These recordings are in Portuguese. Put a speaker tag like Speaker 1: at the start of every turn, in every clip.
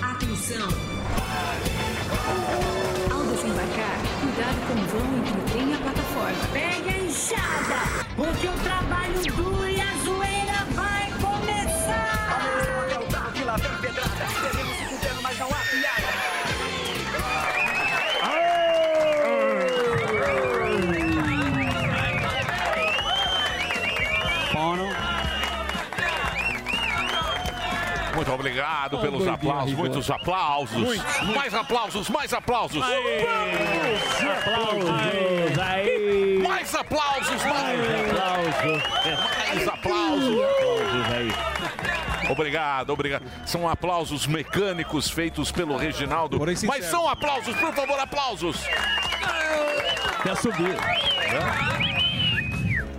Speaker 1: Atenção! Ao desembarcar, cuidado com o vão entre o trem e a plataforma.
Speaker 2: Pegue a enxada, porque o trabalho duro e a zoeira vai começar!
Speaker 3: Muito obrigado pelos
Speaker 4: doidinho,
Speaker 3: aplausos,
Speaker 4: Rigor.
Speaker 3: muitos aplausos. Mais aplausos, mais aplausos.
Speaker 5: Aplausos, aí.
Speaker 3: Mais aplausos, mais
Speaker 5: aplausos.
Speaker 3: Mais aplausos.
Speaker 5: Aplausos aí.
Speaker 3: Obrigado, obrigado. São aplausos mecânicos feitos pelo Reginaldo.
Speaker 5: Porém sincero.
Speaker 3: Mas são aplausos, por favor, aplausos.
Speaker 5: Quer subir.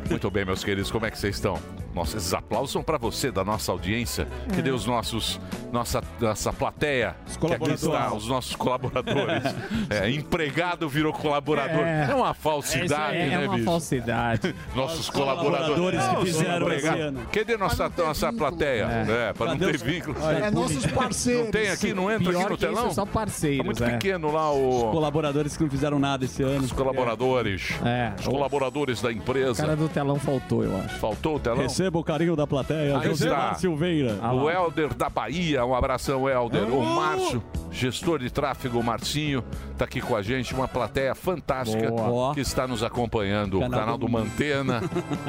Speaker 3: Muito bem, meus queridos, como é que vocês estão? Nossa, esses aplausos são para você, da nossa audiência,
Speaker 6: É.
Speaker 3: que deu os nossos, nossa, nossa plateia, que aqui está,
Speaker 6: colaboradores.
Speaker 3: os nossos colaboradores. É, empregado virou colaborador. É, uma falsidade,
Speaker 6: É, isso aí, é
Speaker 3: né,
Speaker 6: uma
Speaker 3: bicho?
Speaker 6: falsidade.
Speaker 3: Nossos colaboradores,
Speaker 6: colaboradores que
Speaker 3: Não,
Speaker 6: fizeram
Speaker 3: obrigado.
Speaker 6: esse ano.
Speaker 3: Cadê nossa, nossa plateia? É, para não
Speaker 6: Cadê
Speaker 3: ter
Speaker 6: os-
Speaker 3: vínculo.
Speaker 6: É, nossos parceiros.
Speaker 3: Não tem aqui, não entra
Speaker 6: Pior
Speaker 3: aqui no
Speaker 6: que isso,
Speaker 3: telão?
Speaker 6: é só parceiros,
Speaker 3: Tá muito
Speaker 6: é.
Speaker 3: pequeno lá o...
Speaker 6: Os colaboradores que não fizeram nada esse ano.
Speaker 3: Os colaboradores.
Speaker 6: É.
Speaker 3: Os colaboradores da
Speaker 6: O cara
Speaker 3: empresa.
Speaker 6: do telão faltou, eu acho.
Speaker 3: Faltou o telão?
Speaker 5: Receba o carinho da plateia.
Speaker 3: Aí
Speaker 5: José
Speaker 3: está.
Speaker 5: Mar Silveira.
Speaker 3: O Helder da Bahia, um abração, Helder. O Márcio, gestor de tráfego, o Marcinho, tá aqui com a gente, uma plateia fantástica
Speaker 5: Boa.
Speaker 3: que está nos acompanhando. O
Speaker 5: Canal
Speaker 3: canal
Speaker 5: do
Speaker 3: do Mantena,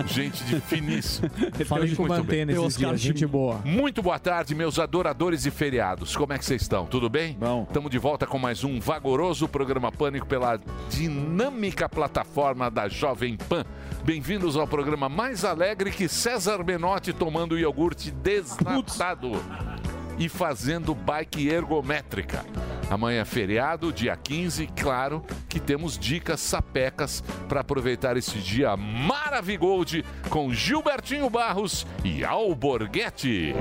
Speaker 3: gente de finíssimo.
Speaker 6: Falei com o
Speaker 3: Muito bem.
Speaker 6: Mantena esses dias, gente boa.
Speaker 3: Muito boa tarde, meus adoradores e feriados. Como é que vocês estão? Tudo bem? Bom. Estamos de volta com mais um vagoroso programa Pânico pela dinâmica plataforma da Jovem Pan. Bem-vindos ao programa mais alegre que César Menotti tomando iogurte desnatado e fazendo bike ergométrica. Amanhã é feriado, dia 15, claro que temos dicas sapecas para aproveitar esse dia maravigold com Gilbertinho Barros e Alborguete.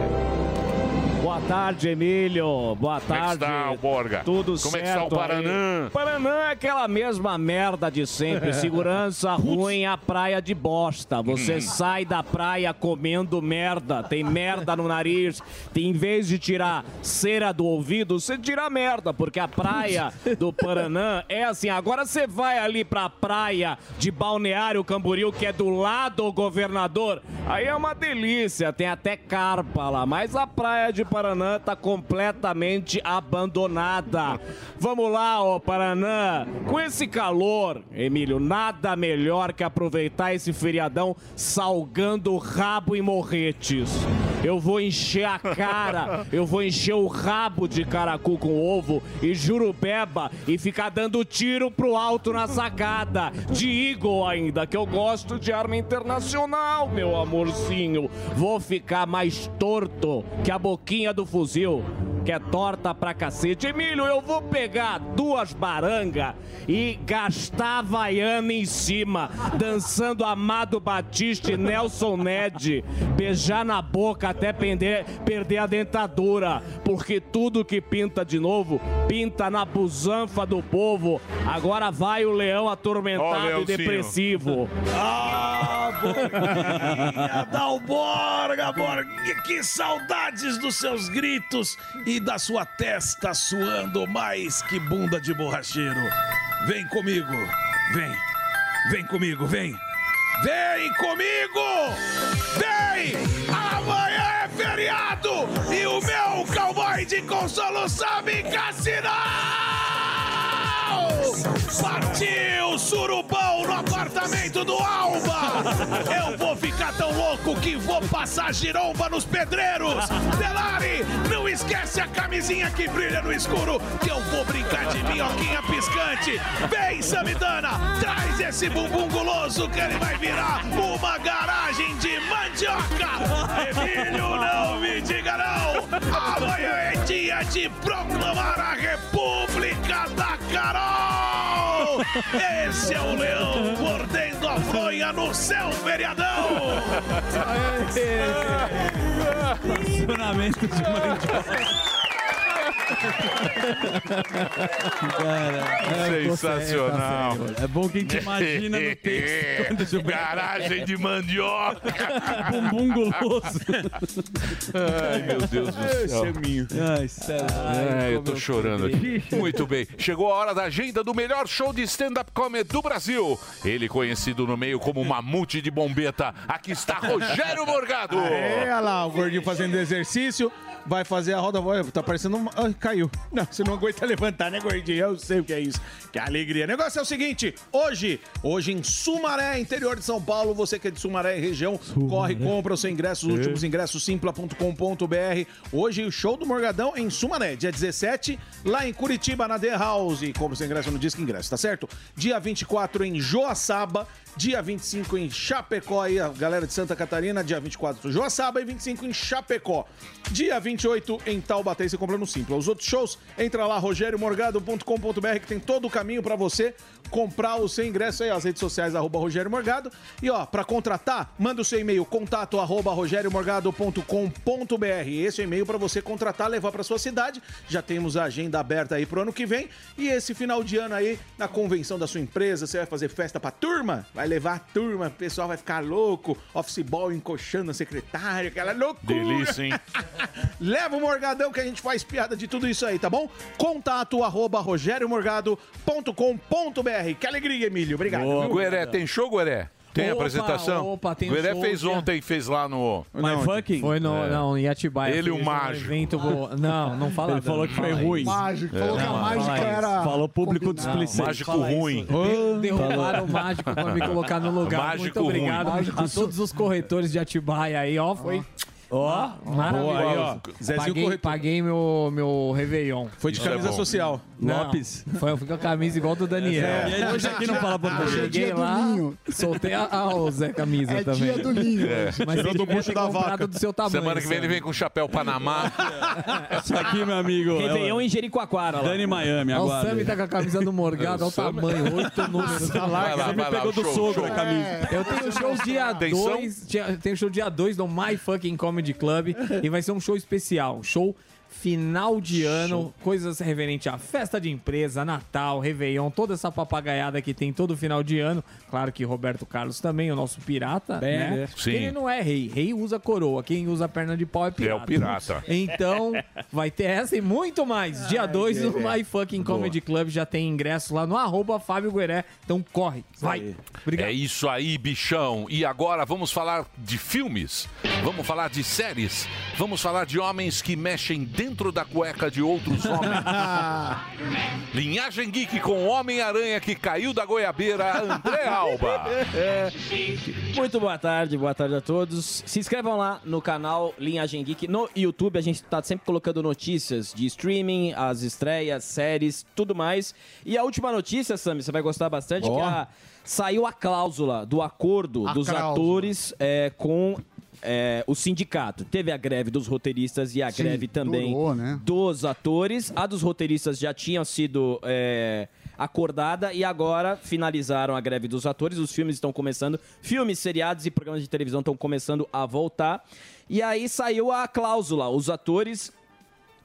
Speaker 7: Boa tarde, Emílio. Boa
Speaker 3: Como é que
Speaker 7: tarde.
Speaker 3: está, Alborga?
Speaker 7: Tudo
Speaker 3: Como
Speaker 7: certo.
Speaker 3: é que está o Paranã?
Speaker 7: aí? Paranã é aquela mesma merda de sempre. Segurança ruim, a praia de bosta. Você
Speaker 8: Hum.
Speaker 7: sai da praia comendo merda. Tem merda no nariz. Tem, em vez de tirar cera do ouvido, você tira merda. Porque a praia do Paranã é assim. Agora você vai ali pra praia de Balneário Camboriú, que é do lado do governador. Aí é uma delícia. Tem até carpa lá. Mas a praia de Paranã tá completamente abandonada. Vamos lá, ô Paranã. Com esse calor, Emílio, nada melhor que aproveitar esse feriadão salgando o rabo em morretes. Eu vou encher a cara, eu vou encher o rabo de caracu com ovo e jurubeba e ficar dando tiro pro alto na zagada. De Eagle ainda, que eu gosto de arma internacional, meu amorzinho. Vou ficar mais torto que a boquinha do fuzil que é torta pra cacete. Emílio, eu vou pegar duas barangas e gastar a vaiana em cima, dançando Amado Batista e Nelson Ned, beijar na boca até pender- perder a dentadura, porque tudo que pinta de novo, pinta na busanfa do povo. Agora vai o leão
Speaker 3: Ó,
Speaker 7: atormentado
Speaker 3: Leãozinho.
Speaker 7: e depressivo.
Speaker 9: Borguinha, Dalborga, Borguinha, que saudades dos seus gritos e da sua testa suando mais que bunda de borracheiro. Vem comigo, vem, vem comigo, vem, vem comigo, vem! Amanhã é feriado e o meu cowboy de consolo sabe cassinar! Partiu surubão no apartamento do Alba! Eu vou ficar tão louco que vou passar giromba nos pedreiros! Delari, não esquece a camisinha que brilha no escuro, que eu vou brincar de minhoquinha piscante! Vem, Samidana, traz esse bumbum guloso que ele vai virar uma garagem de mandioca! Emílio, não me diga não! Amanhã é dia de proclamar a República da Carol! Esse é o leão mordendo a fronha no seu feriadão!
Speaker 5: Funcionamento de mandioca. Cara,
Speaker 3: Sensacional.
Speaker 5: É bom que a gente imagina no texto.
Speaker 3: Garagem de mandioca.
Speaker 5: Bumbum guloso.
Speaker 3: Ai, meu Deus do céu.
Speaker 5: Ai, César.
Speaker 3: É, eu tô chorando aqui. Muito bem. Chegou a hora da agenda do melhor show de stand-up comedy do Brasil. Ele conhecido no meio como Mamute de Bombeta. Aqui está Rogério Morgado.
Speaker 9: Aê, olha lá, o gordinho fazendo exercício. Vai fazer a roda. Vai, Tá parecendo um. Ai, caiu. Não, você não aguenta levantar, né, gordinho? Eu sei o que é isso. Que alegria. O negócio é o seguinte: hoje, hoje em Sumaré, interior de São Paulo, você que é de Sumaré e região, corre, compra os seus ingressos, os últimos ingressos, simpla.com.br. Hoje, o show do Morgadão em Sumaré, dia 17, lá em Curitiba, na The House. E compra o seu ingresso no Disque Ingresso, tá certo? Dia 24 em Joaçaba, dia 25 em Chapecó, e a galera de Santa Catarina, dia 24 em Joaçaba e 25 em Chapecó. Dia 28 em Taubaté, você compra no Simpla. Os outros shows, entra lá, rogeriomorgado.com.br, que tem todo o caminho pra você comprar o seu ingresso aí, ó, as redes sociais, arroba Rogério Morgado. E ó, pra contratar, manda o seu e-mail, contato arroba rogeriomorgado.com.br. Esse é o e-mail pra você contratar, levar pra sua cidade. Já temos a agenda aberta aí pro ano que vem. E esse final de ano aí, na convenção da sua empresa, você vai fazer festa pra turma? Vai levar a turma, o pessoal vai ficar louco, office ball encoxando a secretária, aquela loucura.
Speaker 3: Delícia, hein?
Speaker 9: Leva o Morgadão que a gente faz piada de tudo isso aí, tá bom? Contato arroba rogeriomorgado.com.br. Que alegria, Emílio. Obrigado.
Speaker 3: Ô,
Speaker 9: viu?
Speaker 3: Gueré, tem show, Gueré? Tem
Speaker 5: Opa,
Speaker 3: apresentação?
Speaker 5: opa, tem
Speaker 3: Gueré
Speaker 5: show,
Speaker 3: fez
Speaker 5: tem-
Speaker 3: ontem, fez lá no...
Speaker 5: My fucking?
Speaker 10: Foi no,
Speaker 3: É.
Speaker 10: não, em Atibaia.
Speaker 3: Ele,
Speaker 10: Fez
Speaker 3: o
Speaker 10: um
Speaker 3: mágico.
Speaker 10: evento bo- Não, não fala
Speaker 5: Ele
Speaker 10: nada,
Speaker 5: falou que
Speaker 10: não
Speaker 5: foi
Speaker 10: fala
Speaker 5: ruim.
Speaker 10: isso.
Speaker 11: Mágico. Falou que a
Speaker 10: não,
Speaker 11: mágica
Speaker 10: fala isso.
Speaker 11: era.
Speaker 5: Falou público
Speaker 11: combinada.
Speaker 5: displicente.
Speaker 3: Mágico
Speaker 10: fala isso.
Speaker 3: ruim.
Speaker 10: De- Derrubaram o mágico pra me colocar no lugar.
Speaker 3: Mágico
Speaker 10: Muito obrigado
Speaker 3: ruim.
Speaker 10: a todos os corretores de Atibaia aí, ó. Foi
Speaker 5: Ó,
Speaker 10: maravilhoso.
Speaker 9: aí, ó. Zezinho
Speaker 10: paguei
Speaker 9: corretor.
Speaker 10: paguei meu, meu Réveillon.
Speaker 9: Foi de
Speaker 3: Isso é
Speaker 9: camisa
Speaker 3: bom.
Speaker 9: social.
Speaker 10: Não,
Speaker 5: Lopes.
Speaker 10: Foi, eu fui com a camisa igual do Daniel.
Speaker 5: E aí, hoje aqui não fala
Speaker 11: Hoje é
Speaker 5: português.
Speaker 11: dia
Speaker 10: Cheguei
Speaker 11: do
Speaker 10: lá,
Speaker 11: ninho.
Speaker 10: soltei a, a o Zé Camisa
Speaker 11: É
Speaker 10: também.
Speaker 11: dia do ninho.
Speaker 10: Mas ele
Speaker 9: do
Speaker 10: devia
Speaker 9: bucho
Speaker 10: ter
Speaker 9: da
Speaker 10: comprado
Speaker 9: vaca.
Speaker 10: do seu tamanho.
Speaker 3: Semana que vem ele
Speaker 10: sabe?
Speaker 3: vem com chapéu Panamá.
Speaker 5: Isso aqui, meu amigo. É
Speaker 10: um-
Speaker 8: Réveillon
Speaker 5: o
Speaker 8: em Jericoacoara. lá.
Speaker 5: Dani Miami,
Speaker 10: Olha, o
Speaker 5: agora.
Speaker 10: Sammy tá com a camisa do Morgado, olha o
Speaker 3: É, Sammy.
Speaker 10: tamanho, oito números. É.
Speaker 3: Vai lá, vai lá.
Speaker 5: Pegou do
Speaker 3: show,
Speaker 5: sogro
Speaker 3: show.
Speaker 5: a camisa.
Speaker 10: Eu tenho um show dia
Speaker 3: Atenção.
Speaker 10: 2, tenho um show dia 2 no My Fucking Comedy Club e vai ser um show especial, um show final de ano, coisas referente à festa de empresa, Natal, Réveillon, toda essa papagaiada que tem todo final de ano. Claro que Roberto Carlos também, o nosso pirata, né?
Speaker 3: Sim.
Speaker 10: Ele não é rei, rei usa coroa, quem usa perna de pau é pirata.
Speaker 3: É o pirata.
Speaker 10: Então, vai ter essa e muito mais. Dia 2 no My Fucking Comedy Club já tem ingresso lá no arroba Fábio Gueré. Então corre, vai. Obrigado.
Speaker 3: É isso aí, bichão. E agora vamos falar de filmes, vamos falar de séries, vamos falar de homens que mexem dentro da cueca de outros homens. Linhagem Geek com Homem-Aranha que caiu da goiabeira, André Alba.
Speaker 11: É.
Speaker 8: Muito boa tarde, boa tarde a todos. Se inscrevam lá no canal Linhagem Geek no YouTube. A gente tá sempre colocando notícias de streaming, as estreias, séries, tudo mais. E a última notícia, Sam, você vai gostar bastante, que é a- saiu a cláusula do acordo dos
Speaker 11: cláusula.
Speaker 8: atores é, com é, o sindicato. Teve a greve dos roteiristas e a
Speaker 11: Sim,
Speaker 8: greve também
Speaker 11: durou, né?
Speaker 8: dos atores. A dos roteiristas já tinha sido é, acordada e agora finalizaram a greve dos atores. Os filmes estão começando, filmes, seriados e programas de televisão estão começando a voltar. E aí saiu a cláusula. Os atores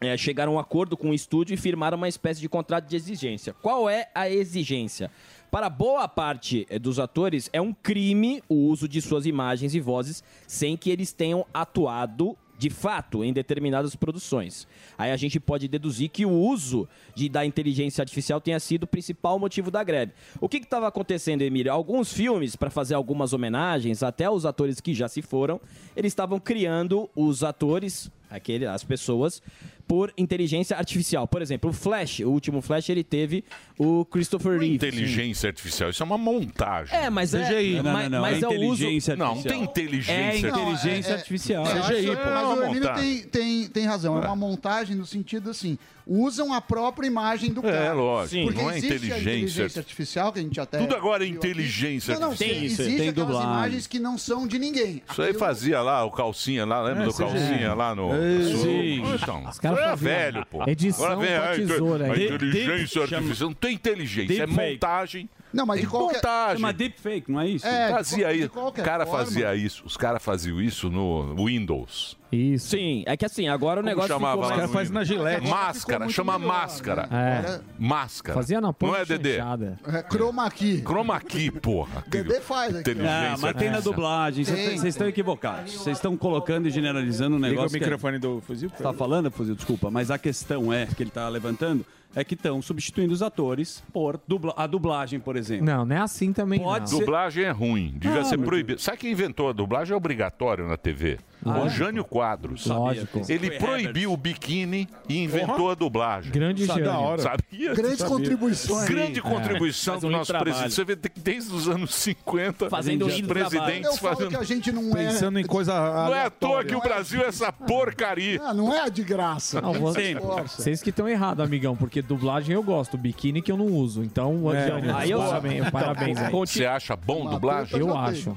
Speaker 8: é, chegaram a um acordo com o estúdio e firmaram uma espécie de contrato de exigência. Qual é a exigência? Para boa parte eh, dos atores, é um crime o uso de suas imagens e vozes sem que eles tenham atuado de fato em determinadas produções. Aí a gente pode deduzir que o uso de, da inteligência artificial tenha sido o principal motivo da greve. O que estava acontecendo, Emílio? Alguns filmes, para fazer algumas homenagens, até os atores que já se foram, eles estavam criando os atores aquele, as pessoas por inteligência artificial. Por exemplo, o Flash, o último Flash, ele teve o Christopher Reeve.
Speaker 3: Inteligência artificial, isso é uma montagem.
Speaker 8: É, mas é,
Speaker 9: CGI.
Speaker 8: mas,
Speaker 5: Não, não, não.
Speaker 8: mas
Speaker 5: é
Speaker 8: é o uso
Speaker 5: inteligência
Speaker 3: Não, não
Speaker 5: artificial.
Speaker 3: tem inteligência.
Speaker 5: É inteligência artificial.
Speaker 11: então, eu acho-
Speaker 9: CGI, pô.
Speaker 11: Mas
Speaker 3: Vamos
Speaker 11: o Emílio
Speaker 3: montar.
Speaker 11: tem, tem, tem razão. É uma montagem no sentido assim: usam a própria imagem do cara.
Speaker 3: É, lógico.
Speaker 8: Sim.
Speaker 11: Porque
Speaker 3: Não é
Speaker 11: existe a
Speaker 3: inteligência.
Speaker 11: inteligência artificial que a gente até.
Speaker 3: Tudo agora é
Speaker 11: viu aqui.
Speaker 3: inteligência
Speaker 11: Não, não,
Speaker 3: artificial.
Speaker 11: tem isso.
Speaker 5: isso,
Speaker 11: Existe
Speaker 5: tem
Speaker 11: aquelas
Speaker 5: dublagem.
Speaker 11: imagens que não são de ninguém.
Speaker 3: Isso aí
Speaker 11: Aquilo-
Speaker 3: fazia lá o calcinha lá,
Speaker 11: É,
Speaker 3: lembra do calcinha lá no.
Speaker 5: sim.
Speaker 3: Sul? Então, Os
Speaker 10: caras
Speaker 3: era
Speaker 10: faziam
Speaker 3: velho, pô.
Speaker 10: edição
Speaker 3: Agora vem
Speaker 10: com
Speaker 3: a, inte-
Speaker 10: tesoura
Speaker 3: a
Speaker 10: aí.
Speaker 3: inteligência
Speaker 5: Deep-
Speaker 3: artificial. Não tem inteligência, é
Speaker 5: Deepfake.
Speaker 3: montagem.
Speaker 11: Não, mas
Speaker 3: Tem
Speaker 11: de qualquer-
Speaker 3: montagem.
Speaker 11: Chama
Speaker 3: deepfake, não é
Speaker 11: isso? É, de
Speaker 3: fazia
Speaker 11: qual- de
Speaker 3: aí. O
Speaker 11: qualquer
Speaker 3: cara
Speaker 11: forma-
Speaker 3: fazia isso. Os caras faziam isso no Windows.
Speaker 8: Isso. Sim, é que assim, agora o
Speaker 3: Como
Speaker 8: negócio
Speaker 3: chamava
Speaker 8: ficou
Speaker 3: lá
Speaker 8: mais...
Speaker 3: no Windows? Máscara, chama máscara.
Speaker 11: né?
Speaker 8: É.
Speaker 3: Máscara.
Speaker 8: Fazia na
Speaker 3: Não
Speaker 8: ponta
Speaker 3: é, Dedê?
Speaker 11: É, chroma key.
Speaker 3: Chroma key, porra.
Speaker 11: Dedê faz aqui.
Speaker 6: Ah, mas tem
Speaker 8: né?
Speaker 6: na dublagem. Vocês
Speaker 11: Tem.
Speaker 6: estão- vocês estão equivocados. Vocês estão colocando e generalizando um
Speaker 4: Liga
Speaker 6: negócio.
Speaker 4: o microfone do fuzil.
Speaker 6: Está falando, Fuzil, desculpa, mas a questão é que ele está levantando é que estão substituindo os atores por dubla- a dublagem, por exemplo.
Speaker 10: Não, não é assim também.
Speaker 6: Pode
Speaker 10: não.
Speaker 3: Dublagem é ruim, devia
Speaker 6: Ah,
Speaker 3: ser
Speaker 6: mas-
Speaker 3: proibido. Sabe quem inventou a dublagem? É obrigatório na TV.
Speaker 10: Ah,
Speaker 3: o
Speaker 10: é?
Speaker 3: Jânio Quadros.
Speaker 10: Lógico.
Speaker 3: Ele
Speaker 10: Foi
Speaker 3: proibiu o biquíni e inventou
Speaker 10: Porra.
Speaker 3: a dublagem.
Speaker 10: Grande
Speaker 3: Sabe-
Speaker 10: Jânio.
Speaker 3: Sabia?
Speaker 10: Grandes Sabia. contribuições.
Speaker 3: Grande
Speaker 10: É.
Speaker 3: contribuição
Speaker 10: Faz um
Speaker 3: do nosso
Speaker 10: trabalho.
Speaker 3: presidente. Você vê de- desde os anos 50,
Speaker 11: Fazendo
Speaker 3: os
Speaker 11: lindo
Speaker 3: presidentes
Speaker 11: trabalho. Eu falo
Speaker 3: fazendo...
Speaker 11: que a gente não é- Pensando
Speaker 4: em coisa
Speaker 3: Não é à toa
Speaker 11: aleatória.
Speaker 3: que o
Speaker 11: Não é-
Speaker 3: Brasil é essa porcaria.
Speaker 11: Ah, não é de graça.
Speaker 10: Não,
Speaker 11: Não,
Speaker 10: vo- vocês que estão errados, amigão, porque dublagem eu gosto, biquíni que eu não uso. Então,
Speaker 3: É,
Speaker 10: Jânio,
Speaker 3: aí eu-
Speaker 10: parabéns, parabéns aí.
Speaker 3: Tá Você acha bom dublagem?
Speaker 10: Então, Eu acho.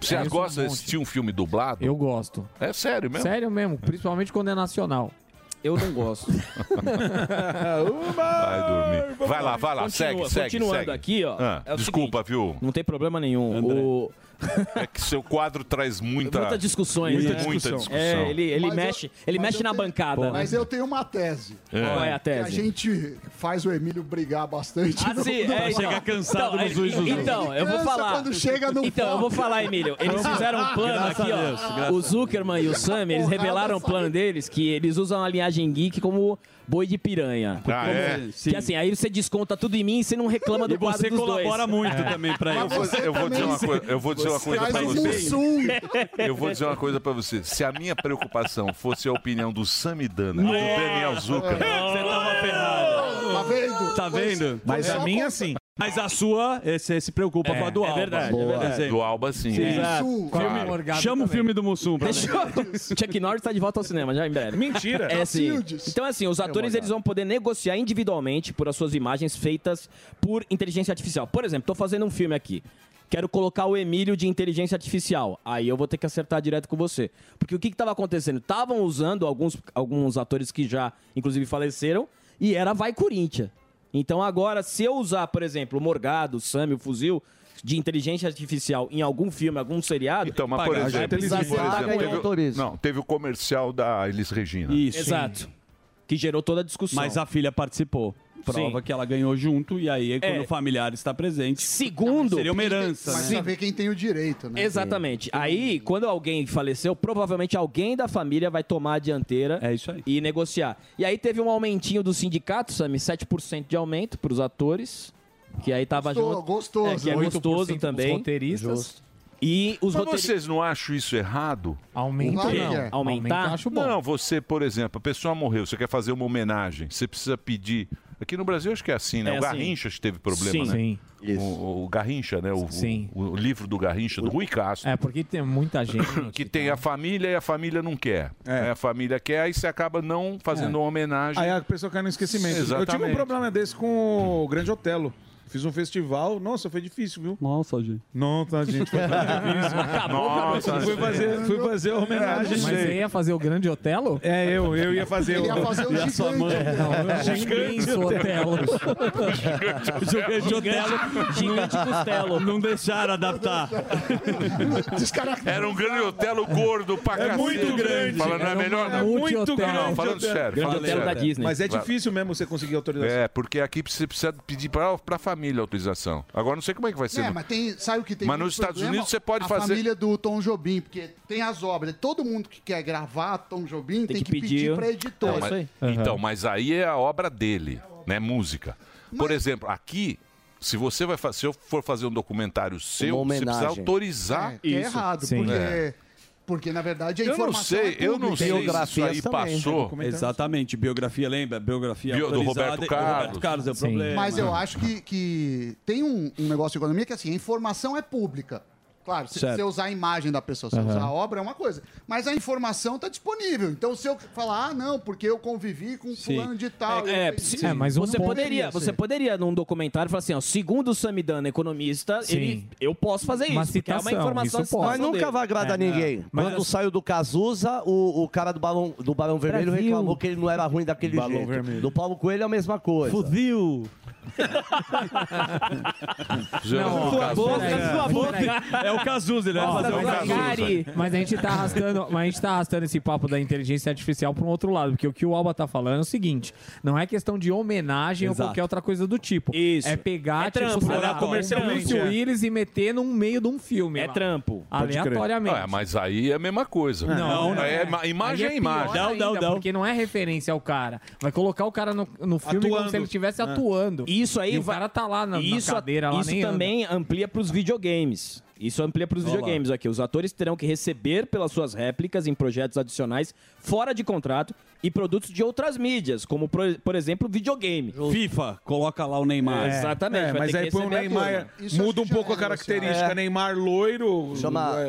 Speaker 3: Você
Speaker 10: Eu sou
Speaker 3: gosta
Speaker 10: um
Speaker 3: de
Speaker 10: monte.
Speaker 3: assistir um filme dublado?
Speaker 10: Eu gosto.
Speaker 3: É sério mesmo?
Speaker 10: Sério mesmo, principalmente quando é nacional. Eu não gosto.
Speaker 3: Vai dormir. Vai lá, vai lá,
Speaker 8: Continua,
Speaker 3: segue, segue.
Speaker 8: continuando
Speaker 3: segue.
Speaker 8: aqui, ó,
Speaker 3: Ah,
Speaker 8: é o
Speaker 3: desculpa, viu?
Speaker 8: Não tem problema nenhum. O...
Speaker 3: É que seu quadro traz muita.
Speaker 8: Muitas discussões.
Speaker 3: Muita,
Speaker 8: né?
Speaker 3: muita discussão.
Speaker 8: É, ele, ele
Speaker 11: Mas eu-
Speaker 8: mexe, ele
Speaker 11: mas
Speaker 8: mexe
Speaker 11: eu
Speaker 8: na
Speaker 11: tenho-
Speaker 8: bancada.
Speaker 11: Mas
Speaker 8: né?
Speaker 11: eu tenho uma tese.
Speaker 8: É. Qual é a
Speaker 11: Que
Speaker 8: tese?
Speaker 11: a gente faz o Emílio brigar bastante.
Speaker 8: Ah, sim,
Speaker 11: no-
Speaker 8: é,
Speaker 11: no-
Speaker 8: então. então, ele-
Speaker 11: Ele
Speaker 8: Então, eu vou
Speaker 11: cansa
Speaker 8: falar.
Speaker 11: quando chega no
Speaker 8: então, eu vou falar, Emílio. Eles fizeram um plano
Speaker 11: Então, Graças
Speaker 8: aqui,
Speaker 11: a Deus,
Speaker 8: ó.
Speaker 11: graças
Speaker 8: O Zuckerman e o Sam, eles
Speaker 11: Porrada
Speaker 8: revelaram o plano deles que eles usam a linhagem geek como boi de piranha.
Speaker 3: Ah,
Speaker 8: Como-
Speaker 3: é?
Speaker 8: Que assim, aí você desconta tudo em mim e você não reclama do
Speaker 6: E
Speaker 8: quadro
Speaker 6: você
Speaker 8: dos dois. É.
Speaker 6: colabora muito
Speaker 11: É.
Speaker 6: também pra
Speaker 3: Eu vou, eu vou dizer uma coisa, eu vou dizer uma
Speaker 8: Você
Speaker 3: coisa
Speaker 8: faz
Speaker 3: pra
Speaker 8: um
Speaker 3: você.
Speaker 8: mussum.
Speaker 3: Eu vou dizer uma coisa pra você. Se a minha preocupação fosse a opinião do Samidana, do
Speaker 8: É.
Speaker 3: Daniel Zucker,
Speaker 6: Você tava ferrado.
Speaker 11: Tá vendo?
Speaker 6: Tá vendo?
Speaker 4: Mas a minha, sim.
Speaker 6: Mas a sua, eh, você se preocupa
Speaker 8: É,
Speaker 6: com a do Alba. Boa.
Speaker 3: Do Alba, sim.
Speaker 6: Sim,
Speaker 8: Exato.
Speaker 6: Mussum.
Speaker 8: Claro.
Speaker 6: Filme-
Speaker 8: Morgado
Speaker 6: Chama o
Speaker 8: também.
Speaker 6: filme do Mussum pra
Speaker 8: Deixa eu- Chuck Norris tá de volta ao cinema já em breve.
Speaker 4: Mentira.
Speaker 8: É sim.
Speaker 4: Matildes.
Speaker 8: Então assim, os atores eles vão poder negociar individualmente por as suas imagens feitas por inteligência artificial. Por exemplo, tô fazendo um filme aqui. Quero colocar o Emílio de inteligência artificial. Aí eu vou ter que acertar direto com você. Porque o que estava acontecendo? Estavam usando alguns, alguns atores que já, inclusive, faleceram, e era Vai Corinthians. Então agora, se eu usar, por exemplo, o Morgado, o Sam, o Fuzil, de inteligência artificial em algum filme, algum seriado,
Speaker 3: Então, mas por exemplo, por exemplo, teve, o- não, teve o comercial da Elis Regina.
Speaker 6: Isso.
Speaker 8: Exato. Que gerou toda a discussão.
Speaker 6: Mas a filha participou. Prova que ela ganhou junto e aí, quando o familiar está presente...
Speaker 8: É. Segundo...
Speaker 6: Seria uma herança,
Speaker 11: Mas
Speaker 6: né?
Speaker 11: pra ver quem tem o direito, né?
Speaker 8: Exatamente. Aí, quando alguém faleceu, provavelmente alguém da família vai tomar a dianteira
Speaker 12: É
Speaker 8: e negociar. E aí teve um aumentinho do sindicato, Sami, 7% de aumento para os atores, que aí tava
Speaker 11: Gostou-
Speaker 8: junto.
Speaker 11: gostoso.
Speaker 8: É, que é
Speaker 11: 8%
Speaker 8: gostoso
Speaker 11: os
Speaker 8: também.
Speaker 10: roteiristas.
Speaker 8: Justo. E os
Speaker 3: Mas
Speaker 8: roteiristas.
Speaker 3: vocês não acham isso errado?
Speaker 10: Aumenta.
Speaker 11: Claro que é.
Speaker 8: Aumentar? acho bom.
Speaker 3: Não, você, por exemplo, a pessoa morreu, você quer fazer uma homenagem, você precisa pedir. Aqui no Brasil acho que é assim, né?
Speaker 8: É
Speaker 3: o
Speaker 8: assim.
Speaker 3: Garrincha teve problema,
Speaker 8: Sim.
Speaker 3: né?
Speaker 8: Sim.
Speaker 3: O, o Garrincha, né? O,
Speaker 10: Sim.
Speaker 3: o- o livro do Garrincha, do Rui Castro.
Speaker 10: É, porque tem muita gente.
Speaker 3: Que tem a família e a família não quer. Aí A família quer, aí você acaba não fazendo uma homenagem.
Speaker 4: É. Aí a pessoa cai no esquecimento.
Speaker 3: Exatamente.
Speaker 4: Eu tive um problema desse com o Grande Otelo. Fiz um festival, nossa, foi difícil, viu?
Speaker 6: Nossa, gente.
Speaker 4: Nossa, gente, foi difícil.
Speaker 3: Acabou, acabou. Nossa,
Speaker 4: fui fazer, fui fazer a homenagem.
Speaker 10: É, Mas é você ia fazer o grande Otelo?
Speaker 4: É, eu, eu ia fazer
Speaker 10: Ele
Speaker 4: o.
Speaker 10: ia fazer o
Speaker 4: E a sua
Speaker 10: gigante.
Speaker 4: mãe.
Speaker 10: Não, eu- Gigante Otelo.
Speaker 6: Gigante Otelo.
Speaker 8: Gigante Costelo.
Speaker 6: Não deixaram adaptar.
Speaker 3: Era um grande otelo gordo pra
Speaker 4: É
Speaker 3: cacete.
Speaker 4: muito grande.
Speaker 3: Fala, não é
Speaker 4: Era
Speaker 3: melhor
Speaker 4: um-
Speaker 3: não.
Speaker 4: É muito grande.
Speaker 3: Não, falando
Speaker 4: hotel.
Speaker 3: sério. falando sério.
Speaker 4: Mas é difícil mesmo você conseguir autorização.
Speaker 3: É, porque aqui você precisa pedir pra, pra família a autorização. Agora não sei como é que vai ser.
Speaker 11: É,
Speaker 3: no-
Speaker 11: mas tem, sabe o que tem
Speaker 3: Mas
Speaker 11: muito
Speaker 3: nos Estados
Speaker 11: problema?
Speaker 3: Unidos você pode
Speaker 11: a
Speaker 3: fazer-
Speaker 11: família do Tom Jobim, porque tem as obras. Todo mundo que quer gravar Tom Jobim tem, que, pedir, É pra editor.
Speaker 3: Não, mas- Então, mas aí é a obra dele, né? Música. Por exemplo, aqui, se você vai fazer, se eu for fazer um documentário seu, você precisa
Speaker 12: homenagem.
Speaker 3: autorizar
Speaker 11: É, que é errado, porque,
Speaker 3: É.
Speaker 11: porque na verdade a
Speaker 3: Eu não
Speaker 11: informação
Speaker 3: sei,
Speaker 11: é
Speaker 3: eu não
Speaker 11: pública.
Speaker 3: sei se isso aí
Speaker 11: né?
Speaker 3: passou.
Speaker 6: Exatamente. Biografia, lembra? Biografia
Speaker 3: Bio- do
Speaker 6: autorizada
Speaker 3: Roberto
Speaker 6: e
Speaker 3: Carlos.
Speaker 6: Roberto Carlos é o
Speaker 3: Sim.
Speaker 6: problema.
Speaker 11: Mas eu acho que, que tem um, um negócio de economia que assim, a informação é pública. Claro, se
Speaker 6: Certo.
Speaker 11: você usar a imagem da pessoa, se você
Speaker 6: Aham.
Speaker 11: usar a obra, é uma coisa. Mas a informação está disponível. Então, se eu falar, ah, não, porque eu convivi com fulano de tal. eu
Speaker 8: É,
Speaker 11: fiz
Speaker 8: se-
Speaker 11: isso",
Speaker 8: você poderia, você poderia num documentário falar assim, ó, segundo o Samidana, economista,
Speaker 11: Sim.
Speaker 8: ele, eu posso fazer isso,
Speaker 12: Uma
Speaker 8: porque é uma
Speaker 12: citação,
Speaker 8: informação
Speaker 12: isso pode. É, Mas nunca vai
Speaker 8: É,
Speaker 12: agradar
Speaker 8: né?
Speaker 12: ninguém. Quando
Speaker 8: assim-
Speaker 12: saiu do Cazuza, o, o cara do Balão, do Balão Vermelho
Speaker 8: Brasil.
Speaker 12: reclamou que ele não era ruim daquele
Speaker 8: Balão
Speaker 12: jeito.
Speaker 8: Vermelho.
Speaker 12: Do Paulo Coelho é a mesma coisa.
Speaker 10: Fuzil! Não, sua boca,
Speaker 3: É,
Speaker 10: sua boca.
Speaker 9: É o Cazuza, ele vai fazer o
Speaker 10: mas, Gary,
Speaker 9: Cazuza.
Speaker 10: mas a gente tá arrastando, mas a gente tá arrastando esse papo da inteligência artificial para um outro lado, porque o que o Alba tá falando é o seguinte, não é questão de homenagem ou
Speaker 7: Exato.
Speaker 10: qualquer outra coisa do tipo.
Speaker 7: Isso.
Speaker 10: É pegar,
Speaker 7: É
Speaker 10: tipo,
Speaker 7: trampo,
Speaker 10: sei
Speaker 7: né?
Speaker 10: lá, o
Speaker 7: Comercialmente,
Speaker 10: Bruce
Speaker 7: é.
Speaker 10: Willis e meter no meio de um filme. É trampo. Aleatoriamente.
Speaker 3: Ué, mas aí é a mesma coisa.
Speaker 10: Não, não.
Speaker 3: É, ma- imagem
Speaker 10: Aí
Speaker 3: é
Speaker 10: é
Speaker 3: imagem.
Speaker 10: pior ainda, Porque não é referência ao cara. Vai colocar o cara no, no filme como
Speaker 3: Atuando.
Speaker 10: se ele estivesse
Speaker 3: É.
Speaker 8: Ah.
Speaker 10: atuando.
Speaker 13: Ah. Isso aí
Speaker 10: E o
Speaker 13: vai-
Speaker 10: cara tá lá na, na
Speaker 13: isso,
Speaker 10: cadeira, lá
Speaker 13: Isso
Speaker 10: nem anda.
Speaker 13: também amplia para os videogames. Isso amplia para os
Speaker 10: Olha lá.
Speaker 13: videogames aqui. Os atores terão que receber pelas suas réplicas em projetos adicionais fora de contrato e produtos de outras mídias, como, por, por exemplo, videogame. É.
Speaker 6: FIFA, coloca lá o
Speaker 8: É,
Speaker 6: Neymar.
Speaker 13: Exatamente.
Speaker 9: É,
Speaker 13: vai
Speaker 4: mas
Speaker 13: ter
Speaker 4: aí
Speaker 13: que
Speaker 4: põe o
Speaker 13: receber a
Speaker 4: Neymar,
Speaker 13: turma. Isso
Speaker 4: muda
Speaker 13: acho
Speaker 4: um
Speaker 13: que
Speaker 4: pouco
Speaker 13: já
Speaker 4: a
Speaker 13: é
Speaker 4: característica.
Speaker 13: negociado.
Speaker 4: Neymar loiro,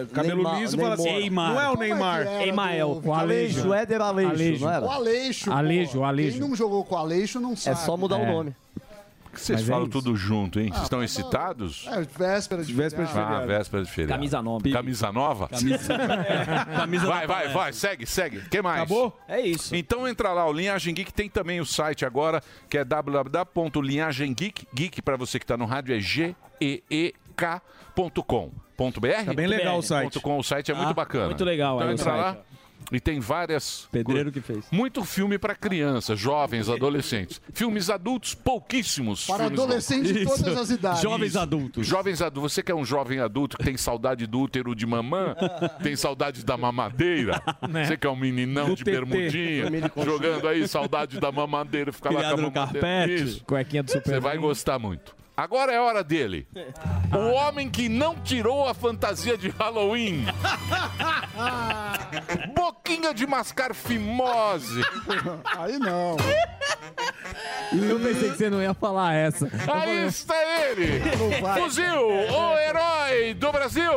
Speaker 4: é, cabelo
Speaker 12: Neymar-
Speaker 4: liso, fala assim,
Speaker 12: Neymar.
Speaker 4: não é o
Speaker 12: Como é que
Speaker 4: Neymar.
Speaker 12: era
Speaker 10: Emael,
Speaker 12: o Alejo. Alejo, Éder Alejo, não era?
Speaker 11: O Aleixo.
Speaker 10: Alejo,
Speaker 11: pô.
Speaker 10: Alejo.
Speaker 11: Quem não jogou com o Aleixo não sabe.
Speaker 3: É. Por que vocês
Speaker 11: Mas é
Speaker 3: falam
Speaker 11: isso.
Speaker 3: tudo junto, hein?
Speaker 11: Ah,
Speaker 3: Vocês estão excitados?
Speaker 11: É, véspera de
Speaker 3: Véspera de
Speaker 11: feriado.
Speaker 3: Ah, véspera de feriado.
Speaker 13: Camisa nova.
Speaker 3: Camisa nova? É.
Speaker 11: Camisa-
Speaker 13: Camisa
Speaker 3: vai,
Speaker 13: da
Speaker 3: vai,
Speaker 13: Palestra.
Speaker 3: vai. Segue, segue. que mais?
Speaker 13: Acabou? É isso.
Speaker 3: Então entra lá. O Linhagem Geek tem também o site agora, que é www.linhagemgeek. Geek, pra você que tá no rádio, é g-e-e-k.com. Ponto .br?
Speaker 4: Tá bem legal o site.
Speaker 3: Ponto .com, o site é
Speaker 4: Tá.
Speaker 3: muito bacana.
Speaker 4: Muito legal
Speaker 3: Então
Speaker 4: aí o
Speaker 3: entra
Speaker 4: site,
Speaker 3: lá. E tem várias. Pedreiro que fez. Muito filme pra criança, jovens, adolescentes. Filmes adultos, pouquíssimos.
Speaker 11: Para
Speaker 3: filmes
Speaker 11: adolescentes de
Speaker 3: adultos.
Speaker 11: todas as idades. Jovens
Speaker 3: adultos. Jovens adultos. Você que é um jovem adulto que tem saudade do útero de mamã, tem saudade da mamadeira.
Speaker 5: Né?
Speaker 3: Você que é um meninão
Speaker 5: Do
Speaker 3: de
Speaker 5: TT.
Speaker 3: bermudinha, jogando aí, saudade da mamadeira, ficar lá
Speaker 10: Criado
Speaker 3: com a
Speaker 10: no
Speaker 3: mamadeira.
Speaker 10: carpete, cuequinha do
Speaker 3: Você vai gostar muito. Agora é hora dele. O homem que não tirou a fantasia de Halloween. Boquinha de mascar fimose.
Speaker 11: Aí não.
Speaker 10: Eu pensei que você não ia falar essa.
Speaker 3: Aí está ele!
Speaker 12: Não vai.
Speaker 3: Fuzil, o herói do Brasil!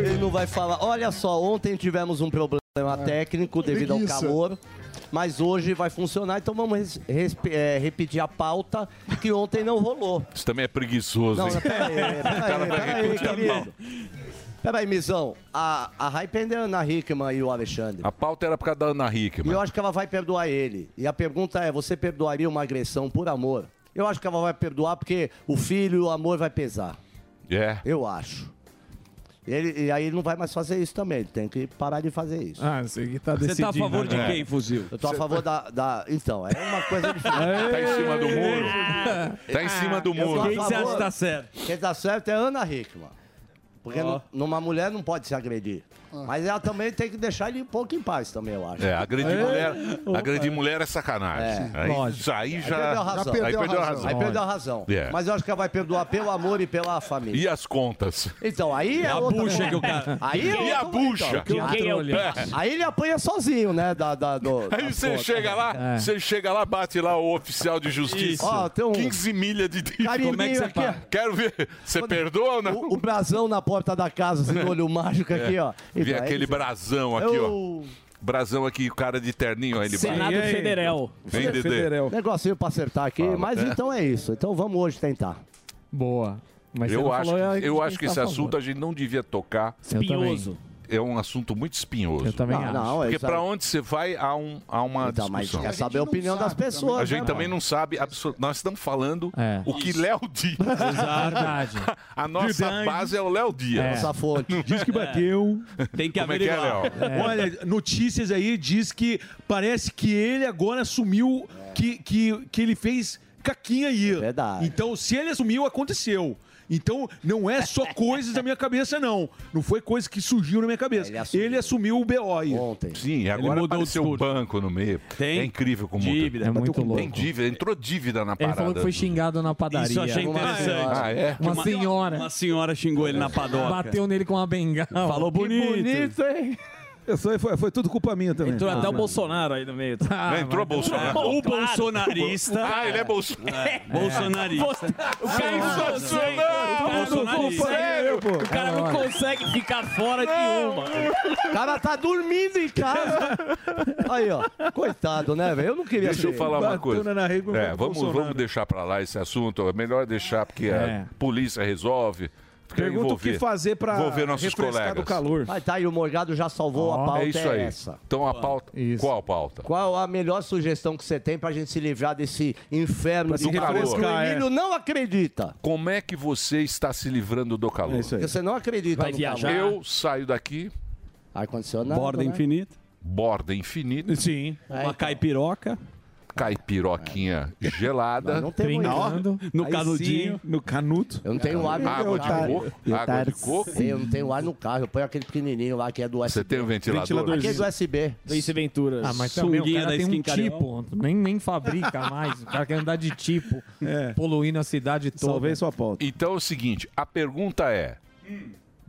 Speaker 12: Ele não vai falar. Olha só, ontem tivemos um problema técnico devido ao
Speaker 14: Preguiça.
Speaker 12: calor, mas hoje vai funcionar, então vamos res- respe- é, repetir a pauta que ontem não rolou.
Speaker 3: Isso também é preguiçoso,
Speaker 12: Não,
Speaker 3: hein?
Speaker 12: mas peraí, peraí,
Speaker 3: O cara vai
Speaker 12: peraí,
Speaker 3: repetir a
Speaker 12: querido.
Speaker 3: pauta.
Speaker 12: Peraí, Mizão, a, a hype ainda é a Ana Hickman e o Alexandre.
Speaker 3: A pauta era por causa da Ana Hickman.
Speaker 12: E eu acho que ela vai perdoar ele. E a pergunta é, você perdoaria uma agressão por amor? Eu acho que ela vai perdoar porque o filho e o amor vai pesar.
Speaker 3: É.
Speaker 12: Eu acho. Ele, e aí ele não vai mais fazer isso também. Ele tem que parar de fazer isso.
Speaker 10: Ah, você que tá decidindo. né?
Speaker 12: Fuzil? Eu tô a
Speaker 10: Você
Speaker 12: favor da, da- Então, é uma coisa difícil. tá
Speaker 3: em cima do muro. Tá em
Speaker 12: Ah,
Speaker 3: cima
Speaker 5: Ah,
Speaker 3: do muro. Quem você acha que tá
Speaker 12: certo? Quem tá certo é Ana Hickman. Porque
Speaker 3: Ó.
Speaker 12: nu- numa mulher não pode se agredir. Mas ela também tem que deixar ele um pouco em paz também, eu acho.
Speaker 3: É, agredir
Speaker 12: É.
Speaker 3: mulher,
Speaker 12: Opa.
Speaker 3: agredir mulher é sacanagem.
Speaker 12: É,
Speaker 3: aí,
Speaker 12: lógico.
Speaker 3: isso aí
Speaker 12: perdeu
Speaker 3: já,
Speaker 12: a razão.
Speaker 3: aí perdeu a razão.
Speaker 12: Aí perdeu a razão.
Speaker 3: É.
Speaker 12: Mas eu acho que ela vai perdoar pelo amor e pela família.
Speaker 3: E as contas?
Speaker 12: Então, aí é
Speaker 3: E a
Speaker 12: outra
Speaker 3: bucha
Speaker 12: coisa.
Speaker 3: que o cara-
Speaker 12: Aí é
Speaker 3: E a
Speaker 12: outra coisa,
Speaker 3: bucha?
Speaker 12: então, que o-
Speaker 3: Quem é o pé?
Speaker 12: Aí ele apanha sozinho, né? Da, da, do,
Speaker 3: Aí
Speaker 12: das
Speaker 3: você
Speaker 12: contas.
Speaker 3: chega lá,
Speaker 12: É.
Speaker 3: você chega lá, bate lá o oficial de justiça.
Speaker 12: Isso. Ó, tem um-
Speaker 3: 15 milha de
Speaker 12: Carimbinho Como é que você aqui, paga?
Speaker 3: Quero ver. Você perdoa ou não?
Speaker 12: O brasão na porta da casa, assim, no olho mágico aqui,
Speaker 3: É.
Speaker 12: ó.
Speaker 3: Vi
Speaker 12: Então, aí
Speaker 3: aquele
Speaker 12: ele-
Speaker 3: brasão aqui, ó.
Speaker 12: Eu-
Speaker 3: Brasão aqui, o cara de terninho, ó, ele
Speaker 12: Senado
Speaker 3: bate.
Speaker 12: Federal.
Speaker 3: Vem, Dedê.
Speaker 12: Negocinho pra acertar aqui, mas
Speaker 3: né?
Speaker 12: então é isso. Então vamos hoje tentar.
Speaker 10: Boa.
Speaker 3: eu acho,
Speaker 12: é
Speaker 3: que- eu acho que esse assunto a gente não devia tocar.
Speaker 12: Espinhoso.
Speaker 3: É um assunto muito espinhoso. Eu
Speaker 12: também Não, acho. não, é
Speaker 3: Porque
Speaker 12: exato.
Speaker 3: pra onde você vai, há, um, há uma
Speaker 12: Então, mas
Speaker 3: discussão.
Speaker 12: quer saber a A gente opinião não das sabe também. pessoas,
Speaker 3: A gente
Speaker 12: né,
Speaker 3: também
Speaker 12: mano?
Speaker 3: não sabe. absolut- Nós estamos falando
Speaker 12: É.
Speaker 3: o que Léo Dias.
Speaker 12: Verdade.
Speaker 3: A nossa
Speaker 12: Verdade.
Speaker 3: base é o Léo Dias.
Speaker 12: É. Nossa fonte.
Speaker 9: Diz que bateu.
Speaker 3: Tem que Como é que é,
Speaker 9: averiguar.
Speaker 3: Léo?
Speaker 9: Olha, notícias aí diz que parece que ele agora assumiu que, que, que ele fez caquinha aí.
Speaker 12: É Verdade.
Speaker 9: Então, se ele assumiu, aconteceu. Então, não é só coisas da minha cabeça, não. Não foi coisa que surgiu na minha cabeça. Ele assumiu, o BO aí.
Speaker 12: Ontem.
Speaker 3: Sim, e agora apareceu o banco no meio. Tem. É incrível como...
Speaker 10: Dívida. É muito
Speaker 3: Tem
Speaker 10: louco.
Speaker 3: dívida, entrou dívida na
Speaker 10: Ele
Speaker 3: parada.
Speaker 10: falou que foi xingado na padaria.
Speaker 3: Isso eu achei
Speaker 10: Uma
Speaker 3: interessante.
Speaker 10: senhora.
Speaker 3: Ah, é?
Speaker 10: Uma,
Speaker 3: Uma- É.
Speaker 10: senhora.
Speaker 6: Uma senhora xingou ele na padoca.
Speaker 10: Bateu nele com uma bengala.
Speaker 6: Falou bonito.
Speaker 10: hein?
Speaker 9: Eu sou, foi, foi tudo culpa minha também. Ah,
Speaker 10: Entrou até o
Speaker 13: Bolsonaro aí no meio.
Speaker 10: Ah,
Speaker 3: entrou Bolsonaro.
Speaker 6: O bolsonarista.
Speaker 3: Ah, ele é bolsonarista.
Speaker 6: É, bolsonarista.
Speaker 13: O cara não consegue.
Speaker 6: Sensacional!
Speaker 13: O cara não
Speaker 6: Sério,
Speaker 13: consegue,
Speaker 6: pô?
Speaker 13: é o cara não consegue ficar fora de uma.
Speaker 12: O cara tá dormindo em casa. Aí, ó. Coitado, né, velho? Eu não queria
Speaker 3: Deixa eu
Speaker 12: ser-
Speaker 3: falar uma coisa.
Speaker 12: Batona na rede com o
Speaker 3: É, vamos,
Speaker 12: Bolsonaro.
Speaker 3: vamos deixar pra lá esse assunto. É melhor deixar, porque
Speaker 12: É.
Speaker 3: a polícia resolve. Porque eu
Speaker 12: Pergunta
Speaker 3: vou
Speaker 12: o que
Speaker 3: ver.
Speaker 12: fazer pra
Speaker 3: Vou ver nossos
Speaker 12: refrescar
Speaker 3: colegas.
Speaker 12: do calor. Ah, tá, e o Morgado já salvou a pauta.
Speaker 3: É isso aí.
Speaker 12: essa.
Speaker 3: Então a pauta. Qual a pauta?
Speaker 12: Qual a melhor sugestão que você tem pra gente se livrar desse inferno
Speaker 3: Pra
Speaker 12: de
Speaker 3: se
Speaker 12: calor?
Speaker 3: refrescar,
Speaker 12: Que O Emílio
Speaker 3: é.
Speaker 12: não acredita.
Speaker 3: Como é que você está se livrando do calor?
Speaker 12: Porque Você não acredita no calor.
Speaker 3: Eu saio daqui.
Speaker 12: Ar-condicionado. né?
Speaker 3: Borda infinita.
Speaker 9: Sim.
Speaker 12: Uma então.
Speaker 9: caipiroca.
Speaker 3: Caipiroquinha gelada.
Speaker 9: Não, não tem Brincando.
Speaker 12: né?
Speaker 9: muito. No Aí canudinho. sim. No canudo.
Speaker 12: Eu não tenho ar no
Speaker 3: Água de
Speaker 12: carro.
Speaker 3: coco. Água de coco.
Speaker 12: Eu não tenho ar no carro. Eu ponho aquele pequenininho lá que é do USB. Você
Speaker 3: tem um ventilador?
Speaker 12: Aquele é do USB.
Speaker 13: Do Ace Ventura.
Speaker 10: Ah, mas também o cara tem um tipo, nem, nem fabrica mais. O cara quer andar de tipo, poluindo a cidade toda.
Speaker 9: Salvei sua pauta.
Speaker 3: Então é o seguinte: a pergunta é: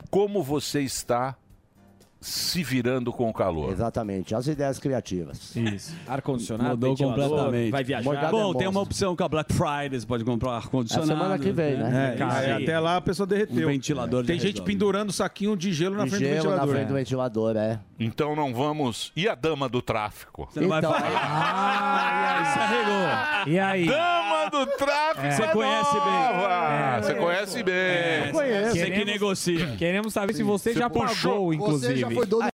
Speaker 3: como você está se virando com o calor?
Speaker 12: Exatamente. As ideias criativas. é
Speaker 7: Isso.
Speaker 12: Ar-condicionado,
Speaker 6: Mudou completamente. Bom, tem uma
Speaker 12: opção.
Speaker 6: opção com a Black Friday, você pode comprar ar-condicionado.
Speaker 12: É semana que vem, né?
Speaker 6: É,
Speaker 12: Cara,
Speaker 6: isso
Speaker 12: é
Speaker 6: aí.
Speaker 12: até
Speaker 9: lá a pessoa derreteu.
Speaker 6: Um ventilador
Speaker 9: Tem
Speaker 6: já
Speaker 9: gente
Speaker 6: resolve.
Speaker 9: pendurando saquinho de gelo na
Speaker 12: De
Speaker 9: frente do
Speaker 12: gelo na
Speaker 9: ventilador.
Speaker 12: frente do ventilador, é.
Speaker 3: Então não vamos. E a dama do tráfico?
Speaker 9: Você não vai Então,
Speaker 3: é
Speaker 10: Escorregou. E
Speaker 6: Ah,
Speaker 10: aí?
Speaker 6: é
Speaker 3: Dama do tráfico.
Speaker 10: Você conhece
Speaker 3: bem.
Speaker 10: É.
Speaker 3: Você conhece bem.
Speaker 10: Você que negocia. Queremos saber se você já pagou, inclusive.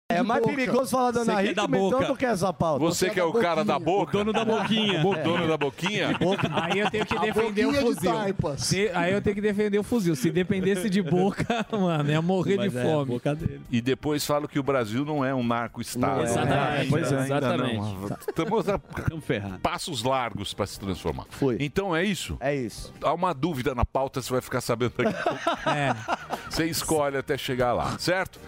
Speaker 12: É mais perigoso falar da
Speaker 10: Você
Speaker 12: Ana
Speaker 10: que é
Speaker 12: Hickman
Speaker 10: da boca.
Speaker 12: então, do que essa pauta.
Speaker 3: Você que é o cara da boca.
Speaker 10: dono da boquinha.
Speaker 3: O dono da boquinha?
Speaker 10: Aí eu tenho que
Speaker 3: A
Speaker 10: defender o
Speaker 3: boquinha de
Speaker 10: fuzil.
Speaker 3: taipas.
Speaker 10: Se- aí eu tenho que defender o fuzil. Se dependesse de boca, mano, ia morrer
Speaker 3: Mas
Speaker 10: de
Speaker 3: é, a
Speaker 10: fome.
Speaker 3: boca E depois falo que o Brasil não é um narco-estado.
Speaker 10: Não é. Exatamente.
Speaker 3: Ainda,
Speaker 10: Pois é, ainda
Speaker 3: exatamente.
Speaker 10: não.
Speaker 3: Estamos a passos largos para se transformar. Então é isso?
Speaker 12: É isso.
Speaker 3: Há uma dúvida na pauta, você vai ficar sabendo daqui a pouco.
Speaker 10: É.
Speaker 3: Você escolhe até chegar lá, certo?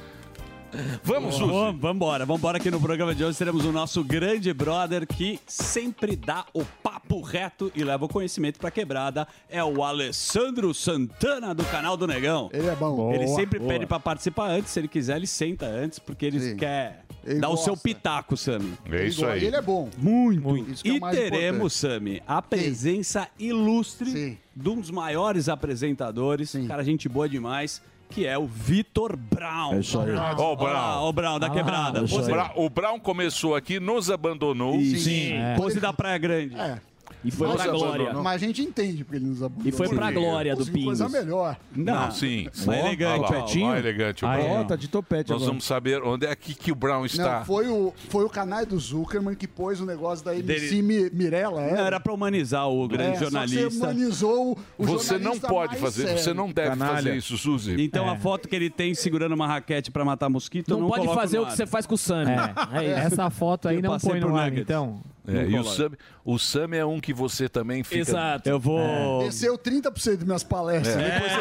Speaker 3: Vamos, Suzy.
Speaker 6: Vamos embora, vamos embora que no programa de hoje teremos o nosso grande brother que sempre dá o papo reto e leva o conhecimento pra quebrada. É o Alessandro Santana do canal do Negão.
Speaker 11: Ele é bom.
Speaker 6: ele sempre
Speaker 11: Boa.
Speaker 6: pede pra participar antes, se ele quiser ele senta antes porque ele quer
Speaker 11: Ele
Speaker 6: dar o seu
Speaker 11: gosta.
Speaker 6: pitaco, Sami.
Speaker 3: É
Speaker 11: isso aí. Ele é bom.
Speaker 6: Muito.
Speaker 11: Isso que é o
Speaker 6: E
Speaker 11: mais
Speaker 6: teremos, Sami, a presença ilustre de um dos maiores apresentadores, cara, gente boa demais, que é o Vitor Brown.
Speaker 3: É isso aí. Ó o Brown.
Speaker 6: Ah, o Brown da
Speaker 3: Ah,
Speaker 6: quebrada.
Speaker 3: o,
Speaker 6: Pô, você-
Speaker 3: Bra- o Brown começou aqui, nos abandonou.
Speaker 6: Sim. Sim. É. Pôs da Praia Grande.
Speaker 11: É.
Speaker 3: E foi pra glória.
Speaker 11: Mas a gente entende porque ele nos abandonou.
Speaker 3: E foi pra
Speaker 11: Conseguiu.
Speaker 3: glória do
Speaker 11: Conseguiu Coisa
Speaker 3: Pingos.
Speaker 11: melhor.
Speaker 3: Não, sim.
Speaker 11: Ó, elegante,
Speaker 3: Olha lá,
Speaker 11: topetinho.
Speaker 3: ó, elegante o
Speaker 11: Aí,
Speaker 3: Brown.
Speaker 11: ó, tá de topete
Speaker 3: Nós
Speaker 11: agora.
Speaker 3: vamos saber onde é que, que o Brown está.
Speaker 11: Não, foi o, foi o canal do Zuckerman que pôs o negócio da MC
Speaker 6: Dele-
Speaker 11: Mi- Mirella.
Speaker 6: Não, era pra humanizar o grande
Speaker 11: É, só que
Speaker 6: jornalista.
Speaker 11: Você humanizou o
Speaker 6: Você
Speaker 3: não
Speaker 11: jornalista
Speaker 3: pode
Speaker 11: mais
Speaker 3: fazer,
Speaker 11: sério.
Speaker 3: você não deve fazer isso, Suzy.
Speaker 6: Então
Speaker 3: É.
Speaker 6: a foto que ele tem segurando uma raquete pra matar mosquito, eu
Speaker 10: Não
Speaker 6: não,
Speaker 10: pode
Speaker 6: coloco
Speaker 10: fazer
Speaker 6: no
Speaker 10: o que
Speaker 6: ar.
Speaker 10: você faz com o Sami. É, é isso. Essa foto aí
Speaker 6: Eu
Speaker 10: não
Speaker 6: passei
Speaker 10: põe
Speaker 6: pro
Speaker 10: no ar,
Speaker 6: Nuggets.
Speaker 10: então.
Speaker 3: É,
Speaker 6: Não
Speaker 3: e o
Speaker 6: coloca.
Speaker 3: Sam, o Sam é um que você também fica.
Speaker 11: Exato.
Speaker 10: Eu
Speaker 6: É.
Speaker 11: Desceu 30% das minhas palestras.
Speaker 3: É.
Speaker 11: Depois você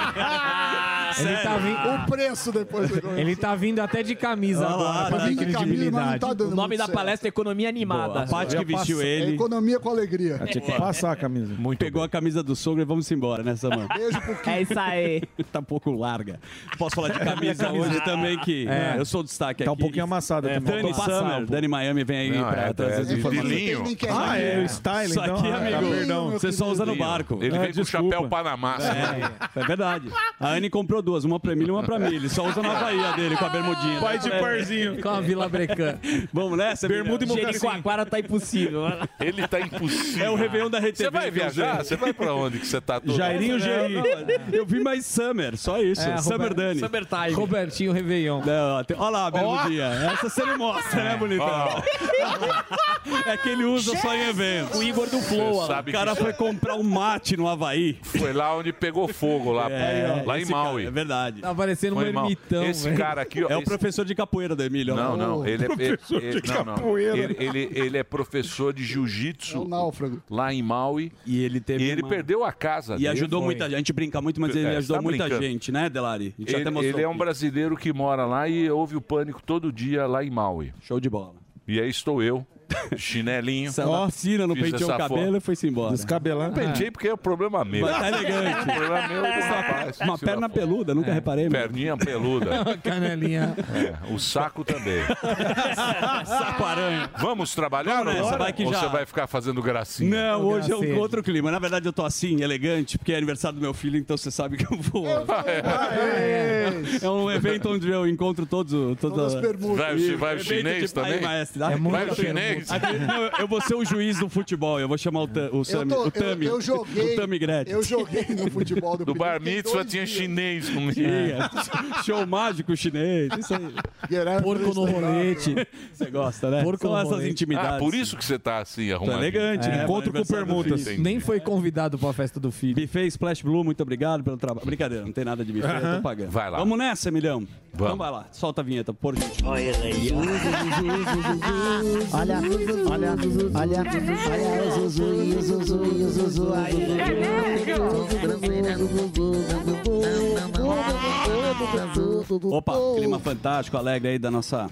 Speaker 3: Ah,
Speaker 11: comeu.
Speaker 10: Ele tá vindo-
Speaker 11: O preço depois você comeu.
Speaker 10: Ele tá vindo até de camisa
Speaker 11: Olha lá,
Speaker 10: agora,
Speaker 11: tá
Speaker 10: pra dar
Speaker 11: vindo de camisa, mas não
Speaker 10: credibilidade.
Speaker 11: tá dando
Speaker 10: o nome
Speaker 11: muito
Speaker 10: da
Speaker 11: certo.
Speaker 10: palestra é Economia Animada.
Speaker 6: Boa, a parte que vestiu
Speaker 11: É
Speaker 6: ele.
Speaker 11: economia com alegria.
Speaker 6: Ah, tinha que passar
Speaker 9: a camisa.
Speaker 6: Pegou a camisa do sogro e vamos embora, né, Samanta?
Speaker 11: Beijo
Speaker 10: É isso aí.
Speaker 6: tá um pouco larga. Posso falar de camisa
Speaker 9: Camisa.
Speaker 6: hoje também, que
Speaker 9: É.
Speaker 6: eu sou o destaque
Speaker 9: Tá um
Speaker 6: aqui.
Speaker 9: pouquinho amassada
Speaker 6: é,
Speaker 9: também.
Speaker 6: Dani
Speaker 9: Tô tá passando,
Speaker 6: Summer,
Speaker 9: pô.
Speaker 6: Dani Miami vem aí
Speaker 9: Não,
Speaker 6: pra
Speaker 9: é,
Speaker 6: trazer
Speaker 9: é,
Speaker 6: as
Speaker 9: de
Speaker 6: informações.
Speaker 9: linho. Tem que- Ah, é, o style,
Speaker 6: Isso
Speaker 9: então,
Speaker 6: aqui,
Speaker 9: é, tá,
Speaker 6: amigo,
Speaker 9: perdão.
Speaker 6: você só usa no
Speaker 9: Linho.
Speaker 6: barco.
Speaker 9: Ele
Speaker 10: É,
Speaker 9: vem com
Speaker 3: chapéu Panamá.
Speaker 6: É, é verdade. A Anne comprou duas, uma pra Emília e uma pra mim. Ele só usa na Bahia dele, com a bermudinha. né? É.
Speaker 9: Vai de parzinho.
Speaker 10: Com a Vila Brecã.
Speaker 6: Vamos nessa,
Speaker 10: Bermuda e mocassim.
Speaker 6: Jericoacoara
Speaker 10: tá impossível.
Speaker 3: Ele tá impossível.
Speaker 6: É o Réveillon da RTV.
Speaker 3: Você vai viajar? Você vai pra onde que você tá todo?
Speaker 6: Jairinho Geri. Eu vi mais Summer, só isso.
Speaker 10: É,
Speaker 6: Summer
Speaker 10: Robert-
Speaker 6: Dani.
Speaker 10: Summer Time. Robertinho Réveillon.
Speaker 6: Olha lá, bermudinha. Essa você não mostra, né, bonitão? É que ele usa só em eventos.
Speaker 10: O Igor do
Speaker 3: Flow, Você ó. sabe
Speaker 6: O cara
Speaker 3: que
Speaker 6: foi
Speaker 3: isso- é-
Speaker 6: comprar um mate no Havaí.
Speaker 3: Foi lá onde pegou fogo, lá,
Speaker 6: É,
Speaker 3: lá em
Speaker 6: esse
Speaker 3: Maui.
Speaker 6: cara, é verdade.
Speaker 10: Tá parecendo um
Speaker 3: Foi mal.
Speaker 10: ermitão,
Speaker 3: Esse
Speaker 10: velho.
Speaker 3: cara aqui, ó.
Speaker 6: É o
Speaker 3: esse-
Speaker 6: professor de capoeira do Emílio. né? ó.
Speaker 3: Não, não, ele é, ele,
Speaker 6: Professor de
Speaker 3: ele- não, não.
Speaker 6: capoeira.
Speaker 3: Ele, ele- ele é professor de
Speaker 11: É
Speaker 3: jiu-jitsu
Speaker 11: um náufrago.
Speaker 3: lá em Maui.
Speaker 6: E ele teve
Speaker 3: ele
Speaker 6: uma-
Speaker 3: perdeu a casa
Speaker 6: E
Speaker 3: dele.
Speaker 6: ajudou muita gente. A gente brinca muito, mas ele
Speaker 3: É,
Speaker 6: ajudou
Speaker 3: tá
Speaker 6: muita
Speaker 3: brincando.
Speaker 6: gente, né, Delari? A gente até
Speaker 3: Ele,
Speaker 6: mostrou
Speaker 3: ele é um
Speaker 6: aqui.
Speaker 3: brasileiro que mora lá e ouve o pânico todo dia lá em Maui.
Speaker 6: Show de bola.
Speaker 3: E aí estou eu, chinelinho.
Speaker 6: Saiu da piscina, não
Speaker 3: fiz
Speaker 15: um
Speaker 6: penteou o
Speaker 3: essa
Speaker 6: cabelo
Speaker 3: foto.
Speaker 6: e foi-se embora.
Speaker 3: Não pentei porque é o problema meu.
Speaker 6: Mas tá elegante.
Speaker 3: O problema meu é do rapaz.
Speaker 6: Uma
Speaker 3: Tira
Speaker 6: perna
Speaker 3: foto. É.
Speaker 6: peluda, nunca reparei. né? mano.
Speaker 3: Perninha peluda.
Speaker 10: Canelinha.
Speaker 3: É, o saco também.
Speaker 6: Saparanha.
Speaker 3: Vamos trabalhar
Speaker 6: Vamos
Speaker 3: ou
Speaker 6: nessa,
Speaker 3: não?
Speaker 6: vai que
Speaker 3: Ou
Speaker 6: já.
Speaker 3: você vai ficar fazendo gracinha?
Speaker 6: Não, hoje é um outro clima. Na verdade, eu tô assim, elegante, porque é aniversário do meu filho, então você sabe que eu vou. É um evento onde eu encontro todos, o- toda...
Speaker 3: Vai, o chi- vai o
Speaker 6: Evento de
Speaker 3: chinês
Speaker 6: pai e
Speaker 3: também?
Speaker 6: maestra.
Speaker 3: vai o
Speaker 6: Muita
Speaker 3: chinês? Gretz.
Speaker 6: Não, eu- eu vou ser o juiz do futebol, eu vou chamar o, Ta- o Sami.
Speaker 11: tô-
Speaker 6: o Tami.
Speaker 11: eu- eu joguei-
Speaker 6: O Tami Gretz.
Speaker 11: eu joguei no futebol do
Speaker 6: Do
Speaker 11: Pinheiro,
Speaker 6: Bar
Speaker 11: fiquei
Speaker 6: Mitzvah
Speaker 11: dois
Speaker 6: tinha
Speaker 11: dias.
Speaker 6: chinês no meio. é. Show mágico chinês, isso aí.
Speaker 11: Porco
Speaker 6: no rolete. Você gosta, né?
Speaker 16: Porco
Speaker 6: São
Speaker 16: no
Speaker 6: essas
Speaker 16: rolete.
Speaker 6: intimidades.
Speaker 3: Ah, por isso que você tá assim arrumado.
Speaker 6: elegante,
Speaker 16: É,
Speaker 6: né? Encontro com permutas.
Speaker 16: Nem foi convidado pra festa do filho.
Speaker 6: Buffet Splash Blue, muito obrigado pelo trabalho. Brincadeira, não tem nada de buffet, eu
Speaker 16: Aham.
Speaker 6: tô pagando.
Speaker 16: Vai lá.
Speaker 6: Vamos nessa, Emilhão? Vamos. Então vai lá, solta a vinheta, por gentileza. Olha
Speaker 5: Olha, olha, olha, olha o Zuzu e o Zuzu e o Zuzu. ai,
Speaker 6: Opa, clima fantástico, alegre aí da nossa...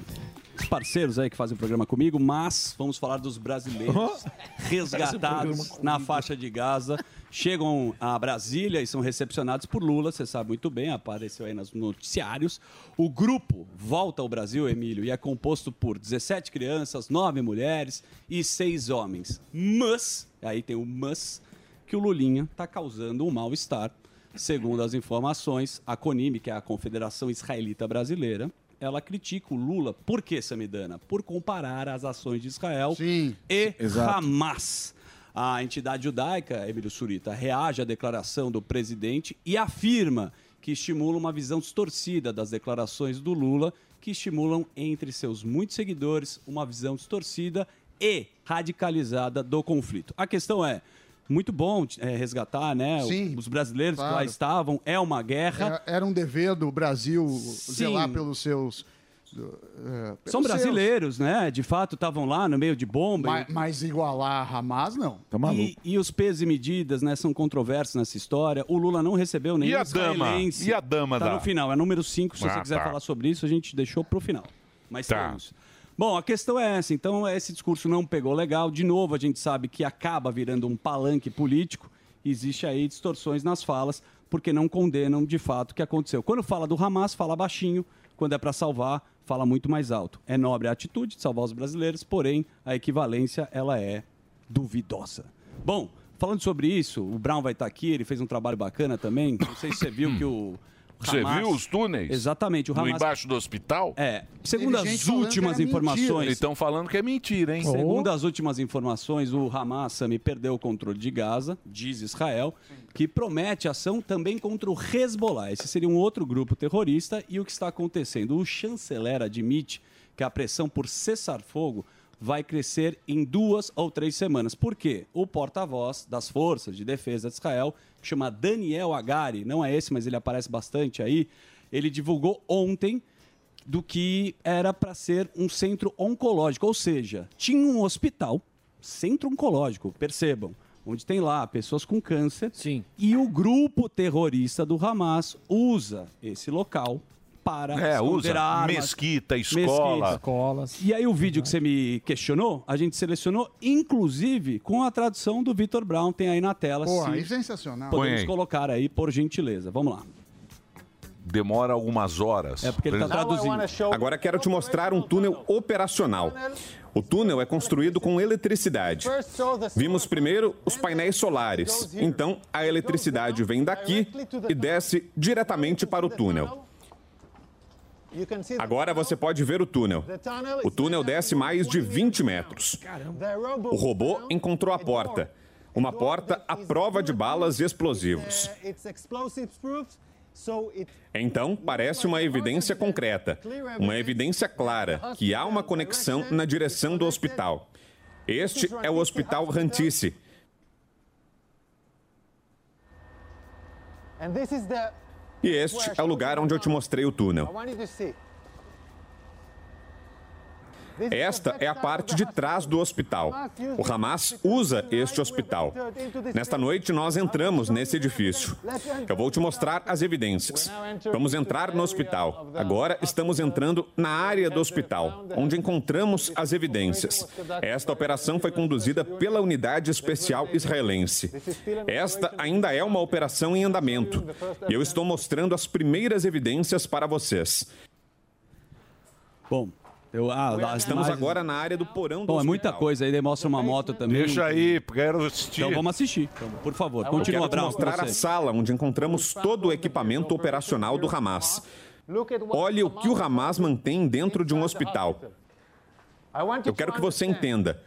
Speaker 6: Os parceiros aí que fazem o programa comigo, mas vamos falar dos brasileiros resgatados na faixa de Gaza. Chegam a Brasília e são recepcionados por Lula, você sabe muito bem, apareceu aí nos noticiários. O grupo Volta ao Brasil, Emílio, e é composto por 17 crianças, 9 mulheres e 6 homens. Mas, aí tem o mas, que o Lulinha está causando um mal-estar. Segundo as informações, a CONIME, que é a Confederação Israelita Brasileira, ela critica o Lula. Por que, Samidana? Por comparar as ações de Israel e
Speaker 7: exato.
Speaker 6: Hamas. A entidade judaica, Emílio Surita, reage à declaração do presidente e afirma que estimula uma visão distorcida das declarações do Lula, que estimulam entre seus muitos seguidores uma visão distorcida e radicalizada do conflito. A questão é, muito bom eh, resgatar né, o-
Speaker 11: Sim,
Speaker 6: os brasileiros que lá
Speaker 11: claro.
Speaker 6: estavam, é uma guerra.
Speaker 11: Era- Era um dever do Brasil zelar pelos seus. é,
Speaker 6: São
Speaker 11: pelos
Speaker 6: brasileiros, né? De fato, estavam lá no meio de bomba.
Speaker 11: Mas, mas igualar a Hamas, não.
Speaker 6: Tá E, e os pesos e medidas, né, são controversos nessa história. O Lula não recebeu nenhum
Speaker 3: E a dama?
Speaker 6: israelense.
Speaker 3: E a dama
Speaker 6: tá
Speaker 3: da-
Speaker 6: no final, é número 5, se
Speaker 3: Ah,
Speaker 6: você quiser
Speaker 3: tá.
Speaker 6: falar sobre isso, a gente deixou pro final. Mas temos. Bom, a questão é essa. Então, esse discurso não pegou legal. De novo, a gente sabe que acaba virando um palanque político. Existe aí distorções nas falas, porque não condenam de fato o que aconteceu. Quando fala do Hamas, fala baixinho. Quando é para salvar, fala muito mais alto. É nobre a atitude de salvar os brasileiros, porém, a equivalência ela é duvidosa. Bom, falando sobre isso, o Brown vai estar aqui, ele fez um trabalho bacana também. Não sei se você viu que o.
Speaker 3: Você
Speaker 6: Hamas-
Speaker 3: viu os túneis?
Speaker 6: Exatamente, o
Speaker 3: No
Speaker 6: Hamas.
Speaker 3: Embaixo do hospital?
Speaker 6: É. Segundo as últimas informações.
Speaker 3: Então, falando que é mentira, hein?
Speaker 6: Segundo as últimas informações, o Hamas Sami, perdeu o controle de Gaza, diz Israel, que promete ação também contra o Hezbollah. Esse seria um outro grupo terrorista. E o que está acontecendo? O chanceler admite que a pressão por cessar fogo vai crescer em duas ou três semanas. Por quê? O porta-voz das Forças de Defesa de Israel, que chama Daniel Agari, não é esse, mas ele aparece bastante aí, ele divulgou ontem do que era para ser um centro oncológico, ou seja, tinha um hospital, centro oncológico, percebam, onde tem lá pessoas com câncer. Sim. E o grupo terrorista do Hamas usa esse local para
Speaker 3: É,
Speaker 6: esconder
Speaker 3: usa.
Speaker 6: armas,
Speaker 3: Mesquita,
Speaker 6: mesquitas.
Speaker 3: escola.
Speaker 6: E aí o vídeo que você me questionou, a gente selecionou, inclusive com a tradução do Vitor Brown, tem aí na tela.
Speaker 11: Pô,
Speaker 6: se
Speaker 11: aí sensacional.
Speaker 6: Podemos
Speaker 3: Põe aí.
Speaker 6: colocar aí, por gentileza. Vamos lá.
Speaker 3: Demora algumas horas. É porque
Speaker 6: ele tá traduzindo.
Speaker 17: Agora quero te mostrar um túnel operacional. O túnel é construído com eletricidade. Vimos primeiro os painéis solares. Então, a eletricidade vem daqui e desce diretamente para o túnel. Agora você pode ver o túnel. O túnel desce mais de 20 metros. O robô encontrou a porta. Uma porta à prova de balas e explosivos. Então, parece uma evidência concreta, uma evidência clara que há uma conexão na direção do hospital. Este é o Hospital Rantice. E este é o lugar onde eu te mostrei o túnel. Esta é a parte de trás do hospital. O Hamas usa este hospital. Nesta noite, nós entramos nesse edifício. Eu vou te mostrar as evidências. Vamos entrar no hospital. Agora estamos entrando na área do hospital, onde encontramos as evidências. Esta operação foi conduzida pela Unidade Especial Israelense. Esta ainda é uma operação em andamento. E eu estou mostrando as primeiras evidências para vocês.
Speaker 6: Bom, eu, ah, as
Speaker 17: Estamos
Speaker 6: imagens-
Speaker 17: agora na área do porão do
Speaker 6: Bom, é
Speaker 17: hospital.
Speaker 6: muita coisa. Aí ele mostra uma moto também.
Speaker 17: Deixa
Speaker 3: aí, quero assistir.
Speaker 6: Então vamos assistir. Então, por favor, continua,
Speaker 17: Quero te
Speaker 6: Brown,
Speaker 17: mostrar
Speaker 6: com
Speaker 17: a
Speaker 6: você.
Speaker 17: sala onde encontramos todo o equipamento operacional do Hamas. Olhe o que o Hamas mantém dentro de um hospital. um Eu quero que você entenda.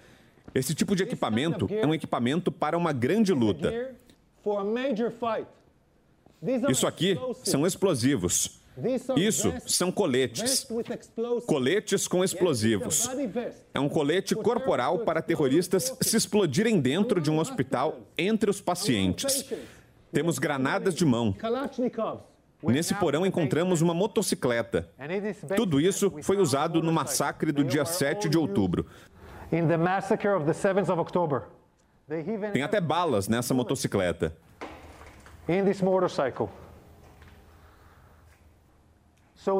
Speaker 17: Esse tipo de equipamento é um equipamento para uma grande luta. Isso aqui são explosivos. Isso são coletes. Coletes com explosivos. É um colete corporal para terroristas se explodirem dentro de um hospital entre os pacientes. Temos granadas de mão. Nesse porão encontramos uma motocicleta. Tudo isso foi usado no massacre do dia 7 de outubro.
Speaker 18: in the massacre of the 7th of October. They even
Speaker 17: Tem até balas nessa motocicleta.
Speaker 18: in this motorcycle.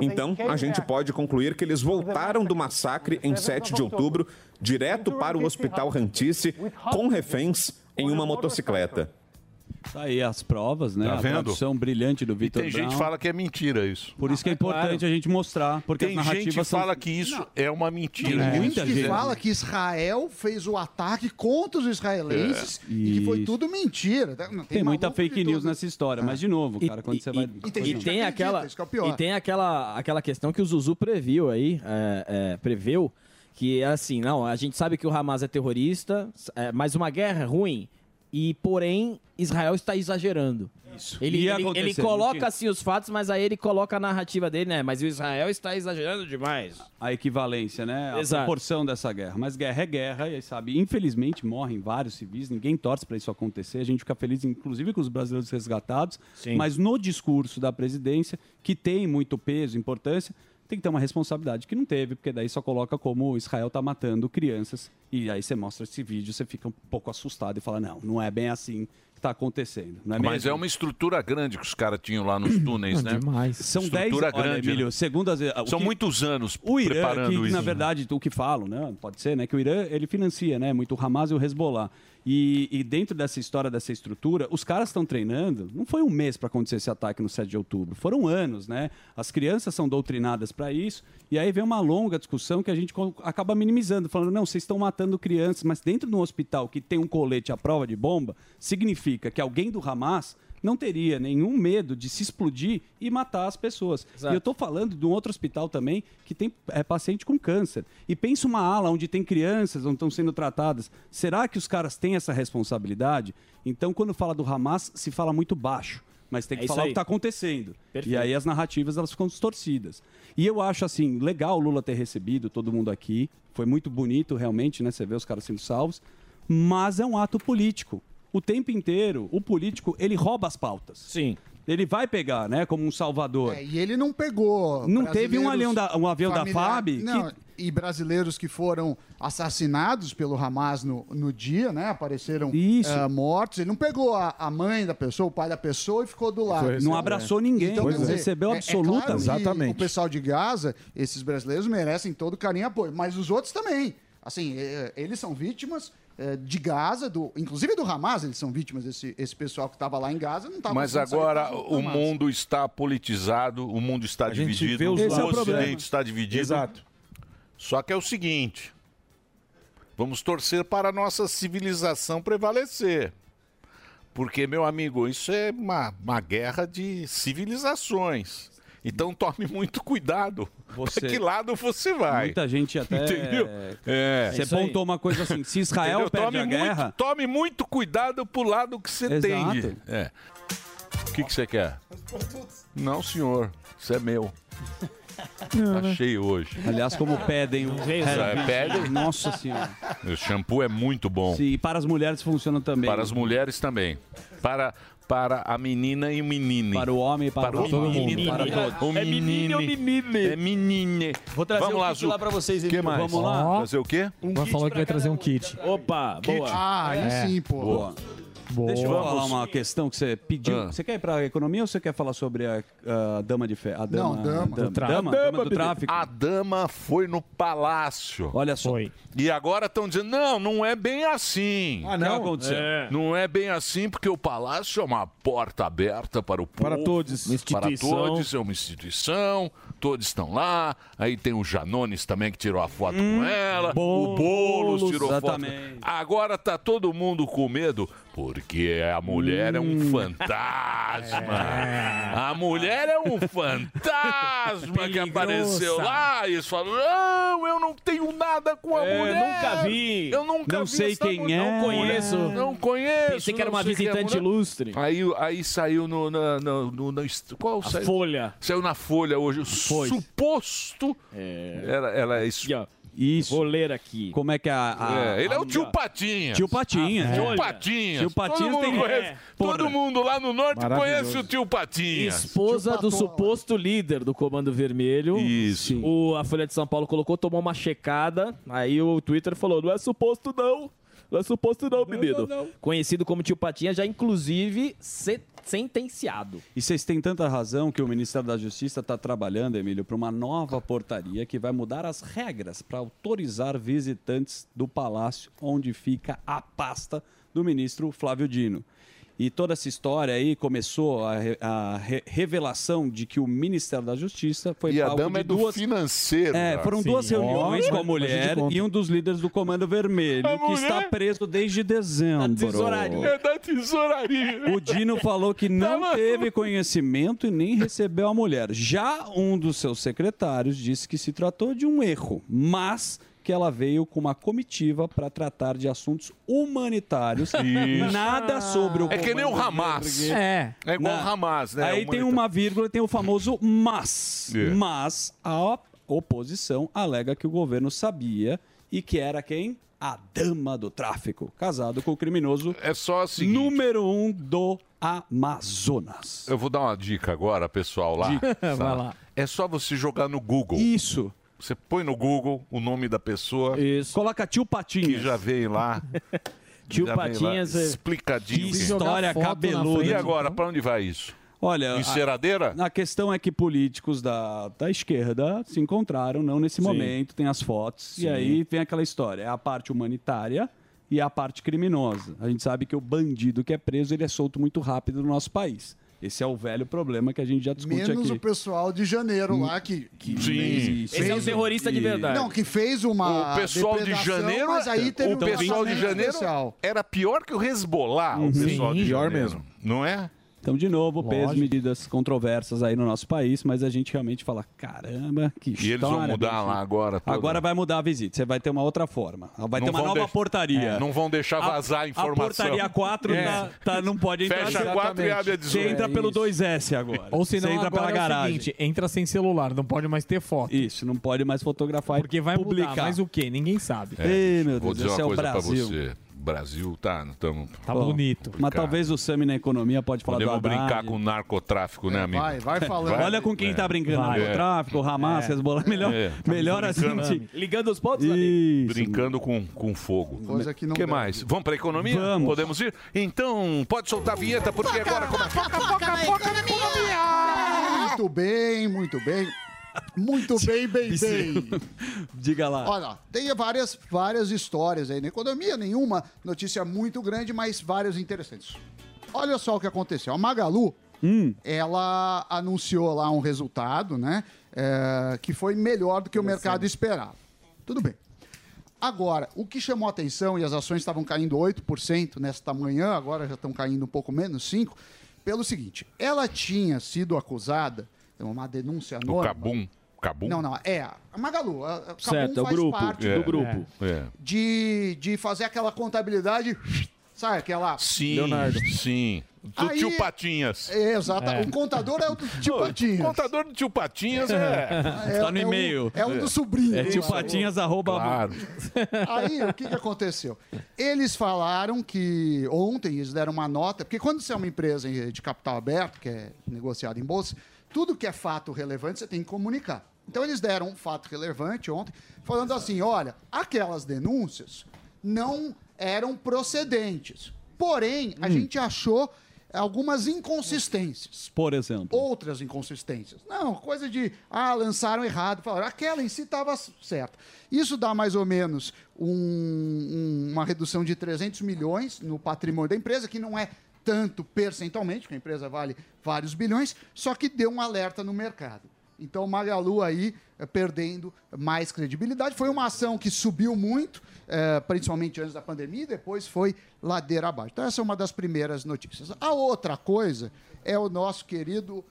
Speaker 17: Então, a gente pode concluir que eles voltaram do massacre em 7 de outubro direto para o hospital Rantice com reféns em uma motocicleta.
Speaker 6: Tá aí as provas, né?
Speaker 17: Tá
Speaker 6: a
Speaker 17: vendo?
Speaker 6: produção brilhante do Vitor
Speaker 3: Tem gente que
Speaker 6: Brown.
Speaker 3: fala que é mentira isso.
Speaker 6: Por
Speaker 11: Ah,
Speaker 6: isso que é importante a gente mostrar, porque
Speaker 3: Tem
Speaker 6: as narrativas
Speaker 3: gente que
Speaker 6: são-
Speaker 3: fala que isso é uma mentira.
Speaker 6: Tem
Speaker 3: Isso
Speaker 6: muita
Speaker 3: que
Speaker 11: que
Speaker 3: fizeram.
Speaker 11: fala que Israel fez o ataque contra os israelenses
Speaker 6: É,
Speaker 11: e que foi
Speaker 6: isso.
Speaker 11: tudo mentira. Não,
Speaker 6: Tem muita
Speaker 11: maluco
Speaker 6: fake
Speaker 11: de
Speaker 6: news
Speaker 11: tudo.
Speaker 6: nessa história, mas de novo, cara, quando você vai...
Speaker 11: e tem gente
Speaker 6: Não.
Speaker 11: que acredita,
Speaker 8: aquela,
Speaker 11: isso que é o pior.
Speaker 8: E tem aquela, aquela questão que o Zuzu previu aí, é, é, preveu, que é assim, não, a gente sabe que o Hamas é terrorista, é, mas uma guerra é ruim. E, porém, Israel está exagerando. Isso. Ele,
Speaker 6: Ia
Speaker 8: ele,
Speaker 6: acontecer,
Speaker 8: ele
Speaker 6: não
Speaker 8: coloca,
Speaker 6: tinha?
Speaker 8: assim, os fatos, mas aí ele coloca a narrativa dele, né? Mas o Israel está exagerando demais.
Speaker 6: A equivalência, né? A
Speaker 8: Exato.
Speaker 6: proporção dessa guerra. Mas guerra é guerra, e aí, sabe? Infelizmente morrem vários civis, ninguém torce para isso acontecer. A gente fica feliz, inclusive, com os brasileiros resgatados.
Speaker 8: Sim.
Speaker 6: Mas no discurso da presidência, que tem muito peso, importância, tem que ter uma responsabilidade que não teve, porque daí só coloca como Israel tá matando crianças. E aí você mostra esse vídeo, você fica um pouco assustado e fala: não, não é bem assim que tá acontecendo. Não é
Speaker 3: Mas
Speaker 6: mesmo?
Speaker 3: é uma estrutura grande que os caras tinham lá nos túneis,
Speaker 6: Ah,
Speaker 3: né?
Speaker 6: São 10
Speaker 3: estrutura
Speaker 6: olha,
Speaker 3: grande.
Speaker 6: Emílio,
Speaker 3: né?
Speaker 6: segundo as- o
Speaker 3: São
Speaker 6: que-
Speaker 3: muitos anos
Speaker 6: o Irã,
Speaker 3: preparando
Speaker 6: que,
Speaker 3: isso. né?
Speaker 6: na verdade, o que falam, né? Pode ser, né? Que o Irã ele financia, né? Muito o Hamas e o Hezbollah. E, e dentro dessa história, dessa estrutura, os caras estão treinando. Não foi um mês para acontecer esse ataque no 7 de outubro, foram anos, né? As crianças são doutrinadas para isso. E aí vem uma longa discussão que a gente co- acaba minimizando, falando: não, vocês estão matando crianças, mas dentro de um hospital que tem um colete à prova de bomba, significa que alguém do Hamas não teria nenhum medo de se explodir e matar as pessoas.
Speaker 8: Exato.
Speaker 6: E eu tô falando de um outro hospital também que tem é, paciente com câncer. E pensa uma ala onde tem crianças, onde estão sendo tratadas. Será que os caras têm essa responsabilidade? Então, quando fala do Hamas, se fala muito baixo. Mas tem
Speaker 8: É
Speaker 6: que
Speaker 8: isso
Speaker 6: falar o
Speaker 8: aí.
Speaker 6: que tá está acontecendo.
Speaker 8: Perfeito.
Speaker 6: E aí as narrativas elas ficam distorcidas. E eu acho assim, legal o Lula ter recebido todo mundo aqui. Foi muito bonito realmente, né? Você vê os caras sendo salvos. Mas é um ato político. O tempo inteiro, o político, ele rouba as pautas.
Speaker 8: Sim.
Speaker 6: Ele vai pegar, né, como um salvador.
Speaker 11: É, e ele não pegou.
Speaker 6: Não teve um
Speaker 11: brasileiros
Speaker 6: avião da- um avião da FAB que-
Speaker 11: Não, e brasileiros que foram assassinados pelo Hamas no, no dia, né? Apareceram eh, mortos. Ele não pegou a, a mãe da pessoa, o pai da pessoa e ficou do lado.
Speaker 6: Não
Speaker 11: Então,
Speaker 6: abraçou
Speaker 11: é.
Speaker 6: ninguém. Pois
Speaker 11: quer
Speaker 6: é. Recebeu
Speaker 11: é- é
Speaker 6: absoluta-
Speaker 11: claro que
Speaker 6: Exatamente.
Speaker 11: O pessoal de Gaza, esses brasileiros merecem todo carinho e apoio, mas os outros também. Assim, eh, eles são vítimas eh, de Gaza, do, inclusive do Hamas, eles são vítimas. Esse, esse pessoal que estava lá em Gaza não estava.
Speaker 3: Mas agora o mundo está politizado, o mundo está
Speaker 10: gente
Speaker 3: dividido,
Speaker 10: vê os
Speaker 3: o
Speaker 10: lados. Esse é o problema.
Speaker 3: Ocidente está dividido.
Speaker 10: Exato.
Speaker 3: Só que é o seguinte: vamos torcer para a nossa civilização prevalecer. Porque, meu amigo, isso é uma, uma guerra de civilizações. Então tome muito cuidado. Pra que lado você vai?
Speaker 6: Muita gente até-
Speaker 3: Entendeu?
Speaker 6: É Você isso aí. pontou uma coisa assim, se Israel
Speaker 3: Entendeu?
Speaker 6: perde
Speaker 3: tome
Speaker 6: a guerra-
Speaker 3: Muito, tome muito cuidado pro lado que você
Speaker 6: Exato.
Speaker 3: tende. É. O que que você quer? Não, senhor. Isso é meu. tá cheio hoje.
Speaker 6: Aliás, como pedem um o
Speaker 10: Um
Speaker 3: É, pedem.
Speaker 6: Nossa senhora.
Speaker 3: O shampoo é muito bom.
Speaker 6: Sim, e para as mulheres funciona também.
Speaker 3: Para as mulheres também. Para, para a menina e o menino. Para
Speaker 6: o homem e para,
Speaker 3: o
Speaker 10: todo
Speaker 3: menino.
Speaker 10: mundo, para todos.
Speaker 3: O
Speaker 10: É menino e o
Speaker 3: menino. É menine.
Speaker 10: Vou trazer
Speaker 3: Vamos
Speaker 10: um
Speaker 3: lá,
Speaker 10: kit
Speaker 3: Zu.
Speaker 10: lá pra vocês,
Speaker 3: que
Speaker 10: Emílio.
Speaker 3: mais?
Speaker 10: Vamos lá?
Speaker 3: Ó. Fazer o quê?
Speaker 10: Um Ela kit falou que pra vai trazer cada um um. kit.
Speaker 8: Opa,
Speaker 10: Kit?
Speaker 8: boa.
Speaker 10: Ah, aí sim, pô.
Speaker 6: É, Boa. Deixa eu falar uma questão que você pediu.
Speaker 3: Hum.
Speaker 6: Você quer ir para a economia ou você quer falar sobre a, a dama de fé? A dama,
Speaker 3: Não, dama.
Speaker 6: dama,
Speaker 3: Do tráfico.
Speaker 6: dama,
Speaker 3: A dama,
Speaker 6: dama do
Speaker 3: beleza.
Speaker 6: tráfico.
Speaker 3: A dama foi no palácio.
Speaker 6: Olha só.
Speaker 3: E agora estão dizendo, não, não é bem assim.
Speaker 6: Ah, não? O que aconteceu?
Speaker 3: É. Não é bem assim porque o palácio é uma porta aberta para o povo.
Speaker 10: Para todos. Uma instituição.
Speaker 3: Para todos, é uma instituição. Todos estão lá. Aí tem o Janones também que tirou a foto com ela. o Boulos
Speaker 10: Boulos,
Speaker 3: tirou
Speaker 10: exatamente.
Speaker 3: foto. Agora tá todo mundo com medo Porque a mulher é um fantasma. A mulher é um fantasma que apareceu lá e eles falam: Não, eu não tenho nada com a
Speaker 2: É,
Speaker 3: mulher.
Speaker 2: nunca vi.
Speaker 3: Eu nunca
Speaker 2: Não
Speaker 3: vi
Speaker 2: sei
Speaker 3: essa
Speaker 2: quem é.
Speaker 3: mulher.
Speaker 2: Não conheço.
Speaker 3: Não conheço.
Speaker 2: Pensei que era
Speaker 3: não
Speaker 2: uma
Speaker 3: sei quem é a
Speaker 2: visitante
Speaker 3: mulher.
Speaker 2: ilustre.
Speaker 3: Aí, aí saiu no. na- no- no- no est- qual saiu?
Speaker 8: Folha.
Speaker 3: Saiu na Folha hoje. O suposto. Ela, ela é isso.
Speaker 7: Isso.
Speaker 8: Vou ler aqui.
Speaker 7: Como é que é
Speaker 6: Ah,
Speaker 7: a.
Speaker 3: É, ele é o tio Patinha.
Speaker 7: Tio Patinhas.
Speaker 3: Tio
Speaker 7: Olha.
Speaker 3: Patinhas.
Speaker 7: Tio Patinhas
Speaker 3: Todo mundo,
Speaker 7: tem-
Speaker 3: conhece-
Speaker 7: é,
Speaker 3: todo mundo lá no norte
Speaker 7: Maravilhoso.
Speaker 3: conhece o tio Patinhas.
Speaker 7: Tipo
Speaker 8: Esposa do suposto líder do Comando Vermelho.
Speaker 3: Isso.
Speaker 8: O, a Folha de São Paulo colocou, tomou uma checada. Aí o Twitter falou: não é suposto, não. Não é suposto, não, menino.
Speaker 7: não, não.
Speaker 8: Conhecido como tio Patinha, já inclusive se- sentenciado.
Speaker 6: E vocês têm tanta razão que o Ministério da Justiça está trabalhando, Emílio, para uma nova portaria que vai mudar as regras para autorizar visitantes do palácio onde fica a pasta do ministro Flávio Dino. E toda essa história aí começou a, re- a re- revelação de que o Ministério da Justiça foi
Speaker 3: E a
Speaker 6: palco
Speaker 3: dama
Speaker 6: de
Speaker 3: é do
Speaker 6: duas...
Speaker 3: financeiro. né?
Speaker 6: É,
Speaker 3: cara.
Speaker 6: foram duas
Speaker 3: Sim.
Speaker 6: reuniões
Speaker 3: Ó.
Speaker 6: com a mulher e um dos líderes do Comando Vermelho, que está preso desde dezembro.
Speaker 3: É da tesouraria. Tá
Speaker 6: O Dino falou que não teve conhecimento e nem recebeu a mulher. Já um dos seus secretários disse que se tratou de um erro, mas que ela veio com uma comitiva para tratar de assuntos humanitários.
Speaker 3: Isso.
Speaker 6: Nada sobre o
Speaker 3: É que nem o
Speaker 6: comando
Speaker 3: Hamas.
Speaker 6: vermelho. É.
Speaker 3: É igual o Hamas, né?
Speaker 6: Aí
Speaker 3: É
Speaker 6: tem
Speaker 3: humanitário.
Speaker 6: uma vírgula e tem o famoso mas.
Speaker 3: É.
Speaker 6: Mas a op- oposição alega que o governo sabia e que era quem? A dama do tráfico, casado com o criminoso
Speaker 3: é só assim
Speaker 6: número um do Amazonas.
Speaker 3: Eu vou dar uma dica agora, pessoal, lá.
Speaker 6: Dica.
Speaker 3: sabe?
Speaker 6: Vai lá.
Speaker 3: É só você jogar no Google.
Speaker 6: Isso.
Speaker 3: Você põe no Google o nome da pessoa.
Speaker 8: Isso.
Speaker 6: Coloca tio Patinhas.
Speaker 3: Que já veio lá.
Speaker 8: Tio
Speaker 3: Já veio lá
Speaker 8: Patinhas, é-
Speaker 3: Explicadinho.
Speaker 6: Que história Jogar foto na cabeluda. frente.
Speaker 3: E agora, pra onde vai isso?
Speaker 6: Olha,
Speaker 3: Enceradeira?
Speaker 6: A, a questão é que políticos da, da esquerda se encontraram, não nesse
Speaker 3: Sim.
Speaker 6: momento, tem as fotos,
Speaker 3: Sim.
Speaker 6: e aí tem aquela história, é a parte humanitária e a parte criminosa. A gente sabe que o bandido que é preso, ele é solto muito rápido no nosso país. Esse é o velho problema que a gente já discute
Speaker 11: Menos o
Speaker 6: aqui.
Speaker 11: pessoal de janeiro lá que. que
Speaker 6: Sim. Esse é um terrorista de verdade.
Speaker 11: Não, que fez uma.
Speaker 3: O pessoal de
Speaker 11: Ah, depredação,
Speaker 3: janeiro, é-
Speaker 11: Mas aí teve
Speaker 3: o
Speaker 11: um
Speaker 3: pessoal de
Speaker 11: tratamento
Speaker 3: janeiro
Speaker 11: especial.
Speaker 3: era pior que o Hezbollah,
Speaker 6: Uhum.
Speaker 3: o pessoal de
Speaker 6: pior
Speaker 3: janeiro.
Speaker 6: mesmo.
Speaker 3: Não é?
Speaker 6: Então, de novo, peso
Speaker 3: Lógico.
Speaker 6: medidas controversas aí no nosso país, mas a gente realmente fala, caramba, que
Speaker 3: E
Speaker 6: história.
Speaker 3: eles vão mudar
Speaker 6: bicho."
Speaker 3: lá agora. toda.
Speaker 6: Agora vai mudar a visita, você vai ter uma outra forma. Vai
Speaker 3: Não
Speaker 6: ter uma
Speaker 3: vão
Speaker 6: nova
Speaker 3: deix-
Speaker 6: portaria.
Speaker 3: É, não vão deixar vazar a informação.
Speaker 6: A portaria 4
Speaker 3: É.
Speaker 6: tá, tá- não pode entrar.
Speaker 3: Fecha a 4 e abre a 18.
Speaker 6: Você entra
Speaker 3: É
Speaker 6: pelo
Speaker 3: isso.
Speaker 6: 2S agora.
Speaker 10: Ou se
Speaker 6: Você
Speaker 10: não,
Speaker 6: entra
Speaker 10: agora
Speaker 6: pela
Speaker 10: é o
Speaker 6: garagem.
Speaker 10: seguinte, entra sem celular, não pode mais ter foto.
Speaker 6: Isso, não pode mais fotografar
Speaker 10: Porque vai
Speaker 6: publicar.
Speaker 10: mudar, mas o quê? Ninguém sabe.
Speaker 3: É,
Speaker 6: Ei, meu
Speaker 3: vou
Speaker 6: Deus,
Speaker 3: dizer
Speaker 6: esse
Speaker 3: uma
Speaker 6: é o
Speaker 3: coisa pra
Speaker 6: Brasil.
Speaker 3: você. Brasil tá, tamo,
Speaker 6: Tá bonito. Mas talvez o Sami na economia pode falar
Speaker 3: Podemos
Speaker 6: do Haddad.
Speaker 3: brincar com o narcotráfico,
Speaker 11: É,
Speaker 3: né, amigo? É.
Speaker 6: vai, vai falando. Olha com quem tá brincando, narcotráfico, Hamas, Hezbollah. Melhor- melhor a gente-
Speaker 8: Ligando os pontos,
Speaker 6: Isso.
Speaker 3: Brincando com, com fogo.
Speaker 11: Coisa que não
Speaker 3: que
Speaker 11: deve.
Speaker 3: mais? Vamos pra economia?
Speaker 11: Vamos.
Speaker 3: Podemos ir? Então, pode soltar a vinheta, porque agora começa.
Speaker 11: Muito bem, muito bem. Muito bem, bem, bem.
Speaker 6: Diga lá.
Speaker 11: Olha, tem várias, várias histórias aí na economia, nenhuma notícia muito grande, mas várias interessantes. Olha só o que aconteceu. A Magalu, ela anunciou lá um resultado, né? é, que foi melhor do que o mercado esperava. Tudo bem. Agora, o que chamou atenção, e as ações estavam caindo 8% nesta manhã, agora já estão caindo um pouco menos, 5%, pelo seguinte, ela tinha sido acusada, tem uma denúncia
Speaker 3: O
Speaker 11: anônima...
Speaker 3: Cabum. Cabum?
Speaker 11: Não, não, é a Magalu. A, a Cabum
Speaker 3: Certo, é o
Speaker 11: faz
Speaker 3: grupo.
Speaker 11: parte
Speaker 3: é,
Speaker 11: do grupo.
Speaker 3: É. é.
Speaker 11: De, de fazer aquela contabilidade, sabe aquela...
Speaker 3: Sim, sim. Do
Speaker 11: Aí-
Speaker 3: tio Patinhas.
Speaker 11: É, exato. O contador é o do tio Patinhas. O
Speaker 3: contador do tio Patinhas
Speaker 6: É, tá no e-mail.
Speaker 11: É um, dos sobrinhos.
Speaker 6: É tio Patinhas, arroba...
Speaker 3: Claro.
Speaker 11: Aí, o que, que aconteceu? Eles falaram que ontem eles deram uma nota, porque quando você é uma empresa de capital aberto, que é negociada em bolsa, tudo que é fato relevante você tem que comunicar. Então, eles deram um fato relevante ontem, falando assim: olha, aquelas denúncias não eram procedentes. Porém, a gente achou algumas inconsistências.
Speaker 6: Por exemplo.
Speaker 11: Outras inconsistências. Não, coisa de, ah, lançaram errado, falaram, aquela em si estava certa. Isso dá mais ou menos um- um- uma redução de 300 milhões no patrimônio da empresa, que não é tanto percentualmente, porque a empresa vale vários bilhões, só que deu um alerta no mercado. Então, o Magalu aí eh, perdendo mais credibilidade. Foi uma ação que subiu muito, eh, principalmente antes da pandemia, e depois foi ladeira abaixo. Então, essa é uma das primeiras notícias. A outra coisa é o nosso querido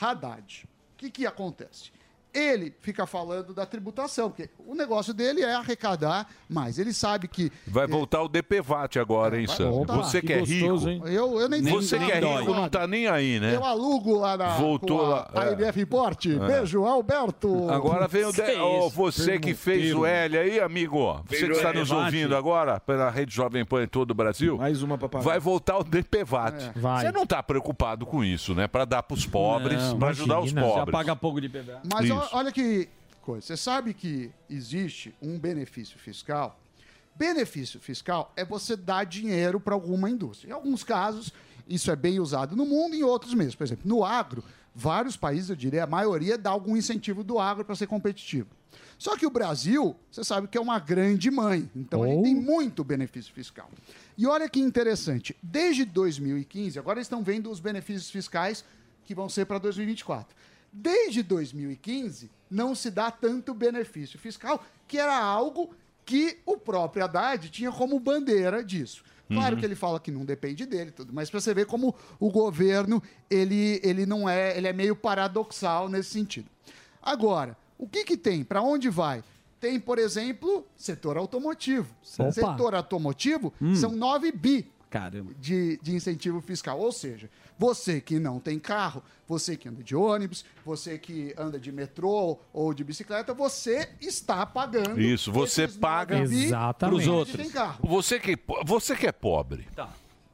Speaker 11: Haddad. O que, que acontece? Ele fica falando da tributação, porque o negócio dele é arrecadar mais. Ele sabe que
Speaker 3: Vai voltar o DPVAT agora, hein,
Speaker 11: É. Vai
Speaker 3: Sam?
Speaker 11: voltar.
Speaker 3: Você que é rico.
Speaker 11: Eu, eu nem tenho
Speaker 3: Você que é
Speaker 11: nada.
Speaker 3: rico não tá nem aí, né?
Speaker 11: Eu alugo lá na
Speaker 3: Voltou
Speaker 11: com a,
Speaker 3: lá,
Speaker 11: a
Speaker 3: é.
Speaker 11: IBF Import.
Speaker 3: É.
Speaker 11: Beijo, Alberto.
Speaker 3: Agora vem o. De... Ô, você que fez o L aí, amigo. Você que
Speaker 11: Fez o
Speaker 3: está
Speaker 11: L.
Speaker 3: nos ouvindo agora pela Rede Jovem Pan em todo o Brasil. Mais uma papai. Vai voltar o DPVAT.
Speaker 9: Vai.
Speaker 3: Você não está preocupado com isso, né? Para dar para os pobres,
Speaker 9: Não,
Speaker 3: para ajudar os
Speaker 9: imagina.
Speaker 3: pobres.
Speaker 9: Já paga pouco de PVA.
Speaker 11: Mas
Speaker 3: Isso.
Speaker 11: o- olha que coisa. Você sabe que existe um benefício fiscal. Benefício fiscal é você dar dinheiro para alguma indústria. Em alguns casos, isso é bem usado no mundo, em outros mesmo. Por exemplo, no agro, vários países, eu diria, a maioria dá algum incentivo do agro para ser competitivo. Só que o Brasil, você sabe que é uma grande mãe. Então, ele tem muito benefício fiscal. E olha que interessante. Desde 2015, agora eles estão vendo os benefícios fiscais que vão ser para 2024. Desde 2015, não se dá tanto benefício fiscal, que era algo que o próprio Haddad tinha como bandeira disso. Claro
Speaker 19: Uhum.
Speaker 11: que ele fala que não depende dele, e tudo, mas para você ver como o governo ele, ele não é, ele é meio paradoxal nesse sentido. Agora, o que que tem? Para onde vai? Tem, por exemplo, setor automotivo.
Speaker 9: Opa.
Speaker 11: Setor automotivo são 9 bi de, de incentivo fiscal. Ou seja, você que não tem carro, você que anda de ônibus, você que anda de metrô ou de bicicleta, você está pagando.
Speaker 3: Isso, você paga
Speaker 11: nove bi pros outros. Tem carro.
Speaker 3: Você que, você que é pobre.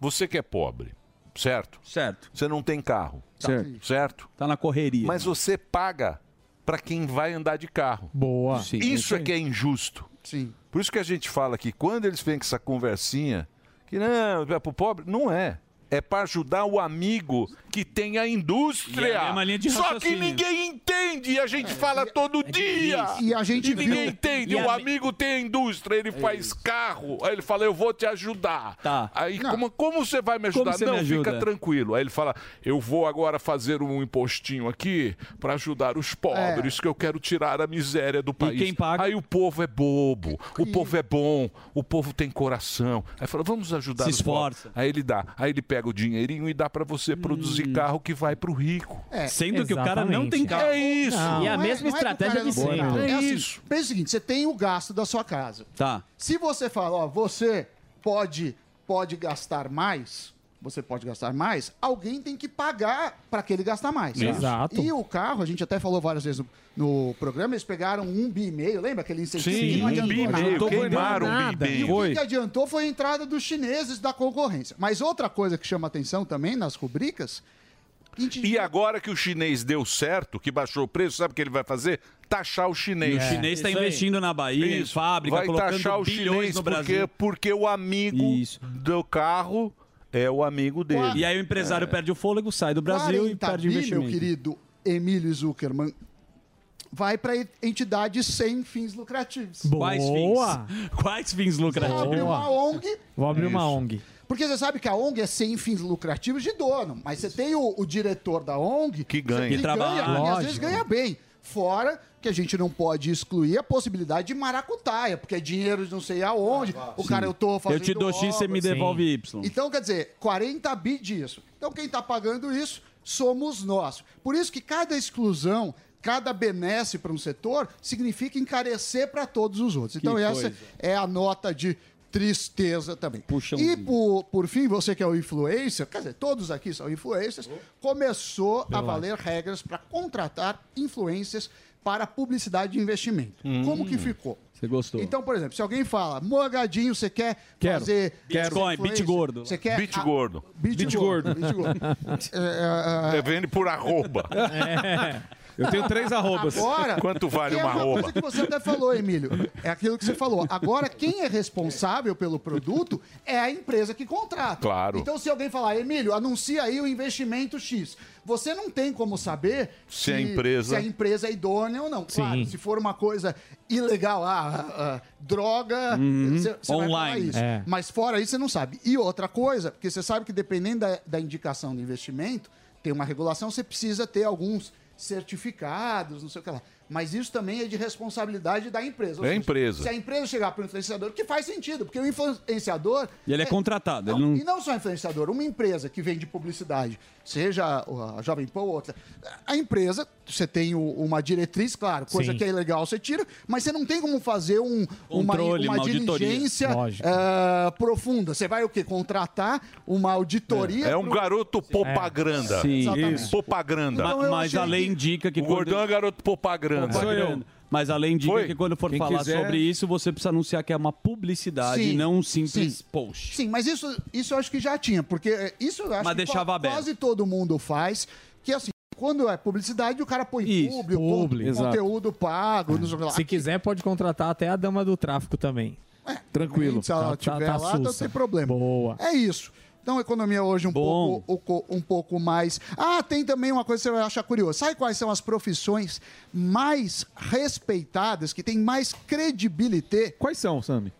Speaker 3: Você que é pobre, certo?
Speaker 6: Certo.
Speaker 3: Você não tem carro.
Speaker 6: Certo.
Speaker 3: Certo?
Speaker 6: Tá na correria.
Speaker 3: Mas você paga para quem vai andar de carro.
Speaker 10: Boa.
Speaker 3: isso é que é injusto.
Speaker 11: Sim.
Speaker 3: Por isso que a gente fala que quando eles vêm com essa conversinha, que não, é pro pobre, não é. É para ajudar o amigo que tem a indústria.
Speaker 5: E é a mesma linha de
Speaker 3: Só que
Speaker 5: raciocínio.
Speaker 3: ninguém entende e a gente fala todo dia.
Speaker 5: É difícil. E a gente
Speaker 3: E ninguém
Speaker 5: viu-
Speaker 3: entende.
Speaker 5: E
Speaker 3: o
Speaker 5: a-
Speaker 3: amigo tem a indústria, ele faz carro. Aí ele fala, eu vou te ajudar.
Speaker 6: Tá.
Speaker 3: Aí como, como você vai me
Speaker 5: Como
Speaker 3: ajudar?
Speaker 5: você me
Speaker 3: não, fica
Speaker 5: ajuda?
Speaker 3: tranquilo. Aí ele fala, eu vou agora fazer um impostinho aqui para ajudar os
Speaker 11: É.
Speaker 3: pobres, que eu quero tirar a miséria do país.
Speaker 5: quem
Speaker 3: paga? Aí o povo é bobo, o povo é bom, o povo tem coração. Aí fala, vamos ajudar
Speaker 6: Se
Speaker 3: os pobres. Aí ele dá, aí ele pega o dinheirinho e dá para você produzir carro que vai pro rico.
Speaker 11: É.
Speaker 6: Hum. Sendo que o cara não tem carro.
Speaker 3: É isso.
Speaker 11: Não, não é- não é que o cara não tem carro. É assim, Pensa o seguinte, você tem o gasto da sua casa.
Speaker 6: Tá.
Speaker 11: Se você fala, ó, você pode, pode gastar mais, você pode gastar mais, alguém tem que pagar para que ele gastar mais.
Speaker 5: Isso. Exato.
Speaker 11: E o carro, a gente até falou várias vezes no, no programa, eles pegaram um bi e meio, lembra aquele incentivo?
Speaker 5: Sim,
Speaker 11: que não
Speaker 5: um
Speaker 11: adiantou
Speaker 5: bi e
Speaker 11: nada.
Speaker 5: meio, Não adiantou queimaram um
Speaker 3: nada. bi e
Speaker 11: E o
Speaker 3: meio.
Speaker 11: que que adiantou foi a entrada dos chineses da concorrência. Mas outra coisa que chama atenção também nas rubricas
Speaker 3: E agora que o chinês deu certo, que baixou o preço, sabe o que ele vai fazer? Taxar o chinês.
Speaker 6: E o chinês tá Isso aí. investindo na Bahia, em fábrica,
Speaker 3: vai
Speaker 6: colocando
Speaker 3: taxar o
Speaker 6: bilhões
Speaker 3: chinês
Speaker 6: no
Speaker 3: porque,
Speaker 6: Brasil.
Speaker 3: porque o amigo do carro é o amigo dele. É.
Speaker 6: E aí o empresário perde o fôlego, sai do Brasil e
Speaker 11: 40
Speaker 6: perde o
Speaker 11: bi,
Speaker 6: investimento.
Speaker 11: meu querido Emílio Zuckerman, vai para entidades sem fins lucrativos.
Speaker 6: Quais fins? Quais fins lucrativos?
Speaker 11: Abre uma ONG.
Speaker 10: Vou abrir uma
Speaker 11: Isso.
Speaker 10: ONG.
Speaker 11: Porque você sabe que a ONG é sem fins lucrativos de dono, mas você tem o, o diretor da ONG que
Speaker 3: ganha.
Speaker 11: que ganha,
Speaker 3: Que trabalha.
Speaker 11: e às vezes
Speaker 3: Lógico.
Speaker 11: ganha bem. Fora que a gente não pode excluir a possibilidade de maracutaia, porque é dinheiro de não sei aonde, o cara eu tô fazendo
Speaker 6: Eu te dou X, você me
Speaker 11: obras.
Speaker 6: devolve Y.
Speaker 11: Então, quer dizer, 40 bi disso. Então, quem está pagando isso somos nós. Por isso que cada exclusão, cada benesse para um setor, significa encarecer para todos os outros. Então, essa
Speaker 5: coisa.
Speaker 11: é a nota de tristeza também. e, por, por fim, você que é o influencer, quer dizer, todos aqui são influencers, começou a
Speaker 5: Verdade.
Speaker 11: valer regras para contratar influencers para publicidade de investimento.
Speaker 6: Hum.
Speaker 11: Como que ficou?
Speaker 6: Você gostou?
Speaker 11: Então, por exemplo, se alguém fala, Mogadinho, você quer
Speaker 6: Quero.
Speaker 11: fazer.
Speaker 6: Quero. Bitcoin,
Speaker 11: influencer?
Speaker 6: bit gordo.
Speaker 11: Você quer.
Speaker 3: Bit
Speaker 11: a-
Speaker 3: gordo.
Speaker 11: Bit,
Speaker 3: Bit
Speaker 11: gordo.
Speaker 3: gordo.
Speaker 11: bit gordo. É,
Speaker 3: É, vende por arroba.
Speaker 11: É.
Speaker 9: Eu tenho três arrobas.
Speaker 11: Agora,
Speaker 3: Quanto vale
Speaker 11: que
Speaker 3: uma
Speaker 11: é uma
Speaker 3: arroba?
Speaker 11: coisa que você até falou, Emílio. É aquilo que você falou. Agora, quem é responsável pelo produto é a empresa que contrata.
Speaker 3: Claro.
Speaker 11: Então, se alguém falar, Emílio, anuncia aí o investimento X, você não tem como saber
Speaker 3: Se a empresa-
Speaker 11: se a empresa é idônea ou não. Claro,
Speaker 3: Sim.
Speaker 11: se for uma coisa ilegal, ah, ah, ah, droga,
Speaker 5: Uhum.
Speaker 11: você, você vai falar
Speaker 5: Online.
Speaker 11: isso.
Speaker 5: É.
Speaker 11: Mas fora isso, você não sabe. E outra coisa, porque você sabe que dependendo da, da indicação do investimento, tem uma regulação, você precisa ter alguns certificados, não sei o que lá. Mas isso também é de responsabilidade da empresa. Ou
Speaker 3: É empresa.
Speaker 11: Se a empresa chegar para o influenciador, que faz sentido, porque o influenciador.
Speaker 6: E ele é contratado,
Speaker 11: Não,
Speaker 6: ele não-
Speaker 11: E não só influenciador, uma empresa que vende publicidade, seja a Jovem Pan ou outra. A empresa, você tem o- uma diretriz, claro, coisa
Speaker 6: Sim.
Speaker 11: que é legal, você tira, mas você não tem como fazer um, uma,
Speaker 6: Controle,
Speaker 11: uma
Speaker 6: uma auditoria.
Speaker 11: diligência
Speaker 6: Lógico.
Speaker 11: ah, profunda. Você vai o quê? Contratar uma auditoria.
Speaker 3: É um
Speaker 11: pro-
Speaker 3: garoto popagranda.
Speaker 11: É. Sim,
Speaker 3: Exatamente.
Speaker 11: isso.
Speaker 3: Popagranda.
Speaker 6: Ma- mas a lei indica que.
Speaker 3: O gordão é garoto popagranda.
Speaker 6: Sou eu. Mas a lei indica que quando for Quem falar quiser- sobre isso, você precisa anunciar que é uma publicidade,
Speaker 11: Sim,
Speaker 6: não um simples
Speaker 11: sim.
Speaker 6: post.
Speaker 11: Sim, mas isso, isso eu acho que já tinha, porque é, isso eu acho
Speaker 6: Mas
Speaker 11: que
Speaker 6: deixava
Speaker 11: qua-
Speaker 6: aberto.
Speaker 11: quase todo mundo faz, que assim, quando é publicidade, o cara põe
Speaker 10: Isso,
Speaker 11: público,
Speaker 10: publi, exato.
Speaker 11: conteúdo pago, não sei o que lá.
Speaker 10: Se quiser, pode contratar até a dama do tráfico também. Tranquilo.
Speaker 11: Se ela tiver lá, tá
Speaker 10: sussa.
Speaker 11: sem problema.
Speaker 10: Boa.
Speaker 11: É isso. Então, a economia hoje um pouco, o co- um pouco mais. Ah, tem também uma coisa que você vai achar curioso. Sabe quais são as profissões mais respeitadas, que têm mais credibilidade? Quais são, Sami?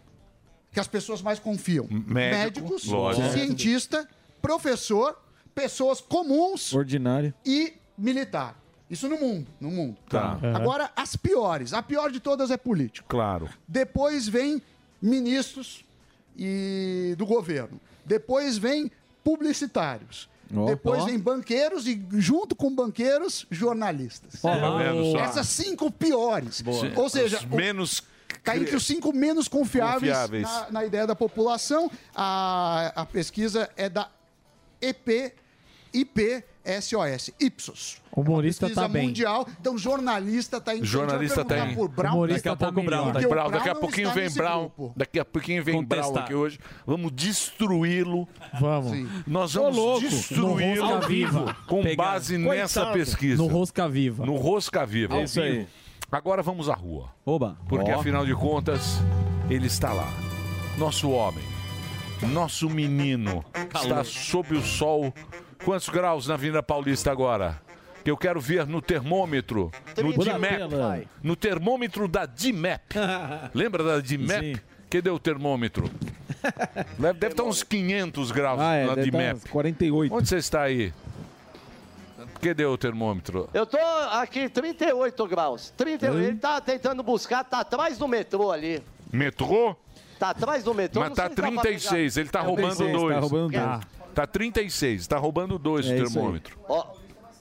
Speaker 11: Que as pessoas mais confiam:
Speaker 5: médico,
Speaker 11: médicos,
Speaker 5: lógico.
Speaker 11: cientista, professor, pessoas comuns
Speaker 15: Ordinário.
Speaker 11: e militar. Isso no mundo, no mundo.
Speaker 3: Tá. Uhum.
Speaker 11: Agora, as piores. A pior de todas é político.
Speaker 3: Claro.
Speaker 11: Depois vem ministros e do governo. Depois vem publicitários.
Speaker 15: Ó.
Speaker 11: Depois
Speaker 15: Ó.
Speaker 11: vem banqueiros e, junto com banqueiros, jornalistas.
Speaker 3: Ó. Tá vendo só?
Speaker 11: Essas cinco piores.
Speaker 3: Boa.
Speaker 11: Ou seja,
Speaker 3: Os
Speaker 11: o-
Speaker 3: menos
Speaker 11: Está entre os cinco menos confiáveis,
Speaker 3: Confiáveis.
Speaker 11: Na, na ideia da população. A, a pesquisa é da EP, IPSOS, Ipsos.
Speaker 10: O humorista
Speaker 11: Pesquisa
Speaker 10: tá bem.
Speaker 11: mundial. Então, jornalista está em
Speaker 3: Jornalista tá em.
Speaker 11: Por Brown, né?
Speaker 3: daqui a pouco Brown.
Speaker 11: Porque
Speaker 3: Daqui,
Speaker 11: o
Speaker 3: Brown, daqui a
Speaker 11: não
Speaker 3: pouquinho
Speaker 11: está
Speaker 3: vem
Speaker 11: nesse
Speaker 3: Brown.
Speaker 11: grupo.
Speaker 3: Daqui a pouquinho vem
Speaker 6: Contestar.
Speaker 3: Brown aqui hoje. Vamos destruí-lo.
Speaker 10: Vamos.
Speaker 3: Nós
Speaker 10: Ô,
Speaker 3: vamos
Speaker 10: louco, no
Speaker 3: destruí-lo
Speaker 10: Rosca
Speaker 3: ao vivo.
Speaker 10: Viva.
Speaker 3: Com
Speaker 10: Pegar.
Speaker 3: base
Speaker 10: Coitado.
Speaker 3: nessa pesquisa.
Speaker 10: No Rosca Viva.
Speaker 3: No Rosca Viva.
Speaker 10: É isso
Speaker 3: Ao vivo.
Speaker 10: aí.
Speaker 3: Agora vamos à rua.
Speaker 6: Oba.
Speaker 3: Porque
Speaker 6: Ó.
Speaker 3: afinal de contas, ele está lá. Nosso homem. Nosso menino. Está sob o sol. Quantos graus na Avenida Paulista agora? Que eu quero ver no termômetro. No
Speaker 20: Trinta.
Speaker 3: DIMEP. No termômetro da DIMEP. Lembra da DIMEP? Que deu o termômetro? Deve, deve estar uns 500 graus
Speaker 5: Ah, é,
Speaker 3: na
Speaker 5: deve tá
Speaker 3: DIMEP.
Speaker 5: uns 48.
Speaker 3: Onde você está aí? Que deu o termômetro?
Speaker 12: Eu tô aqui 38 graus. 38. Ele tá tentando buscar, tá atrás do metrô ali.
Speaker 3: Metrô?
Speaker 12: Tá atrás do metrô.
Speaker 3: Mas
Speaker 12: não
Speaker 3: tá
Speaker 12: sei se dá pra
Speaker 3: 36,
Speaker 12: pegar.
Speaker 3: ele tá roubando dois.
Speaker 12: Ah.
Speaker 3: Tá. Tá 36, tá roubando dois o termômetro.
Speaker 12: Ó,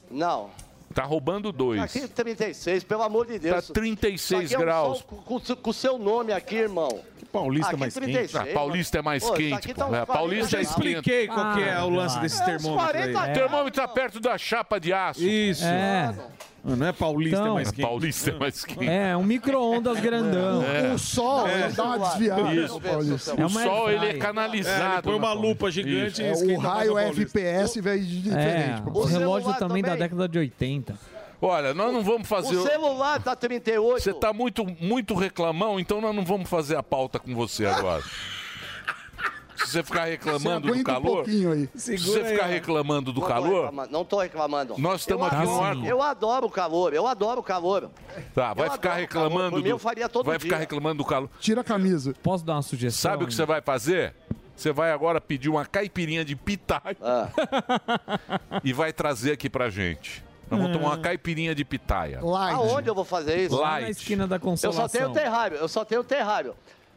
Speaker 12: não.
Speaker 3: Tá roubando dois.
Speaker 12: Aqui 36, pelo amor de Deus.
Speaker 3: Tá 36
Speaker 12: Isso aqui é um
Speaker 3: graus.
Speaker 12: sol com- com com o seu nome aqui, irmão.
Speaker 3: paulista
Speaker 12: Aqui
Speaker 3: mais quente.
Speaker 12: 36,
Speaker 3: Ah, paulista é mais
Speaker 12: isso
Speaker 3: quente,
Speaker 12: aqui tá um
Speaker 3: pô.
Speaker 12: uns
Speaker 3: É, paulista é
Speaker 12: 40
Speaker 3: esquenta. Expliquei qual que é o lance
Speaker 12: relaxa.
Speaker 3: desse
Speaker 12: É uns
Speaker 3: termômetro aí.
Speaker 12: 40
Speaker 3: O termômetro tá perto da chapa de aço.
Speaker 5: Isso.
Speaker 10: É.
Speaker 5: Não é paulista,
Speaker 10: Então-
Speaker 5: é mais quente.
Speaker 3: Paulista é mais quente.
Speaker 10: É, um micro-ondas grandão.
Speaker 5: É. O sol,
Speaker 11: É. dá uma desviada, né,
Speaker 5: Isso.
Speaker 11: Paulista.
Speaker 10: É
Speaker 3: o
Speaker 10: uma
Speaker 3: sol
Speaker 10: airfryer.
Speaker 3: ele é canalizado.
Speaker 5: É, ele põe
Speaker 3: na
Speaker 5: uma
Speaker 3: Paulista.
Speaker 5: lupa gigante
Speaker 3: Isso.
Speaker 5: e
Speaker 11: O raio é FPS vai de diferente.
Speaker 10: É,
Speaker 11: pra
Speaker 10: o
Speaker 11: você.
Speaker 10: relógio também da década de 80.
Speaker 3: Olha, nós não vamos fazer.
Speaker 10: O
Speaker 12: celular tá 38.
Speaker 3: Você tá muito, muito reclamão, então nós não vamos fazer a pauta com você agora. Se você ficar reclamando do
Speaker 12: aguenta um
Speaker 3: calor.
Speaker 12: pouquinho aí. tá
Speaker 3: Se você
Speaker 12: Segura aí,
Speaker 3: ficar
Speaker 12: ó.
Speaker 3: reclamando do
Speaker 12: Não tô
Speaker 3: calor.
Speaker 12: reclamando, Não tô reclamando.
Speaker 3: Nós estamos
Speaker 12: Eu
Speaker 3: aqui no
Speaker 12: adoro-
Speaker 3: ar.
Speaker 12: Eu adoro o calor, eu adoro o calor.
Speaker 3: Tá, vai
Speaker 12: Eu
Speaker 3: ficar
Speaker 12: adoro o calor,
Speaker 3: reclamando
Speaker 12: por mim
Speaker 3: do.
Speaker 12: eu faria todo
Speaker 3: vai ficar
Speaker 12: dia.
Speaker 3: reclamando do calor.
Speaker 11: Tira a camisa.
Speaker 10: Posso dar uma sugestão?
Speaker 3: Sabe o que você vai fazer? Você vai agora pedir uma caipirinha de pitaia
Speaker 12: Ah.
Speaker 3: e vai trazer aqui pra gente. Nós vamos
Speaker 10: Ah.
Speaker 3: tomar uma caipirinha de pitaia.
Speaker 12: Aonde eu vou fazer isso?
Speaker 3: Light. Na
Speaker 10: esquina da
Speaker 12: Eu só tenho terrário, eu só tenho terrário.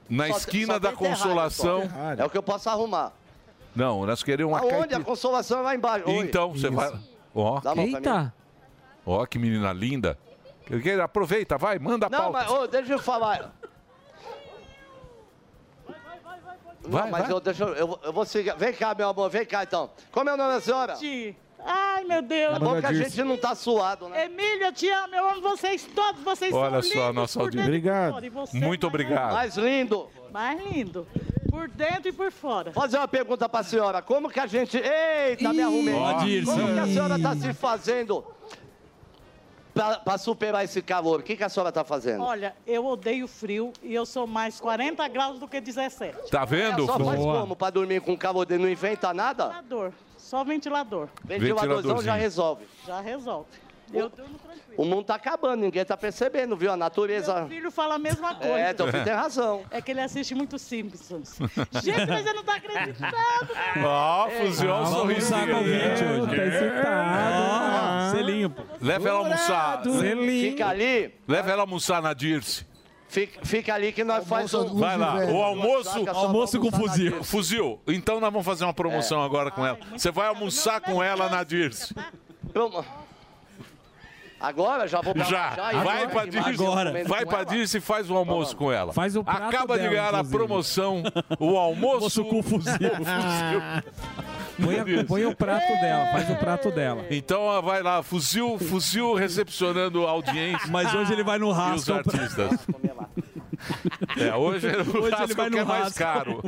Speaker 3: Na
Speaker 12: Só te-
Speaker 3: esquina
Speaker 12: só
Speaker 3: da
Speaker 12: tem terrário
Speaker 3: Consolação.
Speaker 12: só. É o que eu posso arrumar.
Speaker 3: Não, nós queremos uma
Speaker 12: Aonde? A
Speaker 3: caipirinha.
Speaker 12: consolação é lá embaixo. Oi.
Speaker 3: Então, você vai. Ó,
Speaker 12: Dá a mão pra Eita. mim.
Speaker 3: Ó, que menina linda. Eu quero- Aproveita, vai, manda a
Speaker 12: Não,
Speaker 3: pauta.
Speaker 12: mas ô, deixa eu falar.
Speaker 3: Vai,
Speaker 12: não, mas
Speaker 3: vai.
Speaker 12: eu deixa eu, eu, eu vou seguir. Vem cá, meu amor, vem cá então. Como é o nome da senhora?
Speaker 21: Ai, meu Deus.
Speaker 12: É bom que a gente não tá suado, né?
Speaker 21: Emílio, eu te amo, eu amo vocês todos, vocês
Speaker 3: Olha
Speaker 21: são
Speaker 3: só a
Speaker 21: lindos
Speaker 3: nossa
Speaker 21: por
Speaker 3: audiência.
Speaker 21: dentro e por fora, e
Speaker 3: Obrigado.
Speaker 21: vocês
Speaker 3: Muito
Speaker 21: mais
Speaker 3: obrigado.
Speaker 12: Mais lindo.
Speaker 21: Mais lindo. Por dentro e por fora.
Speaker 12: Fazer uma pergunta pra senhora. Como que a gente... Eita, me arrumei.
Speaker 21: Ó,
Speaker 12: Como
Speaker 21: Dirce.
Speaker 12: que a senhora tá se fazendo pra, pra superar esse calor? O que que a senhora tá fazendo?
Speaker 21: Olha, eu odeio frio e eu sou mais 40 graus do que 17.
Speaker 3: Tá vendo?
Speaker 12: Só faz como pra dormir com calor? Não inventa nada?
Speaker 21: Ventilador, só ventilador.
Speaker 12: Ventiladorzão já resolve.
Speaker 21: Já resolve. Eu durmo
Speaker 19: O mundo tá acabando, ninguém tá percebendo, viu? A natureza.
Speaker 21: O filho fala a mesma coisa.
Speaker 19: É, teu filho tem razão.
Speaker 21: É que ele assiste muito Simpsons. Gente, mas eu não tô acreditando.
Speaker 3: Ó, fuziou Ah, o sorriso. É.
Speaker 10: Tá
Speaker 3: Ah,
Speaker 10: excitado. Selinho, pô.
Speaker 3: Leva ela almoçar.
Speaker 19: Fica ali.
Speaker 3: Leva ela almoçar na Dirce.
Speaker 19: Fica, fica ali que nós faz um.
Speaker 3: Vai lá, o almoço.
Speaker 19: Saca só pra almoçar na
Speaker 3: fuzil. Fuzil. Então nós vamos fazer uma promoção
Speaker 19: É.
Speaker 3: agora com ela. Você vai almoçar com ela na Dirce.
Speaker 19: Vamos. Agora já vou pra
Speaker 3: Já. Vai pra Dirce. Vai pra Dirce e faz o almoço com ela.
Speaker 19: Faz o prato
Speaker 3: Acaba de
Speaker 19: dela,
Speaker 3: ganhar
Speaker 19: inclusive.
Speaker 3: a promoção, o almoço. com fuzil.
Speaker 10: Põe, a- põe o prato dela, faz o prato dela.
Speaker 3: Então ó, vai lá, fuzil, fuzil recepcionando a audiência.
Speaker 10: Mas hoje ele vai no
Speaker 3: E os
Speaker 10: Rascal pra-
Speaker 3: artistas. É,
Speaker 5: Hoje
Speaker 3: hoje, o
Speaker 5: ele
Speaker 3: Rascal
Speaker 5: vai
Speaker 3: que
Speaker 5: no
Speaker 3: é mais
Speaker 5: Rascal.
Speaker 3: caro.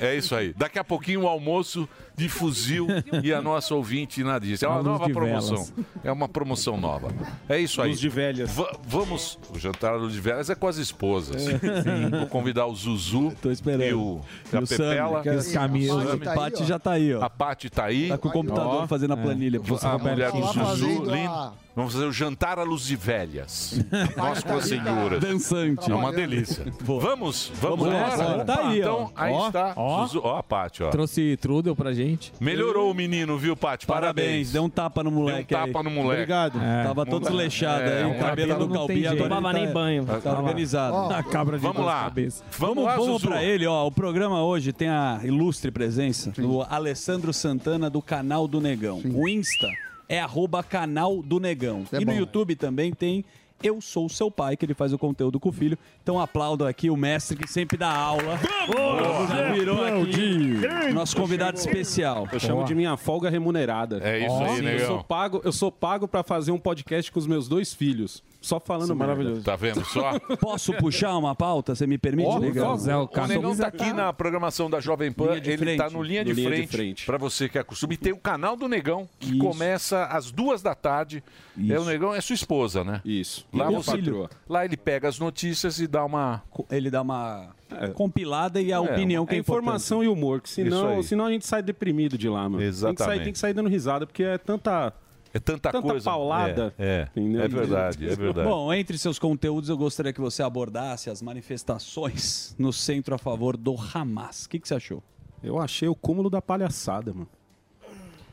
Speaker 3: É isso aí. Daqui a pouquinho o almoço de fuzil e a nossa ouvinte na Disney. É
Speaker 5: A
Speaker 3: uma
Speaker 5: luz
Speaker 3: nova
Speaker 5: de
Speaker 3: promoção.
Speaker 5: velas.
Speaker 3: É uma promoção nova. É isso aí.
Speaker 5: Luz
Speaker 3: de velhas. vamos. O jantar à luz de velhas é com as esposas.
Speaker 5: É, sim.
Speaker 3: Vou convidar o Zuzu e o,
Speaker 5: E
Speaker 3: a
Speaker 5: o Sami,
Speaker 3: Pepela.
Speaker 5: que é os caminhos.
Speaker 3: O Sami.
Speaker 5: A Paty já tá aí, ó.
Speaker 3: A Paty tá aí.
Speaker 5: Tá com o computador fazendo a planilha pro
Speaker 3: A
Speaker 5: Sami.
Speaker 3: mulher do
Speaker 5: Tá lá
Speaker 3: Zuzu,
Speaker 5: fazendo a-
Speaker 3: linda. Vamos fazer o jantar à luz de velhas. Nós com as senhoras.
Speaker 5: Tá Dançante.
Speaker 3: É uma delícia. Vamos, vamos,
Speaker 5: Vamos nessa,
Speaker 3: embora?
Speaker 5: tá aí, ó.
Speaker 3: então, aí
Speaker 5: Ó,
Speaker 3: está.
Speaker 5: ó.
Speaker 3: Zuzu- Ó, a Paty, ó.
Speaker 10: Trouxe Trudel pra gente.
Speaker 3: Melhorou o menino, viu, Paty? Parabéns.
Speaker 10: Parabéns, deu um
Speaker 6: tapa no
Speaker 3: moleque. Deu um tapa no moleque. É.
Speaker 6: Obrigado.
Speaker 10: É.
Speaker 6: Tava todo leixado aí,
Speaker 10: um
Speaker 6: o cabelo do Calbi agora ele tá- tá organizado.
Speaker 10: Na cabra de
Speaker 6: Vamos
Speaker 10: duas
Speaker 6: lá.
Speaker 10: cabeças.
Speaker 6: Vamos,
Speaker 10: lá,
Speaker 6: vamos
Speaker 10: Zuzu.
Speaker 6: pra ele, ó. O programa hoje tem a ilustre presença do Alessandro Santana do canal do Negão. O Insta é arroba canal do Negão. e no YouTube também tem Eu Sou Seu Pai, que ele faz o conteúdo com o filho. Então aplaudo aqui o mestre que sempre dá aula.
Speaker 5: Vamos
Speaker 6: Já virou aqui
Speaker 5: aplaudir.
Speaker 6: nosso convidado especial.
Speaker 15: Eu chamo de minha folga remunerada. É
Speaker 6: isso aí,
Speaker 15: Eu
Speaker 3: né,
Speaker 6: negão.
Speaker 15: sou pago, eu sou pago para fazer um podcast com os meus dois filhos. Só falando é maravilhoso.
Speaker 3: Tá vendo só?
Speaker 6: Posso puxar uma pauta? Você me permite?
Speaker 3: Ó,
Speaker 6: Negão?
Speaker 3: o Negão- o Negão tá aqui na programação da Jovem Pan,
Speaker 6: Linha de
Speaker 3: ele
Speaker 6: frente.
Speaker 3: tá no Linha de
Speaker 6: No Linha de
Speaker 3: Frente, pra você que é costume. E tem o canal do Negão, que começa às duas da tarde. É o Negão, é sua esposa, né?
Speaker 15: Isso.
Speaker 3: Lá,
Speaker 6: E o
Speaker 3: você-
Speaker 6: filho?
Speaker 3: lá ele pega as notícias e dá uma...
Speaker 6: Ele dá uma compilada e a opinião que
Speaker 15: é
Speaker 6: é
Speaker 15: informação e humor, que
Speaker 6: Isso
Speaker 15: senão,
Speaker 6: aí.
Speaker 15: senão a gente sai deprimido de lá, mano. Tem que sair,
Speaker 3: Exatamente.
Speaker 15: tem que sair dando risada, porque é tanta.
Speaker 3: É tanta, coisa.
Speaker 15: paulada.
Speaker 3: É, é.
Speaker 15: entendeu?
Speaker 3: É verdade, é verdade.
Speaker 6: Bom, entre seus conteúdos, eu gostaria que você abordasse as manifestações no centro a favor do Hamas. O que, que você achou?
Speaker 15: Eu achei o cúmulo da palhaçada, mano.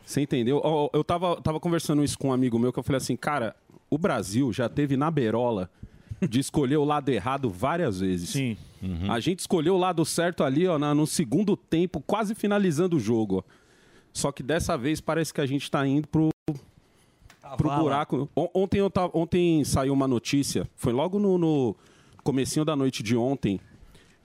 Speaker 15: Você entendeu? Ó, ó, Eu tava, tava conversando isso com um amigo meu que eu falei assim, cara, o Brasil já teve na berola de escolher o lado errado várias vezes. Sim.
Speaker 3: Uhum.
Speaker 15: A gente escolheu o lado certo ali, ó, na- no segundo tempo, quase finalizando o jogo. ó. Só que dessa vez parece que a gente tá indo pro, pro
Speaker 6: vala.
Speaker 15: buraco. On- Ontem, eu tava, ontem saiu uma notícia, foi logo no, no comecinho da noite de ontem.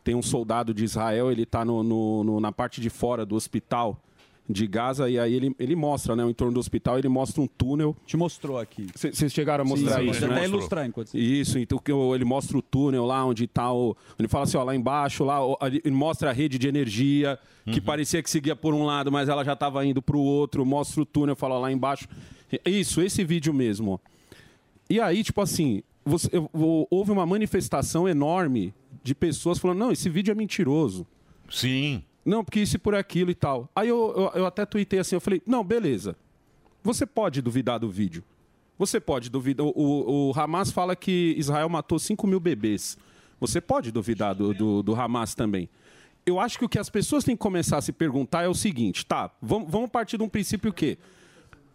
Speaker 15: Tem um soldado de Israel, ele tá no- no- no- na parte de fora do hospital de Gaza, e aí ele, ele mostra, né? O entorno do hospital, ele mostra um túnel.
Speaker 6: Te mostrou aqui.
Speaker 15: Vocês chegaram a
Speaker 6: Sim,
Speaker 15: mostrar
Speaker 6: sim,
Speaker 15: isso,
Speaker 6: você tá
Speaker 15: né?
Speaker 6: até ilustrar enquanto você-
Speaker 15: Isso, então que o- ele mostra o túnel lá onde tá o. Ele fala assim, ó, lá embaixo, lá, ó, ele mostra a rede de energia,
Speaker 6: Uhum.
Speaker 15: que parecia que seguia por um lado, mas ela já estava indo para o outro, mostra o túnel, fala ó, lá embaixo. Isso, esse vídeo mesmo, ó. E aí, tipo assim, você- eu- eu- houve uma manifestação enorme de pessoas falando: não, esse vídeo é mentiroso.
Speaker 3: Sim.
Speaker 15: Não, porque isso e por aquilo e tal. Aí eu, eu, eu até tuitei assim: eu falei, não, beleza. Você pode duvidar do vídeo. Você pode duvidar. O, o- o Hamas fala que Israel matou 5 mil bebês. Você pode duvidar do, do, do Hamas também. Eu acho que o que as pessoas têm que começar a se perguntar é o seguinte: tá, vamos, vamos partir de um princípio que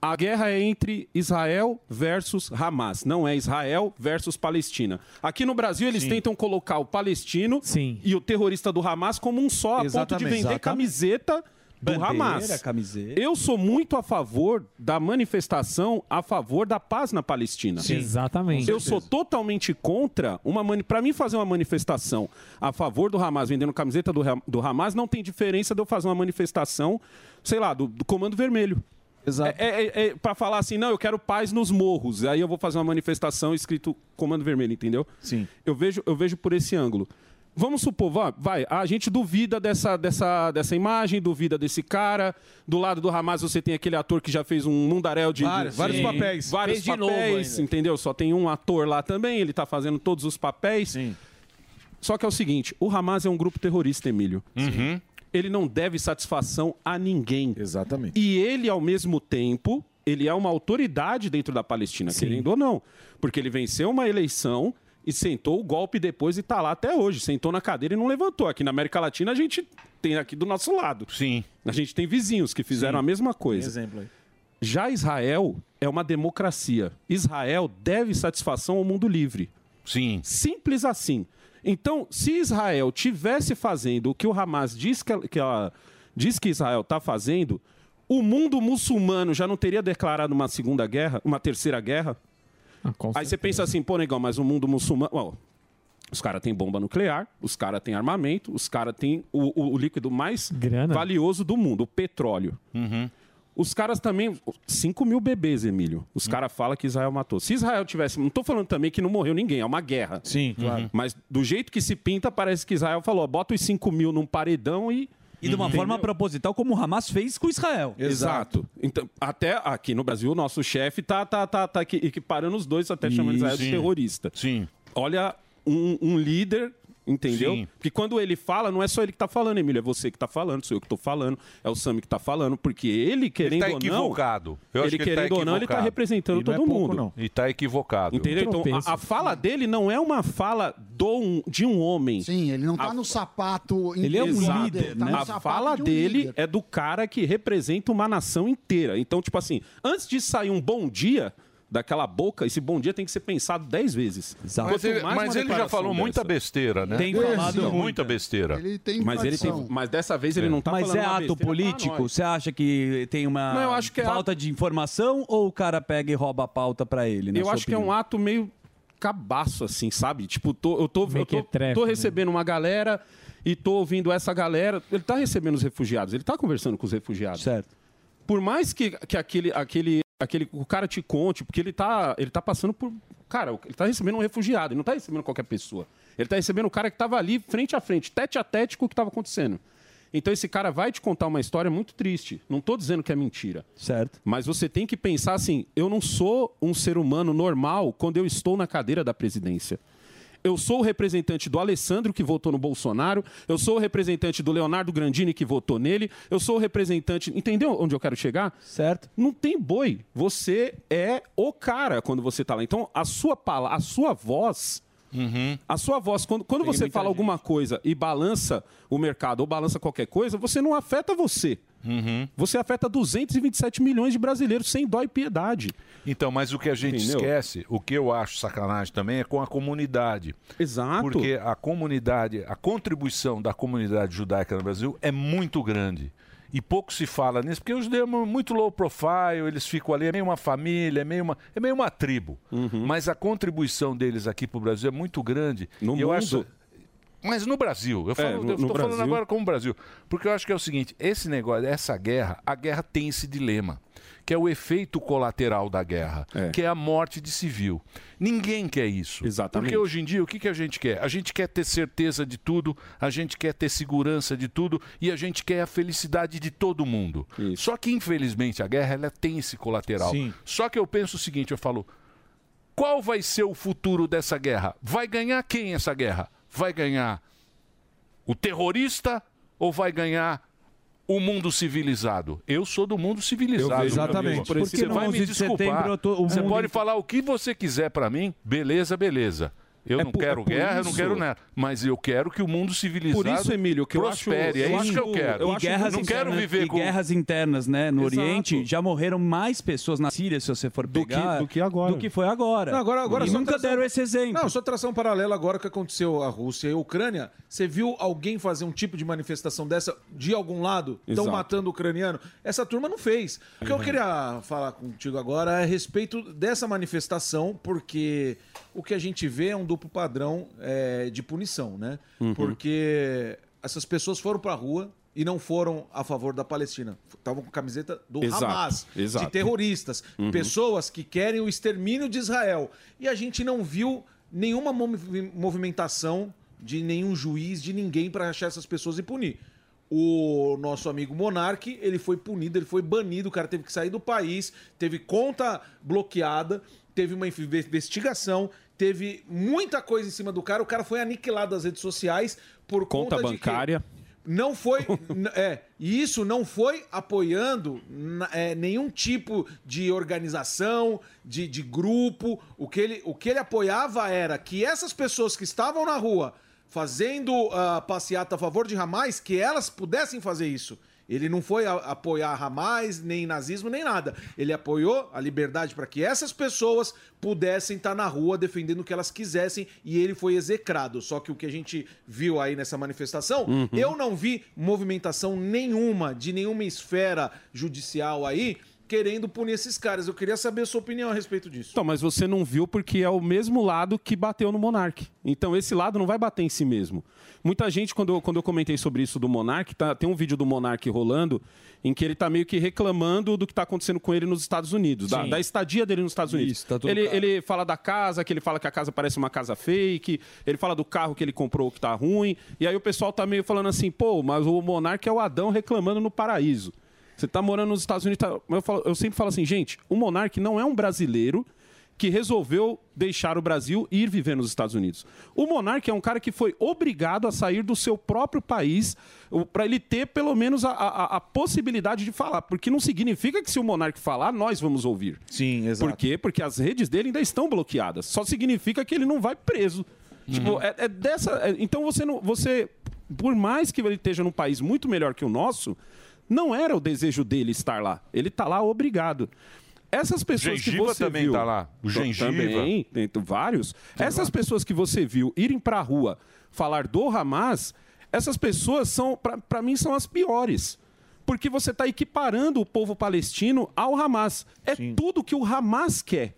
Speaker 15: a guerra é entre Israel versus Hamas, não é Israel versus Palestina. Aqui no Brasil, eles tentam colocar o palestino e o terrorista do Hamas como um só, a ponto de
Speaker 6: Exatamente.
Speaker 15: vender
Speaker 6: Exatamente.
Speaker 15: camiseta do
Speaker 6: Bandeira,
Speaker 15: Hamas.
Speaker 6: camiseta.
Speaker 15: Eu sou muito a favor da manifestação a favor da paz na Palestina.
Speaker 10: Sim. Exatamente.
Speaker 15: Eu sou totalmente contra uma mani... para mim fazer uma manifestação a favor do Hamas vendendo camiseta do, Ra- do Hamas não tem diferença de eu fazer uma manifestação, sei lá, do, do Comando Vermelho. Exato. É, é, para falar assim, não, eu quero paz nos morros. Aí eu vou fazer uma manifestação escrito Comando Vermelho, entendeu? Sim. Eu vejo, eu vejo por esse ângulo. Vamos supor, vá- vai, a gente duvida dessa, dessa, dessa imagem, duvida desse cara. Do lado do Hamas você tem aquele ator que já fez um mundaréu de.
Speaker 9: Vários,
Speaker 15: de-
Speaker 9: vários papéis.
Speaker 15: Vários
Speaker 9: Fez de novo
Speaker 15: papéis,
Speaker 9: ainda.
Speaker 15: entendeu? Só tem um ator lá também, ele tá fazendo todos os papéis. Só que é o seguinte: o Hamas é um grupo terrorista, Emílio. Ele não deve satisfação a ninguém. Exatamente. E ele, ao mesmo tempo, ele é uma autoridade dentro da Palestina, querendo ou não. Porque ele venceu uma eleição e sentou o golpe depois e está lá até hoje. Sentou na cadeira e não levantou. Aqui na América Latina a gente tem aqui do nosso lado.
Speaker 3: Sim.
Speaker 15: A gente tem vizinhos que fizeram a mesma coisa.
Speaker 9: Exemplo aí.
Speaker 15: Já Israel é uma democracia. Israel deve satisfação ao mundo livre.
Speaker 3: Sim.
Speaker 15: Simples assim. Então, se Israel tivesse fazendo o que o Hamas diz que, ela- que ela- diz que Israel está fazendo, o mundo muçulmano já não teria declarado uma segunda guerra, uma terceira guerra? Aí você pensa assim, pô, negão, mas o mundo muçulmano. ó, os caras têm bomba nuclear, os caras têm armamento, os caras têm o, o- o líquido mais valioso do mundo, o petróleo. Os caras também. 5 mil bebês, Emílio. Os caras falam que Israel matou. Se Israel tivesse. Não tô falando também que não morreu ninguém, é uma guerra.
Speaker 9: Sim, claro.
Speaker 15: Mas do jeito que se pinta, parece que Israel falou: ó, bota os 5 mil num paredão e.
Speaker 6: E de uma forma
Speaker 15: proposital, como o Hamas fez com Israel. Exato. Então, até aqui no Brasil, o nosso chefe tá, tá, tá, tá equi- equiparando os dois, até chamando
Speaker 3: Ih,
Speaker 15: Israel
Speaker 3: sim.
Speaker 15: de terrorista.
Speaker 3: Sim.
Speaker 15: Olha um, um líder, entendeu?
Speaker 3: Sim.
Speaker 15: Porque quando ele fala, não é só ele que tá falando, Emílio, é você que tá falando, sou eu que tô falando, é o Sami que tá falando, porque ele, querendo
Speaker 3: tá
Speaker 15: ou não...
Speaker 3: equivocado. Eu acho
Speaker 15: ele
Speaker 3: que ele tá
Speaker 15: querendo ou não, ele tá
Speaker 3: equivocado.
Speaker 15: representando
Speaker 3: E não
Speaker 15: todo
Speaker 3: é pouco,
Speaker 15: mundo.
Speaker 3: não. E tá equivocado.
Speaker 15: Entendeu? Então, a, a fala dele não é uma fala do- de um homem.
Speaker 11: Sim, ele não tá
Speaker 15: A-
Speaker 11: no sapato.
Speaker 15: Ele é um
Speaker 11: improvisado,
Speaker 15: líder,
Speaker 11: ele tá
Speaker 15: né?
Speaker 11: no
Speaker 15: A
Speaker 11: sapato
Speaker 15: fala
Speaker 11: de um
Speaker 15: dele
Speaker 11: líder.
Speaker 15: é do cara que representa uma nação inteira. Então, tipo assim, antes de sair um bom dia daquela boca, esse bom dia tem que ser pensado dez vezes.
Speaker 3: Mas
Speaker 15: Quanto
Speaker 3: ele,
Speaker 15: mais
Speaker 3: mas
Speaker 15: uma
Speaker 3: ele já
Speaker 15: declaração
Speaker 3: falou
Speaker 15: dessa.
Speaker 3: muita besteira, né?
Speaker 15: Tem falado
Speaker 3: muita,
Speaker 15: muita.
Speaker 3: besteira.
Speaker 15: Ele tem Mas ele tem- tradição. mas dessa vez ele não tá
Speaker 6: Mas
Speaker 15: falando
Speaker 6: é
Speaker 15: uma
Speaker 6: ato
Speaker 15: besteira pra
Speaker 6: político?
Speaker 15: nós.
Speaker 6: Você acha que tem uma
Speaker 15: Não, eu acho que é
Speaker 6: falta de informação ou o cara pega e rouba a pauta pra ele? na
Speaker 15: Eu
Speaker 6: sua
Speaker 15: acho que é um
Speaker 6: opinião?
Speaker 15: ato meio cabaço, assim, sabe? Tipo, tô- eu, tô, eu tô,
Speaker 6: Mequetrefe,
Speaker 15: tô
Speaker 6: né?
Speaker 15: recebendo uma galera e tô ouvindo essa galera. Ele tá recebendo os refugiados, ele tá conversando com os refugiados.
Speaker 6: Certo.
Speaker 15: Por mais que, que aquele, aquele, aquele o cara te conte, porque ele tá, ele tá passando por. Cara, ele tá recebendo um refugiado, ele não tá recebendo qualquer pessoa. Ele tá recebendo o cara que tava ali, frente a frente, tete a tete com o que tava acontecendo. Então esse cara vai te contar uma história muito triste. Não tô dizendo que é mentira.
Speaker 6: Certo.
Speaker 15: Mas você tem que pensar assim: eu não sou um ser humano normal quando eu estou na cadeira da presidência. Eu sou o representante do Alessandro, que votou no Bolsonaro. Eu sou o representante do Leonardo Grandini, que votou nele. Eu sou o representante. Entendeu onde eu quero chegar?
Speaker 6: Certo.
Speaker 15: Não tem boi. Você é o cara quando você tá lá. Então, a sua pala a sua voz.
Speaker 3: Uhum.
Speaker 15: A sua voz, quando, quando você fala alguma coisa e balança o mercado ou balança qualquer coisa, você não afeta você.
Speaker 3: Uhum.
Speaker 15: Você afeta 227 milhões de brasileiros sem dó e piedade.
Speaker 3: Então, mas o que a gente
Speaker 15: Entendeu?
Speaker 3: esquece, o que eu acho sacanagem também é com a comunidade.
Speaker 15: Exato.
Speaker 3: Porque a comunidade, a contribuição da comunidade judaica no Brasil é muito grande. E pouco se fala nisso, porque os judeus é muito low profile, eles ficam ali, é meio uma família, é meio uma, é meio uma tribo.
Speaker 15: Uhum.
Speaker 3: Mas a contribuição deles aqui para o Brasil é muito grande. No eu
Speaker 15: mundo.
Speaker 3: acho mas no Brasil, eu
Speaker 15: É, no- no
Speaker 3: estou falando
Speaker 15: Brasil.
Speaker 3: agora como Brasil, porque eu acho que é o seguinte, esse negócio, essa guerra, a guerra tem esse dilema, que é o efeito colateral da guerra, que é a morte de civil. Ninguém quer isso.
Speaker 15: Exatamente.
Speaker 3: Porque hoje em dia, o que, que a gente quer? A gente quer ter certeza de tudo, a gente quer ter segurança de tudo e a gente quer a felicidade de todo mundo. Só que, infelizmente, a guerra ela tem esse colateral.
Speaker 15: Sim.
Speaker 3: Só que eu penso o seguinte, eu falo, qual vai ser o futuro dessa guerra? Vai ganhar quem essa guerra? Vai ganhar o terrorista ou vai ganhar o mundo civilizado? Eu sou do mundo civilizado.
Speaker 9: Eu vejo,
Speaker 3: meu
Speaker 9: exatamente.
Speaker 3: amigo.
Speaker 9: Por isso
Speaker 3: Você
Speaker 9: que no
Speaker 3: vai me
Speaker 9: 11 de setembro
Speaker 3: desculpar.
Speaker 9: eu tô- o
Speaker 3: Você
Speaker 9: mundo
Speaker 3: pode
Speaker 9: em-
Speaker 3: falar o que você quiser pra mim, beleza, beleza. Eu não
Speaker 15: por- é
Speaker 3: quero
Speaker 15: por
Speaker 3: guerra, eu não
Speaker 15: isso-
Speaker 3: quero nada. Mas eu quero que o mundo civilizado
Speaker 15: Por isso, Emílio, que eu acho-
Speaker 3: prospere.
Speaker 15: eu
Speaker 3: é isso
Speaker 15: acho-
Speaker 3: que eu quero.
Speaker 15: eu
Speaker 6: E guerras,
Speaker 3: não quero
Speaker 6: internas,
Speaker 3: viver
Speaker 6: e
Speaker 3: com...
Speaker 6: guerras internas, né? No
Speaker 3: Exato.
Speaker 6: Oriente já morreram mais pessoas na Síria, se você for pegar,
Speaker 9: do que agora.
Speaker 6: do que foi agora.
Speaker 9: Não, agora, agora
Speaker 6: e
Speaker 9: só
Speaker 6: nunca
Speaker 9: tração-
Speaker 6: deram esse exemplo.
Speaker 9: Não, só tração paralela agora que aconteceu a Rússia e a Ucrânia. Você viu alguém fazer um tipo de manifestação dessa de algum lado? Estão
Speaker 15: Exato.
Speaker 9: matando o ucraniano? Essa turma não fez. O
Speaker 6: É.
Speaker 9: que eu queria falar contigo agora é a respeito dessa manifestação, porque o que a gente vê é um duplo padrão é, de punição, né?
Speaker 15: Uhum.
Speaker 9: Porque essas pessoas foram pra rua e não foram a favor da Palestina. Estavam com camiseta do
Speaker 15: Exato,
Speaker 9: Hamas,
Speaker 15: exato.
Speaker 9: de terroristas,
Speaker 15: Uhum.
Speaker 9: pessoas que querem o extermínio de Israel. E a gente não viu nenhuma movi- movimentação de nenhum juiz, de ninguém para achar essas pessoas e punir. O nosso amigo Monark, ele foi punido, ele foi banido, o cara teve que sair do país, teve conta bloqueada, teve uma inve- investigação, teve muita coisa em cima do cara, o cara foi aniquilado das redes sociais por
Speaker 15: Conta
Speaker 9: conta de que-
Speaker 15: bancária.
Speaker 9: Não foi. n- é, e isso não foi apoiando na- é, nenhum tipo de organização, de, de grupo. O que, ele, o que ele apoiava era que essas pessoas que estavam na rua fazendo ah, passeata a favor de Hamas, que elas pudessem fazer isso. Ele não foi a- apoiar Hamas, nem nazismo, nem nada. Ele apoiou a liberdade para que essas pessoas pudessem estar na rua defendendo o que elas quisessem e ele foi execrado. Só que o que a gente viu aí nessa manifestação,
Speaker 5: Uhum.
Speaker 9: eu não vi movimentação nenhuma de nenhuma esfera judicial aí querendo punir esses caras. Eu queria saber a sua opinião a respeito disso.
Speaker 15: Então, mas você não viu porque é o mesmo lado que bateu no Monark. Então, esse lado não vai bater em si mesmo. Muita gente, quando eu, quando eu comentei sobre isso do Monark, tá- tem um vídeo do Monark rolando em que ele tá meio que reclamando do que tá acontecendo com ele nos Estados Unidos, da,
Speaker 6: Sim.
Speaker 15: da estadia dele nos Estados Unidos.
Speaker 6: Isso, tá tudo
Speaker 15: ele,
Speaker 6: caro.
Speaker 15: ele fala da casa, que ele fala que a casa parece uma casa fake, ele fala do carro que ele comprou que tá ruim, e aí o pessoal tá meio falando assim, pô, mas o Monark é o Adão reclamando no paraíso. Você tá morando nos Estados Unidos. tá- Eu, falo- eu sempre falo assim, gente, o Monark não é um brasileiro que resolveu deixar o Brasil e ir viver nos Estados Unidos. O Monark é um cara que foi obrigado a sair do seu próprio país para ele ter pelo menos a, a- a possibilidade de falar, porque não significa que se o Monark falar, nós vamos ouvir.
Speaker 9: Sim,
Speaker 15: exato. Por quê? Porque as redes dele ainda estão bloqueadas. Só significa que ele não vai preso.
Speaker 3: Uhum.
Speaker 15: Tipo, é, é dessa. é- então você não. Você, por mais que ele esteja num país muito melhor que o nosso, não era o desejo dele estar lá. Ele está lá obrigado. Essas pessoas
Speaker 3: Gengiva
Speaker 15: que você
Speaker 3: também
Speaker 15: viu,
Speaker 3: tá lá. O
Speaker 15: Tô-
Speaker 3: Gengiva.
Speaker 15: Também, tem t- vários. essas pessoas que você viu irem pra rua falar do Hamas, essas pessoas são, pra- pra mim, são as piores. Porque você tá equiparando o povo palestino ao Hamas. É tudo que o Hamas quer.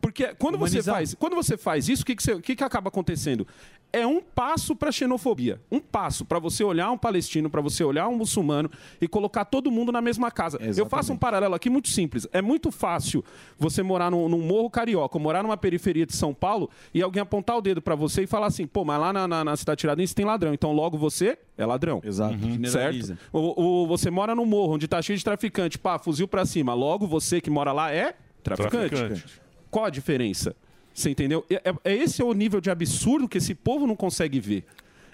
Speaker 15: Porque quando você
Speaker 6: Humanizar.
Speaker 15: faz, quando você faz isso, o que, que, você- o que que acaba acontecendo? É um passo para xenofobia, um passo para você olhar um palestino, para você olhar um muçulmano e colocar todo mundo na mesma casa. Eu faço um paralelo aqui muito simples. É muito fácil você morar num, num morro carioca, morar numa periferia de São Paulo e alguém apontar o dedo para você e falar assim: pô, mas lá na, na, na cidade Tiradentes tem ladrão, então logo você é ladrão. Exato.
Speaker 6: Generaliza.
Speaker 15: Certo? O, o- você mora num morro onde tá cheio de traficante, pá, fuzil para cima, logo você que mora lá é traficante.
Speaker 3: Traficante.
Speaker 15: Qual a diferença? Você entendeu? É, é- é esse é o nível de absurdo que esse povo não consegue ver.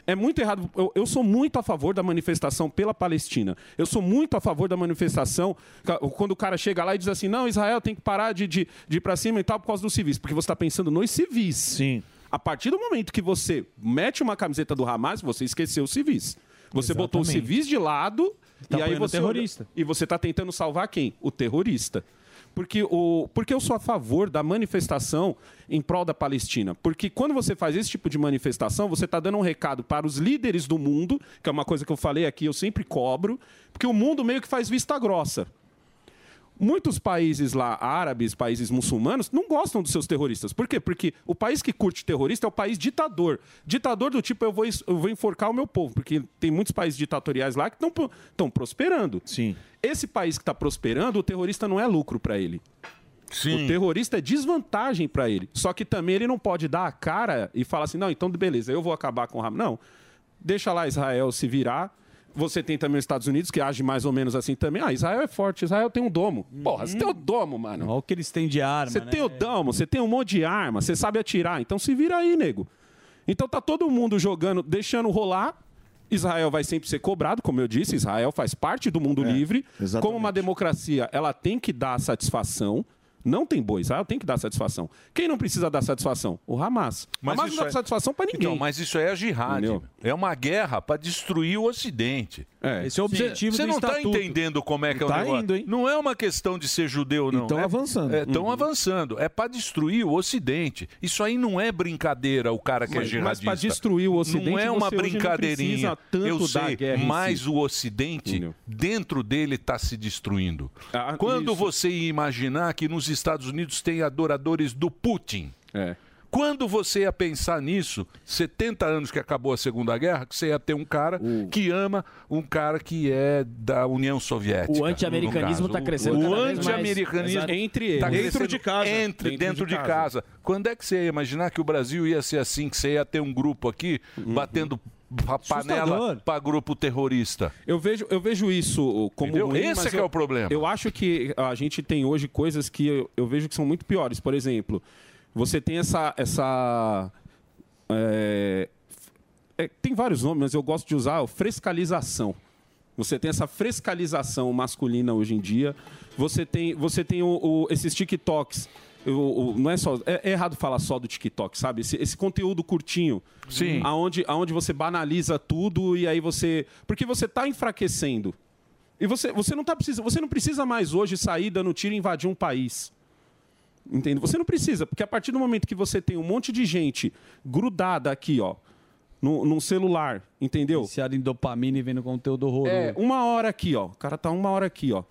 Speaker 15: É muito errado. Eu, eu sou muito a favor da manifestação pela Palestina. Eu sou muito a favor da manifestação ca- quando o cara chega lá e diz assim: não, Israel tem que parar de, de, de ir pra cima e tal por causa dos civis. Porque você está pensando nos civis. Sim. A partir do momento que você mete uma camiseta do Hamas, você esqueceu os civis. Você botou os
Speaker 6: Exatamente.
Speaker 15: civis de lado
Speaker 6: Tá
Speaker 15: e aí
Speaker 6: apoiando o
Speaker 15: você olha-
Speaker 6: terrorista.
Speaker 15: e você está tentando salvar quem? O terrorista. Porque, o, porque eu sou a favor da manifestação em prol da Palestina. Porque quando você faz esse tipo de manifestação, você está dando um recado para os líderes do mundo, que é uma coisa que eu falei aqui, eu sempre cobro, porque o mundo meio que faz vista grossa. Muitos países lá, árabes, países muçulmanos, não gostam dos seus terroristas. Por quê? Porque o país que curte terrorista é o país ditador. Ditador do tipo, eu vou, es- eu vou enforcar o meu povo, porque tem muitos países ditatoriais lá que estão prosperando. Sim. Esse país que está prosperando, o terrorista não é lucro para ele. O terrorista é desvantagem para ele. Só que também ele não pode dar a cara e falar assim: não, então beleza, eu vou acabar com o Hamas. Não. Deixa lá Israel se virar. Você tem também os Estados Unidos, que age mais ou menos assim também. Ah, Israel é forte, Israel tem um domo. Porra, você tem o domo, mano. Olha o que eles têm de arma. né? Você tem o domo, você tem um monte de arma, você sabe atirar, então se vira aí, nego. Então tá todo mundo jogando, deixando rolar. Israel vai sempre ser cobrado, como eu disse, Israel faz parte do mundo livre. Como uma democracia, ela tem que dar satisfação. Não tem boi, Israel tem que dar satisfação. Quem não precisa dar satisfação? O Hamas. O Hamas não dá satisfação pra ninguém.
Speaker 3: Então, mas isso aí é a jihad. É uma guerra para destruir o Ocidente.
Speaker 15: Esse é o
Speaker 3: Sim.
Speaker 15: objetivo
Speaker 3: Você
Speaker 15: do
Speaker 3: não está
Speaker 15: estatuto.
Speaker 3: entendendo como é que é o
Speaker 15: Tá
Speaker 3: negócio.
Speaker 15: indo, hein?
Speaker 3: Não é uma questão de ser judeu, não.
Speaker 15: E tão
Speaker 3: é,
Speaker 15: avançando.
Speaker 3: Estão
Speaker 15: Uhum.
Speaker 3: avançando. É para destruir o Ocidente. Isso aí não é brincadeira, o cara que é
Speaker 15: Mas- mas
Speaker 3: jihadista.
Speaker 15: pra destruir o Ocidente,
Speaker 3: Não é uma
Speaker 15: você hoje não
Speaker 3: brincadeirinha.
Speaker 15: precisa tanto
Speaker 3: Eu
Speaker 15: da
Speaker 3: sei,
Speaker 15: guerra em
Speaker 3: mas
Speaker 15: si.
Speaker 3: o Ocidente, dentro dele, está se destruindo.
Speaker 13: Ah,
Speaker 3: Quando você ia imaginar que nos Estados Unidos tem adoradores do Putin?
Speaker 13: É.
Speaker 3: Quando você ia pensar nisso, 70 anos que acabou a Segunda Guerra, que você ia ter um cara que ama um cara que é da União Soviética.
Speaker 13: O anti-americanismo
Speaker 3: no
Speaker 13: tá
Speaker 3: caso.
Speaker 13: crescendo
Speaker 3: O,
Speaker 13: cada
Speaker 3: o
Speaker 13: vez mais.
Speaker 3: anti-americanismo
Speaker 13: Exato. Entre eles.
Speaker 3: tá
Speaker 13: Dentro
Speaker 3: crescendo
Speaker 13: de casa.
Speaker 3: Entre, dentro, de, casa. Quando é que você ia imaginar que o Brasil ia ser assim, que você ia ter um grupo aqui
Speaker 15: Uhum.
Speaker 3: batendo a panela para grupo terrorista?
Speaker 15: Eu vejo, eu vejo isso como
Speaker 3: Entendeu?
Speaker 15: ruim,
Speaker 3: Esse
Speaker 15: mas
Speaker 3: é que é
Speaker 15: eu-
Speaker 3: o problema.
Speaker 15: Eu acho que a gente tem hoje coisas que eu, eu vejo que são muito piores. Por exemplo, você tem essa essa é, é, tem vários nomes, mas eu gosto de usar ó, frescalização. Você tem essa frescalização masculina hoje em dia. Você tem, você tem o- o- esses TikToks. O- o- não é só é, é errado falar só do TikTok, sabe? Esse, esse conteúdo curtinho,
Speaker 3: Sim.
Speaker 15: aonde, aonde você banaliza tudo e aí você, porque você está enfraquecendo. E você, você não tá precisa, você não precisa mais hoje sair dando tiro e invadir um país. Entende? Você não precisa, porque a partir do momento que você tem um monte de gente grudada aqui, ó, no, num celular, entendeu?
Speaker 6: Viciado em dopamina e vendo conteúdo horroroso.
Speaker 15: É, uma hora aqui, ó. O cara tá uma hora aqui, ó.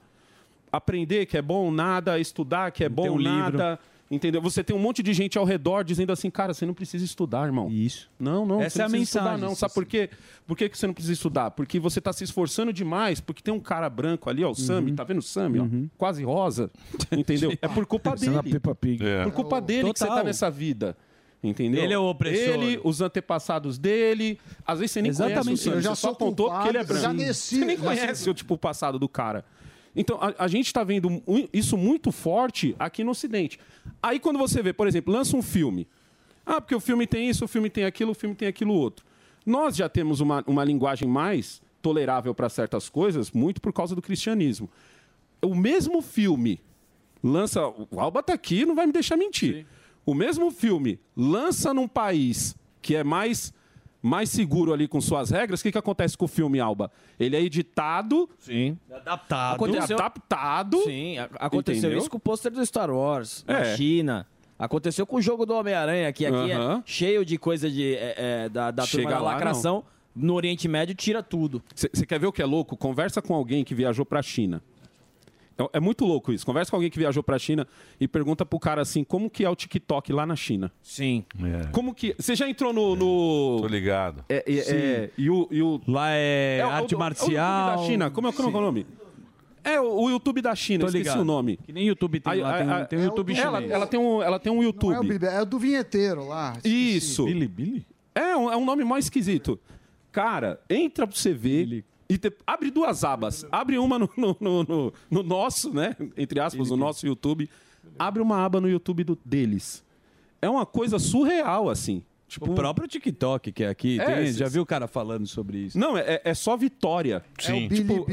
Speaker 15: Aprender que é bom nada, estudar que é bom
Speaker 6: um livro.
Speaker 15: nada. Entendeu? Você tem um monte de gente ao redor dizendo assim, cara, você não precisa estudar, irmão. Isso. Não, não.
Speaker 6: Essa
Speaker 15: você
Speaker 6: é a
Speaker 15: não precisa
Speaker 6: mensagem,
Speaker 15: Estudar, não.
Speaker 6: sim,
Speaker 15: Sabe por quê? Por que, que você não precisa estudar? Porque você tá se esforçando demais, porque tem um cara branco ali, ó, o
Speaker 6: Uhum.
Speaker 15: Sami, tá vendo o Sami, ó? Quase rosa. Entendeu? É por culpa
Speaker 6: Parecendo
Speaker 15: dele.
Speaker 6: a Peppa Pig.
Speaker 15: É. Por culpa dele que você
Speaker 6: Total.
Speaker 15: tá nessa vida. Entendeu?
Speaker 6: Ele é o opressor.
Speaker 15: Ele, os antepassados dele. Às vezes você nem conhece o
Speaker 6: Exatamente.
Speaker 15: Sami,
Speaker 6: Eu
Speaker 15: você
Speaker 6: já
Speaker 15: só
Speaker 6: sou
Speaker 15: apontou
Speaker 6: culpado,
Speaker 15: porque ele é
Speaker 6: já
Speaker 15: branco.
Speaker 6: nasci-
Speaker 15: você nem
Speaker 6: já
Speaker 15: conhece o tipo passado do cara. Então, a, a gente está vendo mu- isso muito forte aqui no Ocidente. Aí, quando você vê, por exemplo, lança um filme. Ah, porque o filme tem isso, o filme tem aquilo, o filme tem aquilo outro. Nós já temos uma, uma linguagem mais tolerável para certas coisas, muito por causa do cristianismo. O mesmo filme lança. O Alba tá aqui, não vai me deixar mentir. O mesmo filme lança num país que é mais mais seguro ali com suas regras, o que, que acontece com o filme, Alba? Ele é editado.
Speaker 13: Sim.
Speaker 6: Adaptado.
Speaker 13: Aconteceu-
Speaker 15: Adaptado.
Speaker 13: Sim, a- aconteceu
Speaker 15: Entendeu?
Speaker 13: isso com o pôster do Star Wars na
Speaker 15: É.
Speaker 13: China. Aconteceu com o jogo do Homem-Aranha, que aqui é
Speaker 15: Aham.
Speaker 13: cheio de coisa de, é, é, da, da turma
Speaker 15: Chega
Speaker 13: da
Speaker 15: lá,
Speaker 13: lacração. No Oriente Médio, tira tudo.
Speaker 15: Você quer ver o que é louco? Conversa com alguém que viajou pra China. É, é muito louco isso. Conversa com alguém que viajou pra China e pergunta pro cara assim, como que é o TikTok lá na China?
Speaker 13: Sim.
Speaker 6: É.
Speaker 15: Como que... Você já entrou no... no... Tô
Speaker 3: ligado.
Speaker 15: É, é, é, e, o, e o...
Speaker 6: Lá é,
Speaker 15: o- o-
Speaker 6: arte
Speaker 15: o- O,
Speaker 6: marcial.
Speaker 15: YouTube da China. Como é, como é o nome? É o, o YouTube da China,
Speaker 6: Tô
Speaker 15: esqueci
Speaker 6: ligado.
Speaker 15: o nome.
Speaker 6: Que nem YouTube tem lá, tem um- tem um YouTube
Speaker 15: é, ela,
Speaker 6: chinês.
Speaker 15: ela tem um, ela tem um YouTube.
Speaker 11: Não é o Bibi, é o do vinheteiro lá.
Speaker 15: Isso. Billy Billy? É, um, é um nome mais esquisito. Cara, entra pra você ver. E te- abre duas abas. Abre uma no, no- no- no- no nosso, né? Entre aspas, no nosso YouTube. Abre uma aba no YouTube do, deles. É uma coisa surreal, assim. Tipo,
Speaker 6: O próprio TikTok que é aqui,
Speaker 15: É,
Speaker 6: tem- já
Speaker 15: esses-
Speaker 6: viu o cara falando sobre isso?
Speaker 15: Não, é, é só vitória.
Speaker 6: Sim. É o
Speaker 15: Tipo,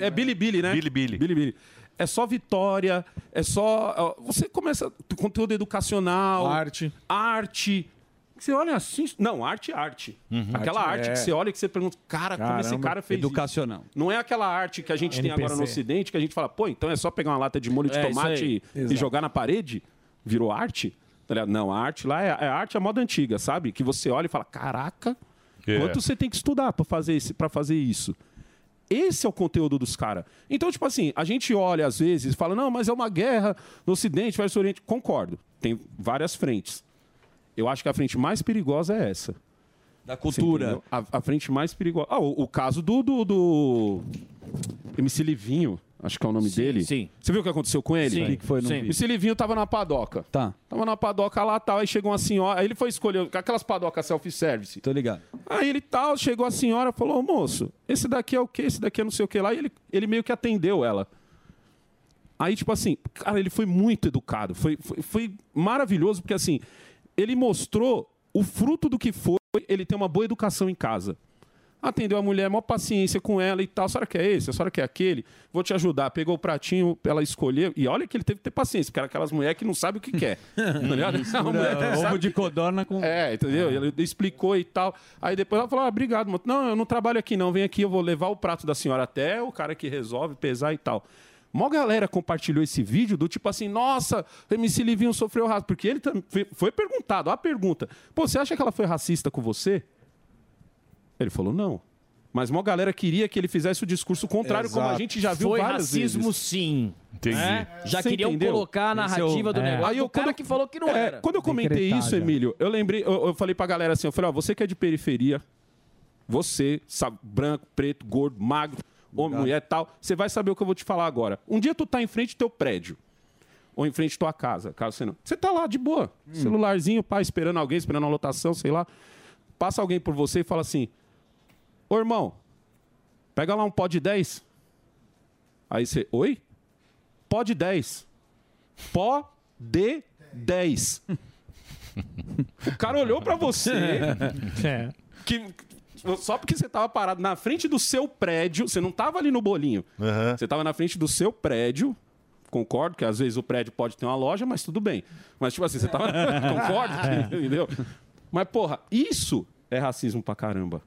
Speaker 15: É, é Billy Billy, né? Billy Billy. Billy É só vitória, é só. ó, Você começa conteúdo educacional. Arte. Arte. Você olha assim. Não, arte, arte. Aquela
Speaker 6: Arte,
Speaker 15: arte
Speaker 6: é.
Speaker 15: que você olha e que você pergunta, cara, como esse
Speaker 6: Caramba.
Speaker 15: cara fez. isso?
Speaker 6: Educacional.
Speaker 15: Não é aquela arte que a gente tem agora no
Speaker 6: NPC.
Speaker 15: Ocidente, que a gente fala, pô, então é só pegar uma lata de molho de
Speaker 6: É, isso aí.
Speaker 15: tomate e, e
Speaker 6: Exato.
Speaker 15: jogar na parede? Virou arte? Tá ligado? Não, a arte lá é, é arte à moda antiga, sabe? Que você olha e fala, caraca,
Speaker 3: É.
Speaker 15: quanto você tem que estudar para fazer, esse- pra fazer isso? Esse é o conteúdo dos caras. Então, tipo assim, a gente olha às vezes e fala, não, mas é uma guerra no Ocidente versus Oriente. Concordo, tem várias frentes. Eu acho que a frente mais perigosa é essa.
Speaker 6: Da
Speaker 15: Você
Speaker 6: cultura.
Speaker 15: entendeu? A, a frente mais perigosa. Ah, o, o caso do, do, do MC Livinho, acho que é o nome dele. Sim. Você viu o que aconteceu com ele?
Speaker 6: Sim. O que que foi? Não
Speaker 15: Sim.
Speaker 6: vi.
Speaker 15: MC Livinho tava numa padoca.
Speaker 6: Tá.
Speaker 15: Tava numa padoca lá tal, aí chegou uma senhora. Aí ele foi escolher aquelas padocas self-service.
Speaker 6: Tô ligado.
Speaker 15: Aí ele tal, chegou a senhora falou: "Ô, moço, esse daqui é o quê? Esse daqui é não sei o que lá. E ele, ele meio que atendeu ela. Aí, tipo assim, cara, ele foi muito educado. Foi, foi, foi maravilhoso, porque assim, ele mostrou o fruto do que foi ele ter uma boa educação em casa. Atendeu a mulher, maior paciência com ela e tal. A senhora quer esse? A senhora quer aquele? Vou te ajudar. Pegou o pratinho, ela escolheu. E olha que ele teve que ter paciência, porque era aquelas mulheres que não sabem o que quer. tá ligado?
Speaker 6: Mistura
Speaker 15: Uma mulher que não
Speaker 6: ovo
Speaker 15: sabe o
Speaker 6: de codorna com...
Speaker 15: É, entendeu? E Ele explicou e tal. Aí depois ela falou, ah, obrigado, moço. Não, eu não trabalho aqui não. Vem aqui, eu vou levar o prato da senhora até o cara que resolve pesar e tal. Mó galera compartilhou esse vídeo do tipo assim, nossa, o MC Livinho sofreu racismo. Porque ele tam- foi- foi perguntado, a pergunta. Pô, você acha que ela foi racista com você? Ele falou, não. Mas mó galera queria que ele fizesse o discurso contrário, como a
Speaker 13: Exato.
Speaker 15: gente já viu
Speaker 13: Foi
Speaker 15: várias vezes.
Speaker 13: racismo, sim. é
Speaker 15: Entendi.
Speaker 13: Né? Já queriam colocar
Speaker 7: é
Speaker 13: a narrativa do negócio do cara que falou que não era.
Speaker 15: é, Quando eu comentei
Speaker 13: Decretar
Speaker 15: isso,
Speaker 13: já.
Speaker 15: Emílio, eu lembrei, eu, eu falei pra galera assim, eu falei, ó, você que é de periferia, você, sabe, branco, preto, gordo, magro, homem, mulher e tal, você vai saber o que eu vou te falar agora. Um dia tu tá em frente do teu prédio, ou em frente à tua casa, caso você não. Você tá lá de boa, celularzinho, pá, esperando alguém, esperando uma lotação, sei lá. Passa alguém por você e fala assim: Ô irmão, pega lá um pó de 10. Aí você, oi? Pó de 10. Pó de 10. O cara olhou pra você.
Speaker 6: É.
Speaker 15: que só porque você tava parado na frente do seu prédio, você não tava ali no bolinho. Você tava na frente do seu prédio. Concordo que às vezes o prédio pode ter uma loja, mas tudo bem. Mas tipo assim, você tava concordo, que- entendeu? Mas porra, isso é racismo pra caramba.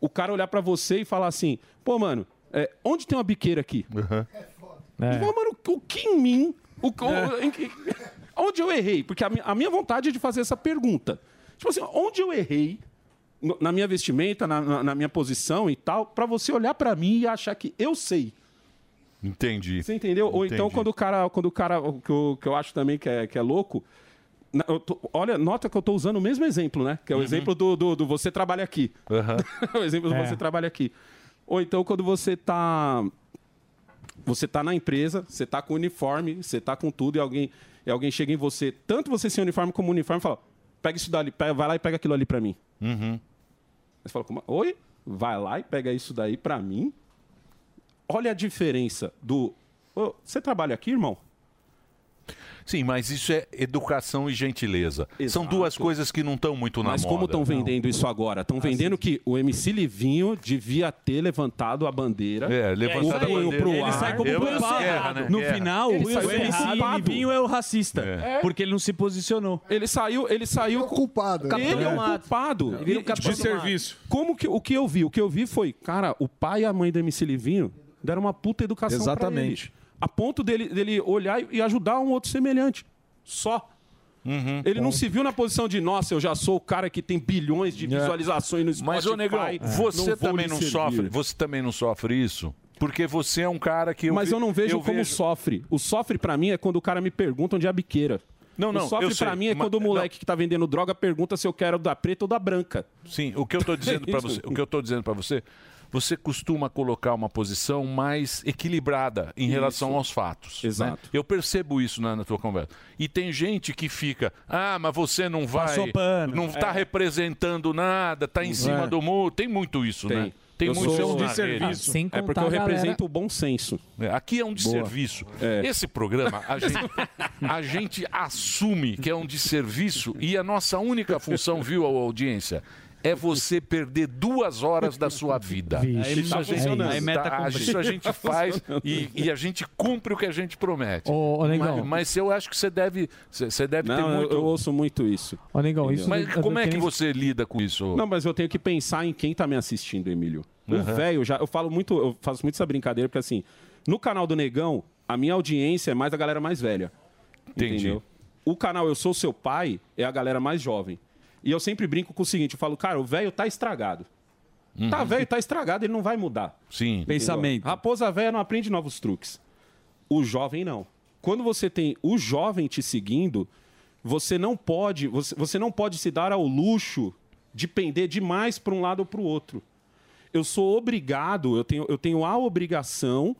Speaker 15: O cara olhar pra você e falar assim: "Pô, mano, é, onde tem uma biqueira aqui?"
Speaker 17: É.
Speaker 15: Pô, mano, o que em mim. O, o-
Speaker 5: É.
Speaker 15: em que- onde eu errei? Porque a, mi- a minha vontade é de fazer essa pergunta. Tipo assim, onde eu errei no- na minha vestimenta, na, na- na minha posição e tal, pra você olhar pra mim e achar que eu sei.
Speaker 3: Entendi.
Speaker 15: Você entendeu? Ou então,
Speaker 3: Entendi.
Speaker 15: quando o cara. Quando o cara. o Que eu, que eu acho também que é, que é louco. na- eu tô- olha, nota que eu tô usando o mesmo exemplo, né? Que é o
Speaker 3: Uhum.
Speaker 15: exemplo do, do, do você trabalha aqui. o exemplo do
Speaker 3: É.
Speaker 15: você trabalha aqui. Ou então, quando você tá. Você tá na empresa, você tá com uniforme, você tá com tudo, e alguém, e alguém chega em você, tanto você sem uniforme como uniforme, e fala: pega isso dali, pe- vai lá e pega aquilo ali pra mim.
Speaker 3: Uhum.
Speaker 15: Aí Você fala, "Como- oi? Vai lá e pega isso daí pra mim. Olha a diferença do. "Ô, você trabalha aqui, irmão?
Speaker 3: Sim, mas isso é educação e gentileza. São duas coisas que não estão muito na
Speaker 15: Mas
Speaker 3: moda. né?
Speaker 15: como estão vendendo isso agora?
Speaker 7: Ah,
Speaker 15: Estão vendendo que o MC Livinho devia ter levantado a bandeira.
Speaker 3: É, levantado
Speaker 15: o
Speaker 3: a
Speaker 15: punho
Speaker 3: bandeira.
Speaker 15: pro
Speaker 3: Ele
Speaker 15: ar.
Speaker 3: sai como Eu- punho pro ar. guerra, né?
Speaker 7: No
Speaker 15: Guerra.
Speaker 7: final,
Speaker 15: é Ele
Speaker 7: o
Speaker 15: saiu
Speaker 7: MC
Speaker 15: errado.
Speaker 7: Livinho é o racista.
Speaker 15: É.
Speaker 7: Porque ele não se posicionou.
Speaker 15: Ele saiu, ele saiu.
Speaker 7: o culpado.
Speaker 15: Ele é o culpado.
Speaker 7: Ele é o capitão do mato.
Speaker 15: Como que o que eu vi? O que eu vi foi, cara, o pai e a mãe do MC Livinho deram uma puta educação
Speaker 9: Exatamente.
Speaker 15: Pra ele, a ponto dele, dele olhar e ajudar um outro semelhante. Só. ele não se viu na posição de, nossa, eu já sou o cara que tem bilhões de visualizações no Spotify.
Speaker 3: É. Mas, ô Negão,
Speaker 15: Ah,
Speaker 3: você também não sofre. Você também não sofre isso? Porque você é um cara que. Eu
Speaker 15: Mas
Speaker 3: vi-
Speaker 15: eu não vejo como
Speaker 3: vejo-
Speaker 15: sofre. O sofre pra mim é quando o cara me pergunta onde é a biqueira.
Speaker 3: Não, não,
Speaker 15: O sofre
Speaker 3: eu sei,
Speaker 15: pra mim é
Speaker 3: mas-
Speaker 15: quando o moleque que tá vendendo droga pergunta se eu quero da preta ou da branca.
Speaker 3: Sim, o que eu tô dizendo para
Speaker 15: Isso.
Speaker 3: você, o que eu tô dizendo para você, você costuma colocar uma posição mais equilibrada em relação aos fatos. Exato. Eu percebo isso na, na tua conversa. E tem gente que fica, ah, mas você não vai,
Speaker 15: Passou pano."
Speaker 3: não está
Speaker 15: É.
Speaker 3: representando nada, tá em cima
Speaker 15: É.
Speaker 3: do muro. Tem muito isso, né? Tem
Speaker 15: eu
Speaker 3: muito
Speaker 15: sou um
Speaker 3: isso na rede.
Speaker 15: é porque eu represento o bom senso.
Speaker 3: Aqui é um desserviço.
Speaker 15: É.
Speaker 3: Esse programa, a gente, a gente assume que é um desserviço e a nossa única função, viu, a audiência, é você perder duas horas da sua vida.
Speaker 15: Vixe,
Speaker 3: isso,
Speaker 15: tá
Speaker 3: a gente,
Speaker 15: funcionando. Aí meta
Speaker 3: tá,
Speaker 15: cumprida.
Speaker 3: isso a gente faz e, e a gente cumpre o que a gente promete.
Speaker 7: Ô, ô, Negão.
Speaker 3: mas, mas eu acho que você deve, você você deve ter
Speaker 15: Não, eu-
Speaker 3: muito...
Speaker 15: eu ouço muito isso.
Speaker 7: Ô, Negão,
Speaker 15: isso
Speaker 3: Mas
Speaker 15: eu- eu
Speaker 3: como é que
Speaker 15: tenho-
Speaker 3: você lida com isso?
Speaker 15: Não, mas eu tenho que pensar em quem tá me assistindo, Emílio. O
Speaker 3: Uhum.
Speaker 15: velho já. Eu falo muito, eu faço muito essa brincadeira, porque assim, no canal do Negão, a minha audiência é mais a galera mais velha.
Speaker 3: Entendi.
Speaker 15: Entendeu? O canal Eu Sou Seu Pai é a galera mais jovem. E eu sempre brinco com o seguinte: eu falo, cara, o velho tá estragado. Tá velho, tá estragado, ele não vai mudar.
Speaker 3: Uhum. Sim.
Speaker 15: Pensamento. Raposa velha não aprende novos truques. O jovem não. Quando você tem o jovem te seguindo, você não pode, você, você não pode se dar ao luxo de pender demais para um lado ou para o outro. Eu sou obrigado, eu tenho, eu tenho a obrigação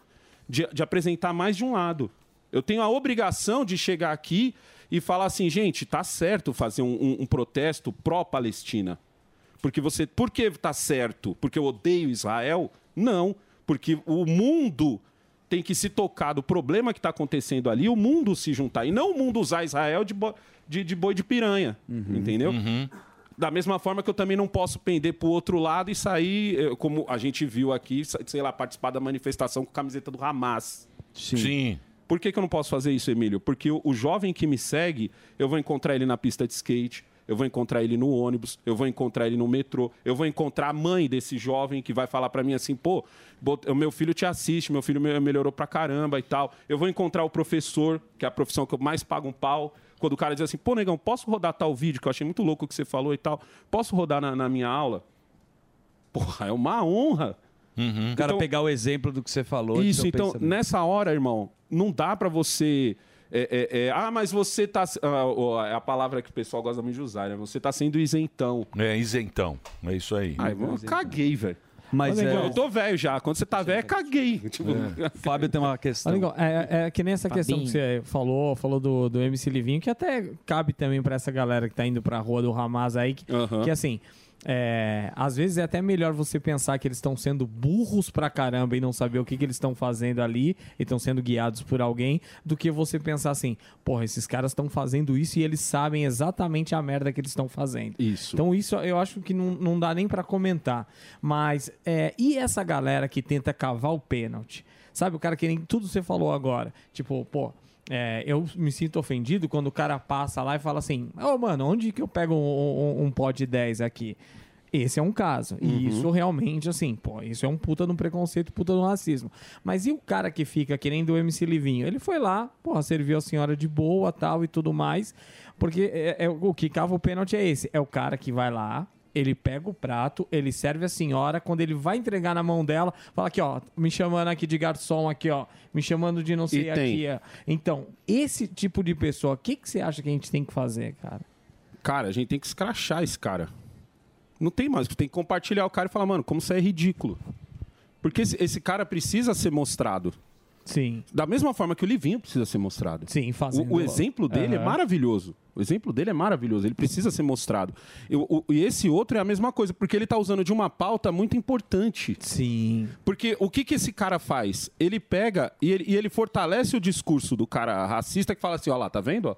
Speaker 15: de, de apresentar mais de um lado. Eu tenho a obrigação de chegar aqui e falar assim, gente, tá certo fazer um, um- um protesto pró-Palestina. Porque você. Por que tá certo? Porque eu odeio Israel? Não. Porque o mundo tem que se tocar do problema que está acontecendo ali, o mundo se juntar. E não o mundo usar Israel de, bo- de- de boi de piranha. Entendeu? Da mesma forma que eu também não posso pender pro outro lado e sair, eh, como a gente viu aqui, sa- sei lá, participar da manifestação com a camiseta do Hamas.
Speaker 3: Sim.
Speaker 15: Por que, que eu não posso fazer isso, Emílio? Porque o, o jovem que me segue, eu vou encontrar ele na pista de skate, eu vou encontrar ele no ônibus, eu vou encontrar ele no metrô, eu vou encontrar a mãe desse jovem que vai falar pra mim assim, pô, bot- o meu filho te assiste, meu filho me- melhorou pra caramba e tal. Eu vou encontrar o professor, que é a profissão que eu mais pago um pau. Quando o cara diz assim, pô, negão, posso rodar tal vídeo que eu achei muito louco o que você falou e tal? Posso rodar na, na minha aula? Porra, é uma honra.
Speaker 7: O cara
Speaker 15: Então-
Speaker 7: pegar o exemplo do que você falou. de
Speaker 15: isso,
Speaker 7: seu
Speaker 15: então,
Speaker 7: pensamento.
Speaker 15: nessa hora, irmão, não dá pra você. é, é, é, ah, mas você tá. ah, ó, é a palavra que o pessoal gosta muito de usar, né? Você tá sendo isentão.
Speaker 3: É, isentão. É isso aí.
Speaker 15: Ai, eu caguei, velho.
Speaker 7: Mas
Speaker 15: Ô, negão,
Speaker 7: é-
Speaker 15: eu tô velho já. Quando você tá velho, caguei. Tipo,
Speaker 7: Fábio tem uma questão. Tá
Speaker 10: Amigão, é, é que nem essa questão que
Speaker 7: Fabinho.
Speaker 10: você falou, falou do, do MC Livinho, que até cabe também pra essa galera que tá indo pra rua do Hamas aí, que,
Speaker 7: Aham.
Speaker 10: que assim. é, às vezes é até melhor você pensar que eles estão sendo burros pra caramba e não saber o que, que eles estão fazendo ali e estão sendo guiados por alguém, do que você pensar assim, porra, esses caras estão fazendo isso e eles sabem exatamente a merda que eles estão fazendo.
Speaker 15: Isso.
Speaker 10: Então isso eu acho que não, não dá nem pra comentar. Mas, é, e essa galera que tenta cavar o pênalti? Sabe, o cara que nem tudo você falou agora. Tipo, pô, é, eu me sinto ofendido quando o cara passa lá e fala assim: Ô, mano, onde que eu pego um, um, um pó de 10 aqui? Esse é um caso. E
Speaker 13: Uhum.
Speaker 10: isso realmente, assim, pô, isso é um puta de um preconceito, puta de um racismo. Mas e o cara que fica querendo o MC Livinho? Ele foi lá, porra, serviu a senhora de boa, tal e tudo mais. Porque é, é- o que cava o pênalti é esse. É o cara que vai lá, ele pega o prato, ele serve a senhora, quando ele vai entregar na mão dela, fala aqui, ó, me chamando aqui de garçom aqui, ó, me chamando de não sei
Speaker 15: E tem.
Speaker 10: aqui. ó. Então, esse tipo de pessoa, o que, que você acha que a gente tem que fazer, cara?
Speaker 15: Cara, a gente tem que escrachar esse cara. Não tem mais, tem que compartilhar o cara e falar, mano, como você é ridículo. Porque esse, esse cara precisa ser mostrado.
Speaker 10: Sim.
Speaker 15: Da mesma forma que o Livinho precisa ser mostrado.
Speaker 10: Sim, fazendo
Speaker 15: O, o
Speaker 10: logo.
Speaker 15: exemplo dele é
Speaker 10: Aham.
Speaker 15: maravilhoso. O exemplo dele é maravilhoso, ele precisa ser mostrado. E, o- o- e esse outro é a mesma coisa, porque ele tá usando de uma pauta muito importante.
Speaker 10: Sim.
Speaker 15: Porque o que, que esse cara faz? Ele pega e ele, e ele fortalece o discurso do cara racista que fala assim, ó lá, tá vendo? ó?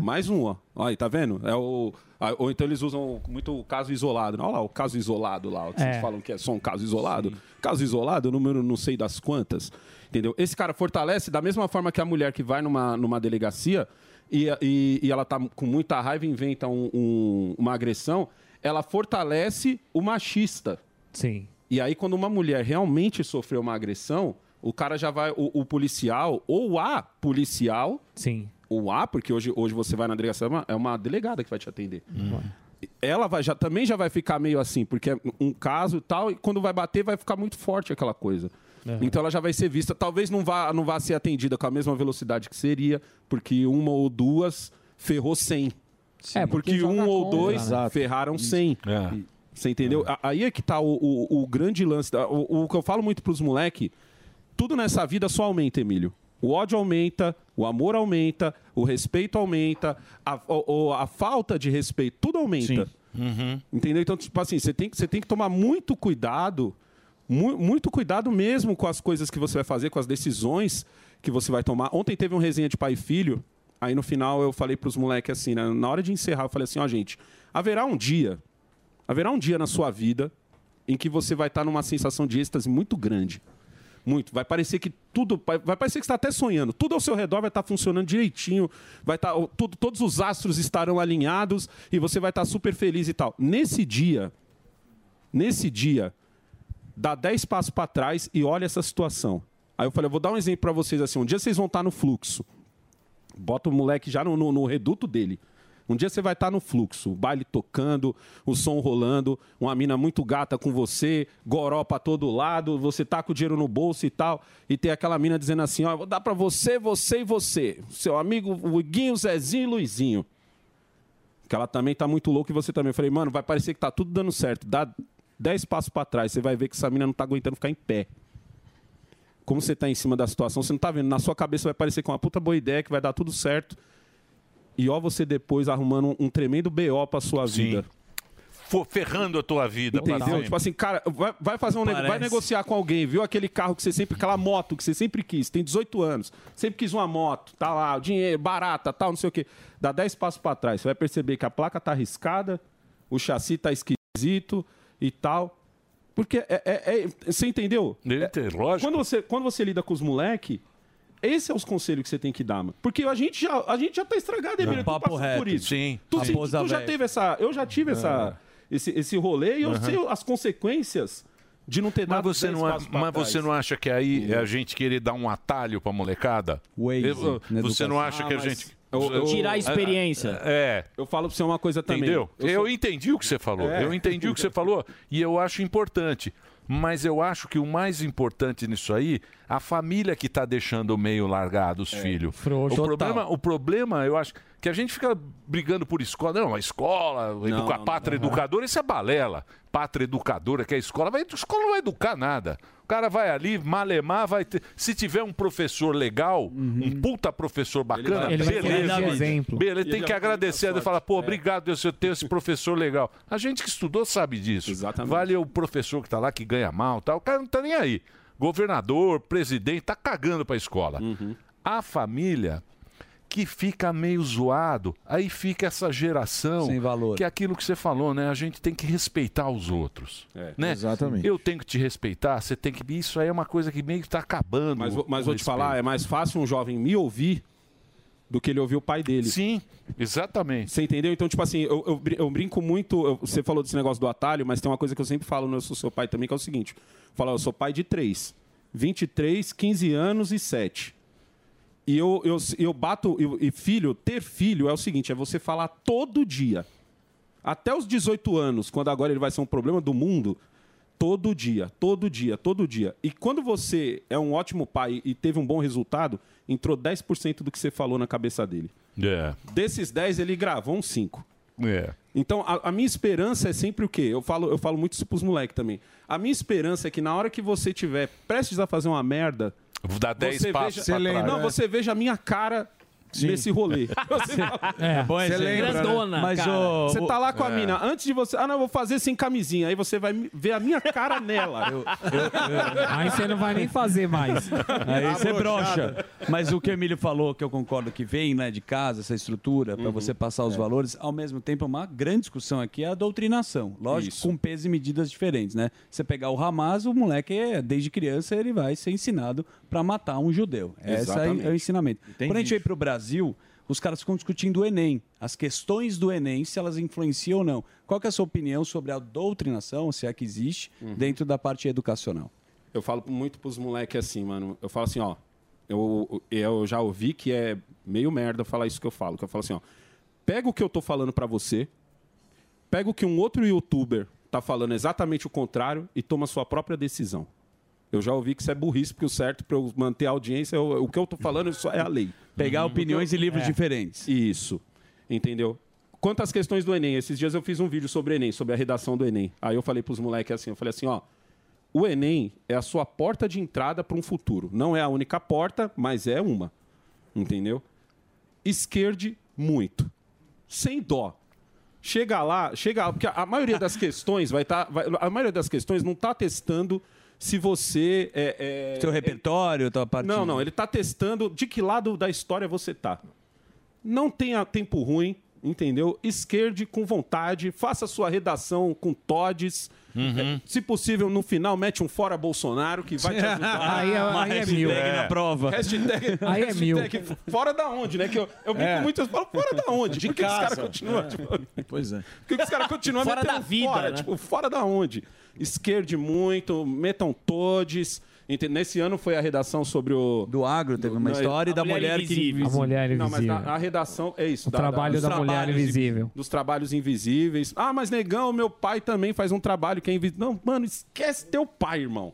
Speaker 15: Mais um, ó. Ó Aí, tá vendo? É o... ah, Ou então eles usam muito o caso isolado. né? Olha lá, o caso isolado lá. o que Vocês
Speaker 5: É.
Speaker 15: falam que é só um caso isolado. Caso isolado, número não sei das quantas. Entendeu? Esse cara fortalece da mesma forma que a mulher que vai numa, numa delegacia e, e, e ela tá com muita raiva e inventa um- um- uma agressão, ela fortalece o machista.
Speaker 10: Sim.
Speaker 15: E aí, quando uma mulher realmente sofreu uma agressão, o cara já vai. O, o policial, ou a policial.
Speaker 10: Sim.
Speaker 15: Ou a, porque hoje, hoje você vai na delegacia, é uma, é uma delegada que vai te atender.
Speaker 10: Hum.
Speaker 15: Ela vai, já, também já vai ficar meio assim, porque é um caso e tal, e quando vai bater, vai ficar muito forte aquela coisa. Então ela já vai ser vista. Talvez não vá, não vá ser atendida com a mesma velocidade que seria, porque uma ou duas ferrou 100.
Speaker 10: É, porque
Speaker 15: porque um
Speaker 10: joga
Speaker 15: ou
Speaker 10: contra,
Speaker 15: dois
Speaker 10: né?
Speaker 15: ferraram 100. Você entendeu? A- Aí é que tá o, o- o grande lance. da- O, o que eu falo muito pros moleque, tudo nessa vida só aumenta, Emílio. O ódio aumenta, o amor aumenta, o respeito aumenta, a, o- o- a falta de respeito, tudo aumenta.
Speaker 17: Uhum.
Speaker 15: Entendeu? Então, tipo assim, você tem, que- você tem que tomar muito cuidado, mu- muito cuidado mesmo com as coisas que você vai fazer, com as decisões que você vai tomar. Ontem teve um resenha de pai e filho, aí no final eu falei pros moleques assim, né, na hora de encerrar, eu falei assim, ó, gente, haverá um dia, haverá um dia na sua vida em que você vai estar numa sensação de êxtase muito grande. Muito. Vai parecer que tudo. Vai vai parecer que você está até sonhando. Tudo ao seu redor vai estar funcionando direitinho. Vai tá, o- tudo, todos os astros estarão alinhados e você vai estar super feliz e tal. Nesse dia, nesse dia, dá 10 passos para trás e olha essa situação. Aí eu falei, eu vou dar um exemplo para vocês assim. Um dia vocês vão estar no fluxo. Bota o moleque já no, no- no reduto dele. Um dia você vai estar no fluxo, o baile tocando, o som rolando, uma mina muito gata com você, goró pra todo lado, você tá com o dinheiro no bolso e tal, e tem aquela mina dizendo assim, ó, vou dar pra você, você e você, seu amigo o Iguinho, Zezinho e Luizinho. Que ela também tá muito louca e você também. Eu falei, mano, vai parecer que tá tudo dando certo, dá 10 passos pra trás, você vai ver que essa mina não tá aguentando ficar em pé como você está em cima da situação, você não está vendo. Na sua cabeça vai parecer que é uma puta boa ideia, que vai dar tudo certo. E ó, você depois arrumando um- um tremendo BO pra sua vida.
Speaker 3: Fo- Ferrando a tua vida, pra
Speaker 15: Entendeu?
Speaker 3: sempre.
Speaker 15: Tipo assim, cara, vai, vai fazer um negócio, vai
Speaker 3: Parece.
Speaker 15: negociar com alguém, viu aquele carro que você sempre, aquela moto que você sempre quis, tem 18 anos, sempre quis uma moto, tá lá, o dinheiro, barata, tal, não sei o quê. Dá 10 passos pra trás, você vai perceber que a placa tá arriscada, o chassi tá esquisito e tal. Porque é, é- é- você entendeu? lógico. Quando você, quando você lida com os moleque, esse é os conselhos que você tem que dar, mano. Porque a gente já, a gente já tá estragado,
Speaker 6: É.
Speaker 15: Emílio, tu
Speaker 6: Papo
Speaker 15: passou
Speaker 6: reto.
Speaker 15: por isso.
Speaker 6: Sim.
Speaker 15: Tu, tu-
Speaker 6: Raposa
Speaker 15: tu já
Speaker 6: velha.
Speaker 15: teve essa, eu já tive essa esse, esse rolê e eu
Speaker 3: Aham.
Speaker 15: sei as consequências de não ter
Speaker 3: Mas
Speaker 15: dado
Speaker 3: você,
Speaker 15: dez
Speaker 3: não, a-
Speaker 15: passos pra
Speaker 3: mas
Speaker 15: trás.
Speaker 3: você não acha que aí é a gente querer dar um atalho pra molecada? Eu-
Speaker 15: na
Speaker 3: você não
Speaker 15: educação.
Speaker 3: acha que a
Speaker 15: Ah, mas
Speaker 3: gente.
Speaker 15: eu- eu- Tirar a experiência.
Speaker 3: Né, É.
Speaker 15: Eu falo pra você uma coisa também.
Speaker 3: Entendeu? Eu,
Speaker 15: Eu sou-
Speaker 3: entendi o que você falou.
Speaker 15: É.
Speaker 3: Eu entendi o que você falou e eu acho importante. Mas eu acho que o mais importante nisso aí, a família que tá deixando meio largado os filhos.
Speaker 5: Frouxo,
Speaker 3: O
Speaker 5: total.
Speaker 3: problema, o problema, eu acho, que a gente fica brigando por escola. Não, a escola,
Speaker 5: não,
Speaker 3: educa,
Speaker 5: não.
Speaker 3: pátria
Speaker 5: Aham.
Speaker 3: educadora, isso é balela. pátria educadora que é a escola. Vai, a escola não vai educar nada. O cara vai ali, malemar, vai ter. Se tiver um professor legal, um puta professor bacana,
Speaker 10: Uhum. Ele vai- ele vai
Speaker 3: beleza.
Speaker 10: querer dar um exemplo.
Speaker 3: Beleza,
Speaker 10: Ele
Speaker 3: tem
Speaker 10: já
Speaker 3: que
Speaker 10: vai ter
Speaker 3: agradecer
Speaker 10: muita
Speaker 3: e falar, pô,
Speaker 10: sorte. É.
Speaker 3: obrigado. Obrigado, Deus, eu tenho esse professor legal. A gente que estudou sabe disso. Exatamente. Vale o professor que tá lá, que ganha mal tal. O cara não tá nem aí. Governador, presidente, tá cagando pra escola.
Speaker 10: Uhum.
Speaker 3: A família que fica meio zoado, aí fica essa geração Sem valor. que é aquilo que você falou, né? A gente tem que respeitar os outros,
Speaker 15: É.
Speaker 3: né?
Speaker 4: exatamente.
Speaker 3: Eu tenho que te respeitar, você tem que isso aí é uma coisa que meio que tá acabando.
Speaker 15: Mas, vou- mas
Speaker 3: o
Speaker 15: vou te falar, é mais fácil um jovem me ouvir do que ele ouvir o pai dele.
Speaker 3: Sim, exatamente.
Speaker 15: Você entendeu? Então, tipo assim, eu, eu brin- eu brinco muito. eu- você falou desse negócio do atalho, mas tem uma coisa que eu sempre falo no Eu Sou Seu Pai também, que é o seguinte: eu falo, eu sou pai de três. 23, 15 anos e 7. E eu, eu, eu bato. eu- e filho, ter filho é o seguinte: é você falar todo dia. Até os 18 anos, quando agora ele vai ser um problema do mundo, todo dia, todo dia, todo dia. E quando você é um ótimo pai e teve um bom resultado, entrou 10% do que você falou na cabeça dele.
Speaker 3: É.
Speaker 15: Desses 10, ele gravou uns 5.
Speaker 3: É.
Speaker 15: Então, a, a minha esperança é sempre o quê? Eu falo, eu falo muito isso pros moleques também. A minha esperança é que na hora que você tiver prestes a fazer uma merda.
Speaker 3: Dá 10
Speaker 15: você
Speaker 3: passos
Speaker 15: veja,
Speaker 3: pra Você trás.
Speaker 15: Não,
Speaker 3: lembra,
Speaker 15: você veja a minha cara.
Speaker 3: Sim.
Speaker 15: Nesse rolê. Você
Speaker 10: É, bom exemplo. Grandona,
Speaker 15: Mas
Speaker 10: cara.
Speaker 15: o- Você né? tá lá com a
Speaker 10: É.
Speaker 15: mina. Antes de você. Ah, não, eu vou fazer sem camisinha. Aí você vai me- ver a minha cara nela.
Speaker 10: Aí você não vai nem fazer mais.
Speaker 6: Aí
Speaker 10: Tá
Speaker 6: você
Speaker 10: broxado.
Speaker 6: brocha. Mas o que o Emílio falou, que eu concordo que vem né, de casa, essa estrutura, pra você passar os valores, ao mesmo tempo, uma grande discussão aqui é a doutrinação. Lógico, com peso e medidas diferentes, né? Você pegar o Hamas, o moleque, é, desde criança, ele vai ser ensinado pra matar um judeu. Esse aí é o
Speaker 15: Exatamente.
Speaker 6: ensinamento.
Speaker 15: Entendi.
Speaker 6: Quando a gente veio pro Brasil, os caras ficam discutindo o Enem, as questões do Enem, se elas influenciam ou não. Qual que é a sua opinião sobre a doutrinação, se é que existe,
Speaker 3: Uhum.
Speaker 6: dentro da parte educacional?
Speaker 15: Eu falo muito pros moleques assim, mano. Eu falo assim, ó. Eu, eu já ouvi que é meio merda falar isso que eu falo. Que eu falo assim, ó. Pega o que eu tô falando pra você, pega o que um outro youtuber tá falando exatamente o contrário e toma sua própria decisão. Eu já ouvi que isso é burrice, porque o certo pra eu manter a audiência, eu- o que eu tô falando isso é a lei.
Speaker 6: Pegar opiniões
Speaker 15: Porque eu-
Speaker 6: e livros diferentes.
Speaker 15: Isso. Entendeu? Quanto às questões do Enem, esses dias eu fiz um vídeo sobre o Enem, sobre a redação do Enem. Aí eu falei pros moleques assim, eu falei assim, ó, o Enem é a sua porta de entrada para um futuro. Não é a única porta, mas é uma. Entendeu? Esquerde muito. Sem dó. Chega lá, chega lá, porque a maioria das questões vai estar. a maioria das questões não está testando se você é. é-
Speaker 6: Seu repertório, tua parte.
Speaker 15: Não, não, ele está testando de que lado da história você tá. Não tenha tempo ruim, entendeu? Esquerde com vontade, faça sua redação com todes.
Speaker 6: Uhum.
Speaker 15: É, Se possível, no final, mete um fora Bolsonaro que vai te ajudar.
Speaker 10: Aí é-
Speaker 15: Uma
Speaker 10: aí é
Speaker 15: hashtag
Speaker 10: mil.
Speaker 15: na
Speaker 10: É.
Speaker 15: prova. Hashtag,
Speaker 10: Aí é mil.
Speaker 15: hashtag Fora da onde, né? Que eu, eu brinco
Speaker 10: É.
Speaker 15: muito, eu falo, fora da onde?
Speaker 10: De
Speaker 15: Por que que os caras
Speaker 10: casa.
Speaker 15: continuam?
Speaker 10: É.
Speaker 15: Tipo,
Speaker 4: Pois é.
Speaker 15: Por que que os caras continuam
Speaker 10: Fora
Speaker 15: metendo
Speaker 10: da vida,
Speaker 15: Fora,
Speaker 10: né?
Speaker 15: tipo, fora da onde? Esquerde muito, metam todes. Entende? Nesse ano foi a redação sobre o. é
Speaker 6: Do agro, teve
Speaker 10: uma história, e da A mulher mulher que- invisível. A mulher
Speaker 15: Não, mas
Speaker 10: invisível.
Speaker 15: a, a redação é isso.
Speaker 10: O trabalho
Speaker 15: dos
Speaker 10: da mulher
Speaker 15: trabalhos
Speaker 10: invisível.
Speaker 15: dos trabalhos invisíveis. Ah, mas negão, meu pai também faz um trabalho que é invisível. Não, mano, esquece teu pai, irmão.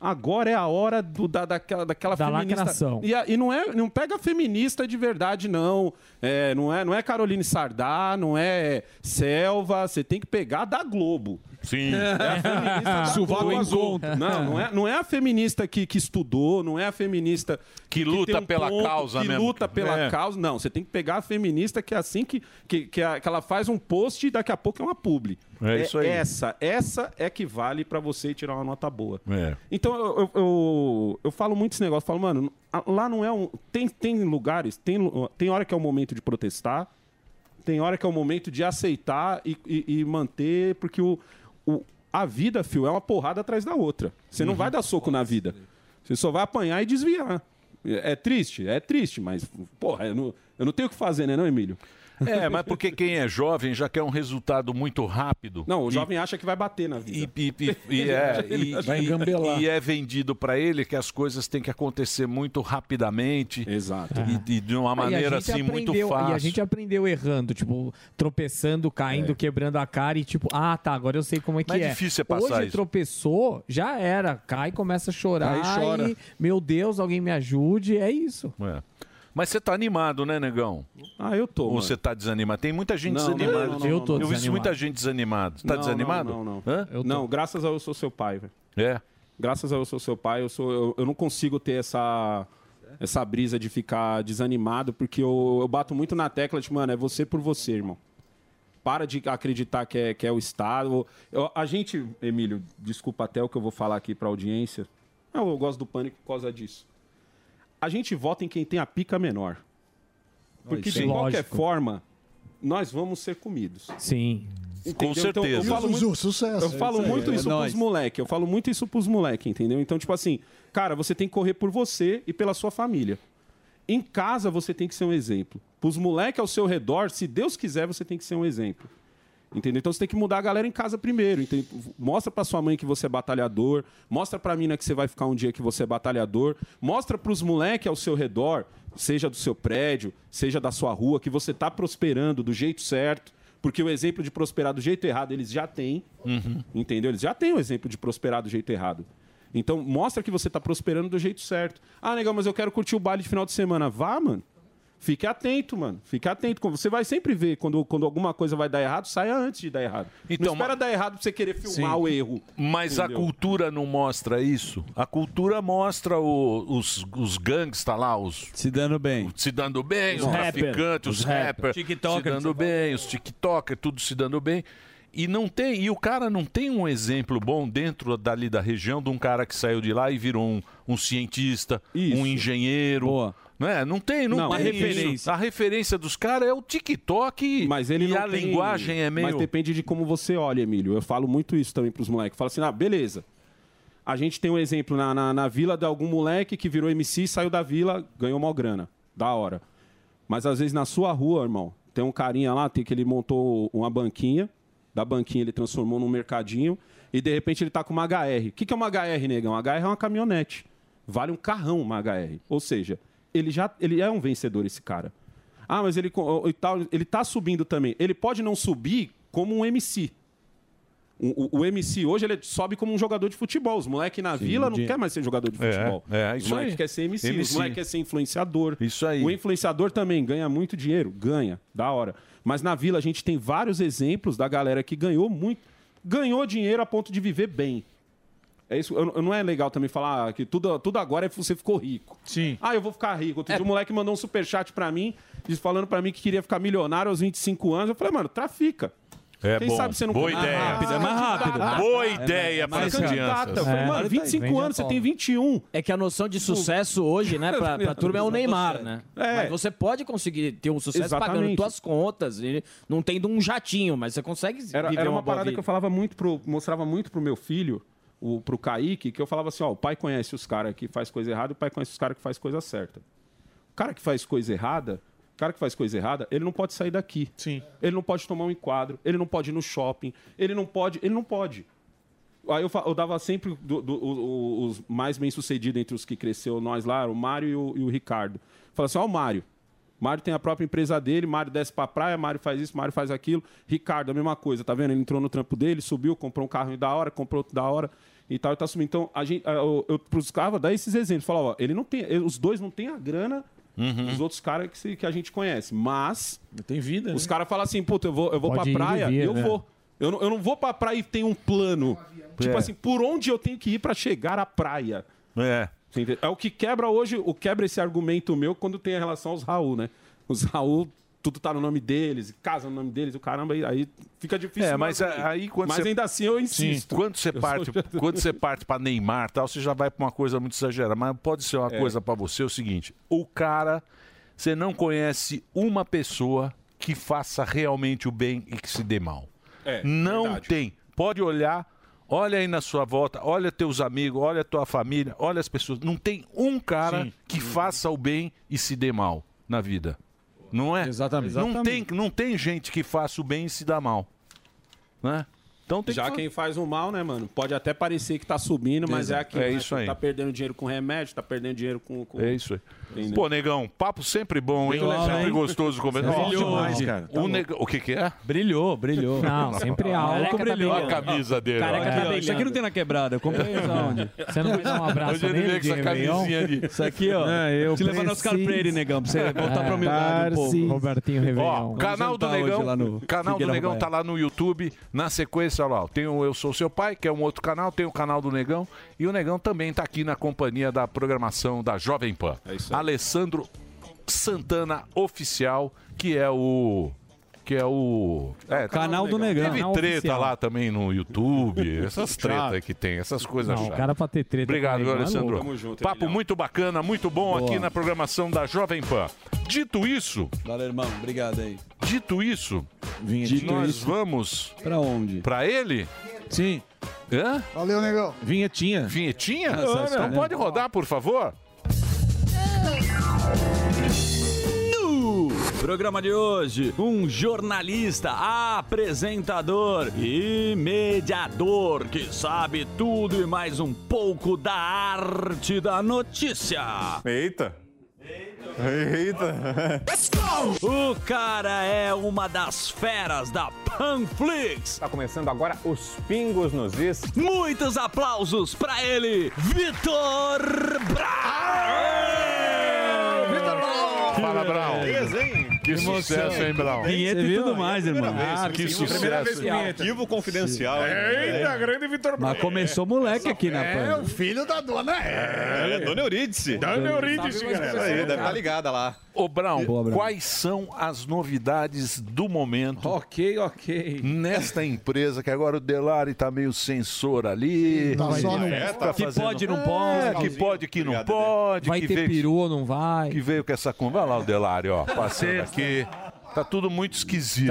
Speaker 15: Agora é a hora do, da, daquela, daquela
Speaker 10: Da
Speaker 15: feminista.
Speaker 10: lacração.
Speaker 15: E, a- e não, é, não pega feminista de verdade, não. É, não, é, não é Caroline Sardá, não é Selva. Você tem que pegar da Globo.
Speaker 3: Sim.
Speaker 15: É a feminista da
Speaker 4: Sovaco
Speaker 15: Globo.
Speaker 4: encontro.
Speaker 15: Não, não é, não é a feminista que, que estudou, não é a feminista
Speaker 3: Que
Speaker 15: tem um
Speaker 3: luta pela
Speaker 15: ponto,
Speaker 3: causa
Speaker 15: que
Speaker 3: mesmo.
Speaker 15: luta pela
Speaker 3: É.
Speaker 15: causa. Não, você tem que pegar a feminista que é assim que, que, que, a- que ela faz um post e daqui a pouco é uma publi.
Speaker 3: É isso aí.
Speaker 15: Essa, essa é que vale pra você tirar uma nota boa.
Speaker 3: É.
Speaker 15: Então eu, eu, eu, eu falo muito esse negócio, falo, mano, a- lá não é um. Tem, tem lugares, tem, lu- tem hora que é o momento de protestar, tem hora que é o momento de aceitar e, e- e manter, porque o, o- a vida, fio, é uma porrada atrás da outra. Você
Speaker 3: Uhum.
Speaker 15: não vai dar soco na vida. Você só vai apanhar e desviar. É é triste, é triste, mas, porra, eu não, eu não tenho o que fazer, né, não, Emílio?
Speaker 3: É, mas porque quem é jovem já quer um resultado muito rápido.
Speaker 15: Não, o jovem acha que vai bater na vida.
Speaker 3: E, E é, e, e- e é vendido pra ele que as coisas têm que acontecer muito rapidamente.
Speaker 15: Exato.
Speaker 3: E, e de uma
Speaker 10: E a
Speaker 3: maneira
Speaker 10: gente
Speaker 3: assim muito
Speaker 10: aprendeu-
Speaker 3: fácil. É.
Speaker 10: E a gente aprendeu errando, tipo, tropeçando, caindo, quebrando a cara e tipo, ah, tá, agora eu sei como é que
Speaker 3: Mas
Speaker 10: é.
Speaker 3: difícil é passar
Speaker 10: Hoje
Speaker 3: isso.
Speaker 10: tropeçou, já era, cai, começa a chorar.
Speaker 3: Cai e chora.
Speaker 10: e, meu Deus, alguém me ajude, é isso.
Speaker 3: É. Mas você tá animado, né, negão?
Speaker 15: Ah, eu tô.
Speaker 3: Ou você tá desanimado? Tem muita gente
Speaker 15: Não, não,
Speaker 3: desanimada.
Speaker 15: não, não, não, Eu tô
Speaker 3: Eu vi isso,
Speaker 15: desanimado.
Speaker 3: muita gente desanimada. Tá
Speaker 15: Não,
Speaker 3: desanimado?
Speaker 15: Não, não.
Speaker 3: Hã?
Speaker 15: Não, não graças a eu sou seu pai, velho.
Speaker 3: É.
Speaker 15: Graças a eu sou seu pai, eu, sou, eu, eu não consigo ter essa, essa brisa de ficar desanimado, porque eu, eu bato muito na tecla de, mano, é você por você, irmão. Para de acreditar que é, que é o Estado. Eu- a gente, Emílio, desculpa até o que eu vou falar aqui pra audiência. Eu, eu gosto do pânico por causa disso. A gente vota em quem tem a pica menor. Porque
Speaker 10: Isso
Speaker 15: de
Speaker 10: é
Speaker 15: qualquer
Speaker 10: lógico.
Speaker 15: forma, nós vamos ser comidos.
Speaker 10: Sim.
Speaker 15: Entendeu?
Speaker 10: Com
Speaker 15: Então, eu
Speaker 10: certeza.
Speaker 15: falo
Speaker 10: Zuzu,
Speaker 15: muito,
Speaker 10: sucesso.
Speaker 15: Eu falo
Speaker 10: É isso aí,
Speaker 15: muito
Speaker 10: é
Speaker 15: isso
Speaker 10: nóis.
Speaker 15: pros moleque. Eu falo muito isso pros moleque, entendeu? Então, tipo assim, cara, você tem que correr por você e pela sua família. Em casa, você tem que ser um exemplo. Pros moleque ao seu redor, se Deus quiser, você tem que ser um exemplo. Entendeu? Então você tem que mudar a galera em casa primeiro. entende? Mostra pra sua mãe que você é batalhador. Mostra pra mina que você vai ficar um dia que você é batalhador. Mostra pros moleques ao seu redor, seja do seu prédio, seja da sua rua, que você tá prosperando do jeito certo. Porque o exemplo de prosperar do jeito errado eles já têm. Entendeu? Eles já têm o exemplo de prosperar do jeito errado. Então mostra que você tá prosperando do jeito certo. Ah, legal, mas eu quero curtir o baile de final de semana. Vá, mano. Fique atento, mano. Fique atento. Você vai sempre ver quando, quando alguma coisa vai dar errado, saia antes de dar errado.
Speaker 3: Então,
Speaker 15: Não espera
Speaker 3: mas-
Speaker 15: dar errado pra você querer filmar o erro.
Speaker 3: Mas a
Speaker 15: entendeu?
Speaker 3: cultura não mostra isso? A cultura mostra o- os, os gangsta lá, os.
Speaker 6: Se dando bem.
Speaker 3: Se dando bem, os,
Speaker 6: Os rapper.
Speaker 3: traficantes, os,
Speaker 6: Os
Speaker 3: rappers.
Speaker 6: rapper.
Speaker 3: Se
Speaker 6: TikToker,
Speaker 3: dando bem, os TikToker, tudo se dando bem. E não tem, e o cara não tem um exemplo bom dentro dali da região de um cara que saiu de lá e virou um, um cientista, um engenheiro. Não é? Não tem, não,
Speaker 15: Não,
Speaker 3: tem
Speaker 15: a
Speaker 3: isso.
Speaker 15: referência.
Speaker 3: A referência dos caras é o TikTok.
Speaker 15: Mas ele
Speaker 3: e
Speaker 15: não
Speaker 3: a
Speaker 15: tem-
Speaker 3: linguagem é meio.
Speaker 15: Mas depende de como você olha, Emílio. Eu falo muito isso também pros moleques. Eu falo assim, ah, beleza. A gente tem um exemplo na, na, na vila de algum moleque que virou MC, saiu da vila, ganhou mó grana. Da hora. Mas às vezes na sua rua, irmão, tem um carinha lá tem que ele montou uma banquinha. Da banquinha ele transformou num mercadinho. E de repente ele tá com uma HR. O que, que é uma HR, negão? Uma HR é uma caminhonete. Vale um carrão uma HR. Ou seja, ele já ele é um vencedor, esse cara. Ah, mas ele, co- e tal, ele tá subindo também. Ele pode não subir como um MC. O, o- o MC hoje ele sobe como um jogador de futebol. Os moleque na vila não
Speaker 3: de-
Speaker 15: quer mais ser jogador de
Speaker 3: É,
Speaker 15: futebol.
Speaker 3: é, isso
Speaker 15: Os moleque
Speaker 3: aí.
Speaker 15: quer ser MC, os
Speaker 3: MC.
Speaker 15: moleque quer ser influenciador.
Speaker 3: Isso aí.
Speaker 15: O influenciador também ganha muito dinheiro, ganha, da hora. Mas na vila a gente tem vários exemplos da galera que ganhou muito, ganhou dinheiro a ponto de viver bem. É isso, eu- eu- não é legal também falar que tudo, tudo agora é você ficou rico. Sim. Ah, eu vou ficar rico.
Speaker 3: É.
Speaker 15: Outro dia um moleque mandou um superchat pra mim, diz- falando pra mim que queria ficar milionário aos 25 anos. Eu falei, mano, trafica.
Speaker 3: É
Speaker 15: Quem
Speaker 3: bom.
Speaker 15: sabe você não
Speaker 3: Boa
Speaker 15: Ah,
Speaker 3: ideia.
Speaker 15: rápido, é mais rápido.
Speaker 3: Boa
Speaker 15: É,
Speaker 3: ideia
Speaker 15: mas-
Speaker 3: para as
Speaker 15: mas candidata,
Speaker 3: crianças. É.
Speaker 15: eu falei, mano, 25 anos, você tem 21.
Speaker 13: É que a noção de sucesso hoje, né, pra, pra turma é o Neymar, né? Mas você pode conseguir ter um sucesso pagando
Speaker 15: É. Exatamente.
Speaker 13: suas contas. Ele não tem de um jatinho, mas você consegue
Speaker 15: Era,
Speaker 13: viver
Speaker 15: era
Speaker 13: boa
Speaker 15: uma, parada
Speaker 13: vida.
Speaker 15: que eu falava muito pro, mostrava muito pro meu filho, o, pro Kaique, que eu falava assim, ó, o pai conhece os caras que faz coisa errada, e o pai conhece os caras que faz coisa certa. O cara que faz coisa errada, o cara que faz coisa errada, ele não pode sair daqui. Sim. Ele não pode tomar um enquadro, ele não pode ir no shopping, ele não pode, ele não pode. Aí eu, fa- eu dava sempre do- do- o- o- os mais bem-sucedidos entre os que cresceu nós lá, o Mário e o, e o Ricardo. Falava assim, ó o Mário. Mário tem a própria empresa dele, Mário desce pra praia, Mário faz isso, Mário faz aquilo. Ricardo, a mesma coisa, tá vendo? Ele entrou no trampo dele, subiu, comprou um carro da hora, comprou outro da hora e tal, e tá subindo. Então, a gente, eu, eu buscava dar esses exemplos. Falava, ó, ele não tem, ele- os dois não têm a grana dos outros caras que, se- que a gente conhece, mas... Uhum. Tem vida, Os caras falam assim, puta, eu vou, eu vou
Speaker 10: Pode ir
Speaker 15: pra
Speaker 10: e
Speaker 15: praia,
Speaker 10: vir,
Speaker 15: eu
Speaker 10: né?
Speaker 15: vou. Eu não, eu não vou pra praia e tem um plano. Tipo
Speaker 3: É.
Speaker 15: assim, por onde eu tenho que ir pra chegar à praia?
Speaker 3: É.
Speaker 15: Você entende? É o que quebra hoje, o quebra esse argumento meu quando tem a relação aos Raul, né? Os Raul, tudo tá no nome deles, casa no nome deles, o caramba, aí, aí fica difícil.
Speaker 3: É, mas
Speaker 15: argumento.
Speaker 3: a- aí quando
Speaker 15: Mas
Speaker 3: você-
Speaker 15: ainda assim eu insisto.
Speaker 3: Quando você
Speaker 15: Eu sou-
Speaker 3: parte, quando você parte para Neymar, e tal, você já vai para uma coisa muito exagerada, mas pode ser uma
Speaker 15: É.
Speaker 3: coisa para você é o seguinte: o cara, você não conhece uma pessoa que faça realmente o bem e que se dê mal.
Speaker 15: É,
Speaker 3: não
Speaker 15: verdade.
Speaker 3: tem. Pode olhar, olha aí na sua volta, olha teus amigos, olha tua família, olha as pessoas. Não tem um cara que faça o bem e se dê mal na vida. Não é? Exatamente. Não tem, não tem gente que faça o bem e se dá mal né?
Speaker 15: Então tem Já quem faz o mal, né, mano? Pode até parecer que tá subindo, mas
Speaker 3: Exato.
Speaker 15: é aquilo.
Speaker 3: É
Speaker 15: né?
Speaker 3: isso aí.
Speaker 15: Tá perdendo dinheiro com remédio, tá perdendo dinheiro com. com-
Speaker 3: É isso aí.
Speaker 15: Entendeu?
Speaker 3: Pô, negão, papo sempre bom, hein? é
Speaker 15: Legal,
Speaker 3: sempre
Speaker 15: hein?
Speaker 3: gostoso conversar.
Speaker 15: Brilhou
Speaker 3: Ó,
Speaker 15: demais, cara. Tá
Speaker 3: o,
Speaker 15: bom.
Speaker 3: neg... o que que é?
Speaker 7: Brilhou, brilhou.
Speaker 3: Não,
Speaker 8: sempre
Speaker 3: alto.
Speaker 7: Careca tá
Speaker 3: brilhou. Olha a
Speaker 7: brilhando.
Speaker 3: camisa dele.
Speaker 7: Careca
Speaker 3: olha.
Speaker 7: tá brilhando. Isso aqui não tem na quebrada. Eu comprei isso aonde? Você não vai dar um abraço
Speaker 3: É. Hoje ele
Speaker 7: nele É,
Speaker 3: veio com
Speaker 7: de
Speaker 3: essa
Speaker 7: Réveillon?
Speaker 3: camisinha de...
Speaker 7: Isso aqui, ó. te levar no Oscar Freire, negão, pra você É, voltar pra humildade um pouco.
Speaker 3: Tarcísio.
Speaker 7: Robertinho
Speaker 3: Ó, canal do Negão, tá canal do Negão tá lá no YouTube. Na sequência, olha lá, ó, tem o Eu Sou Seu Pai, que é um outro canal, tem o canal do Negão. E o Negão também tá aqui na companhia da programação da Jovem Pan. Alessandro Santana Oficial, que é o. Que é o. É,
Speaker 7: o canal do Negão.
Speaker 3: Teve
Speaker 7: Canal
Speaker 3: treta
Speaker 7: oficial.
Speaker 3: lá também no YouTube. Essas tretas
Speaker 7: Chato.
Speaker 3: que tem, essas coisas
Speaker 7: Não, o
Speaker 3: chatas.
Speaker 7: cara pra ter treta
Speaker 3: Obrigado,
Speaker 7: com o Negão é
Speaker 3: Alessandro.
Speaker 7: louco. Tamo junto,
Speaker 3: Papo muito bacana, muito bom
Speaker 7: Boa.
Speaker 3: aqui na programação da Jovem Pan. Dito isso.
Speaker 7: Valeu, irmão. Obrigado aí.
Speaker 3: Dito isso,
Speaker 7: Dito
Speaker 3: nós
Speaker 7: isso.
Speaker 3: vamos.
Speaker 7: Pra onde?
Speaker 3: Pra ele?
Speaker 4: Sim.
Speaker 3: Hã?
Speaker 11: Valeu, negão.
Speaker 4: Vinhetinha.
Speaker 3: Vinhetinha?
Speaker 4: Nossa,
Speaker 3: Ana,
Speaker 4: essa
Speaker 3: então
Speaker 4: é
Speaker 3: pode rodar, por favor?
Speaker 6: No programa de hoje, um jornalista, apresentador e mediador que sabe tudo e mais um pouco da arte da notícia.
Speaker 18: Eita! Eita!
Speaker 6: O cara é uma das feras da Panflix. Está
Speaker 17: Tá começando agora os pingos nos is.
Speaker 6: Muitos aplausos para ele, Vitor Brau! Vitor Brau!
Speaker 3: Fala, Brau. Que
Speaker 6: Emoção.
Speaker 3: sucesso, hein, Brau?
Speaker 6: Vinheta e tudo mais, irmão.
Speaker 3: Ah, que sucesso.
Speaker 17: Arquivo confidencial.
Speaker 3: Eita,
Speaker 5: É.
Speaker 17: grande Vitor
Speaker 7: Mas começou moleque aqui na
Speaker 17: É,
Speaker 7: pan.
Speaker 17: o filho da dona é. É, dona Eurídice.
Speaker 3: Dona Eurídice,
Speaker 17: Sabe mais
Speaker 3: galera.
Speaker 17: que você,
Speaker 3: Aí, deve
Speaker 17: cara.
Speaker 3: tá
Speaker 17: ligada lá.
Speaker 3: Ô, Brau, quais são as novidades do momento?
Speaker 4: Ok, ok.
Speaker 3: Nesta empresa, que agora o Delari tá meio censor ali.
Speaker 7: Tá
Speaker 3: Vai-
Speaker 7: só no-
Speaker 3: é, tá
Speaker 7: Que
Speaker 3: fazendo-
Speaker 7: pode, não
Speaker 3: É,
Speaker 7: pode.
Speaker 3: que pode, que não
Speaker 7: Obrigado,
Speaker 3: pode.
Speaker 7: Vai
Speaker 3: que
Speaker 7: ter
Speaker 3: veio-
Speaker 7: peru ou não vai?
Speaker 3: que veio com essa conversa. Olha lá o Delário, ó, passando aqui. Tá tudo muito esquisito.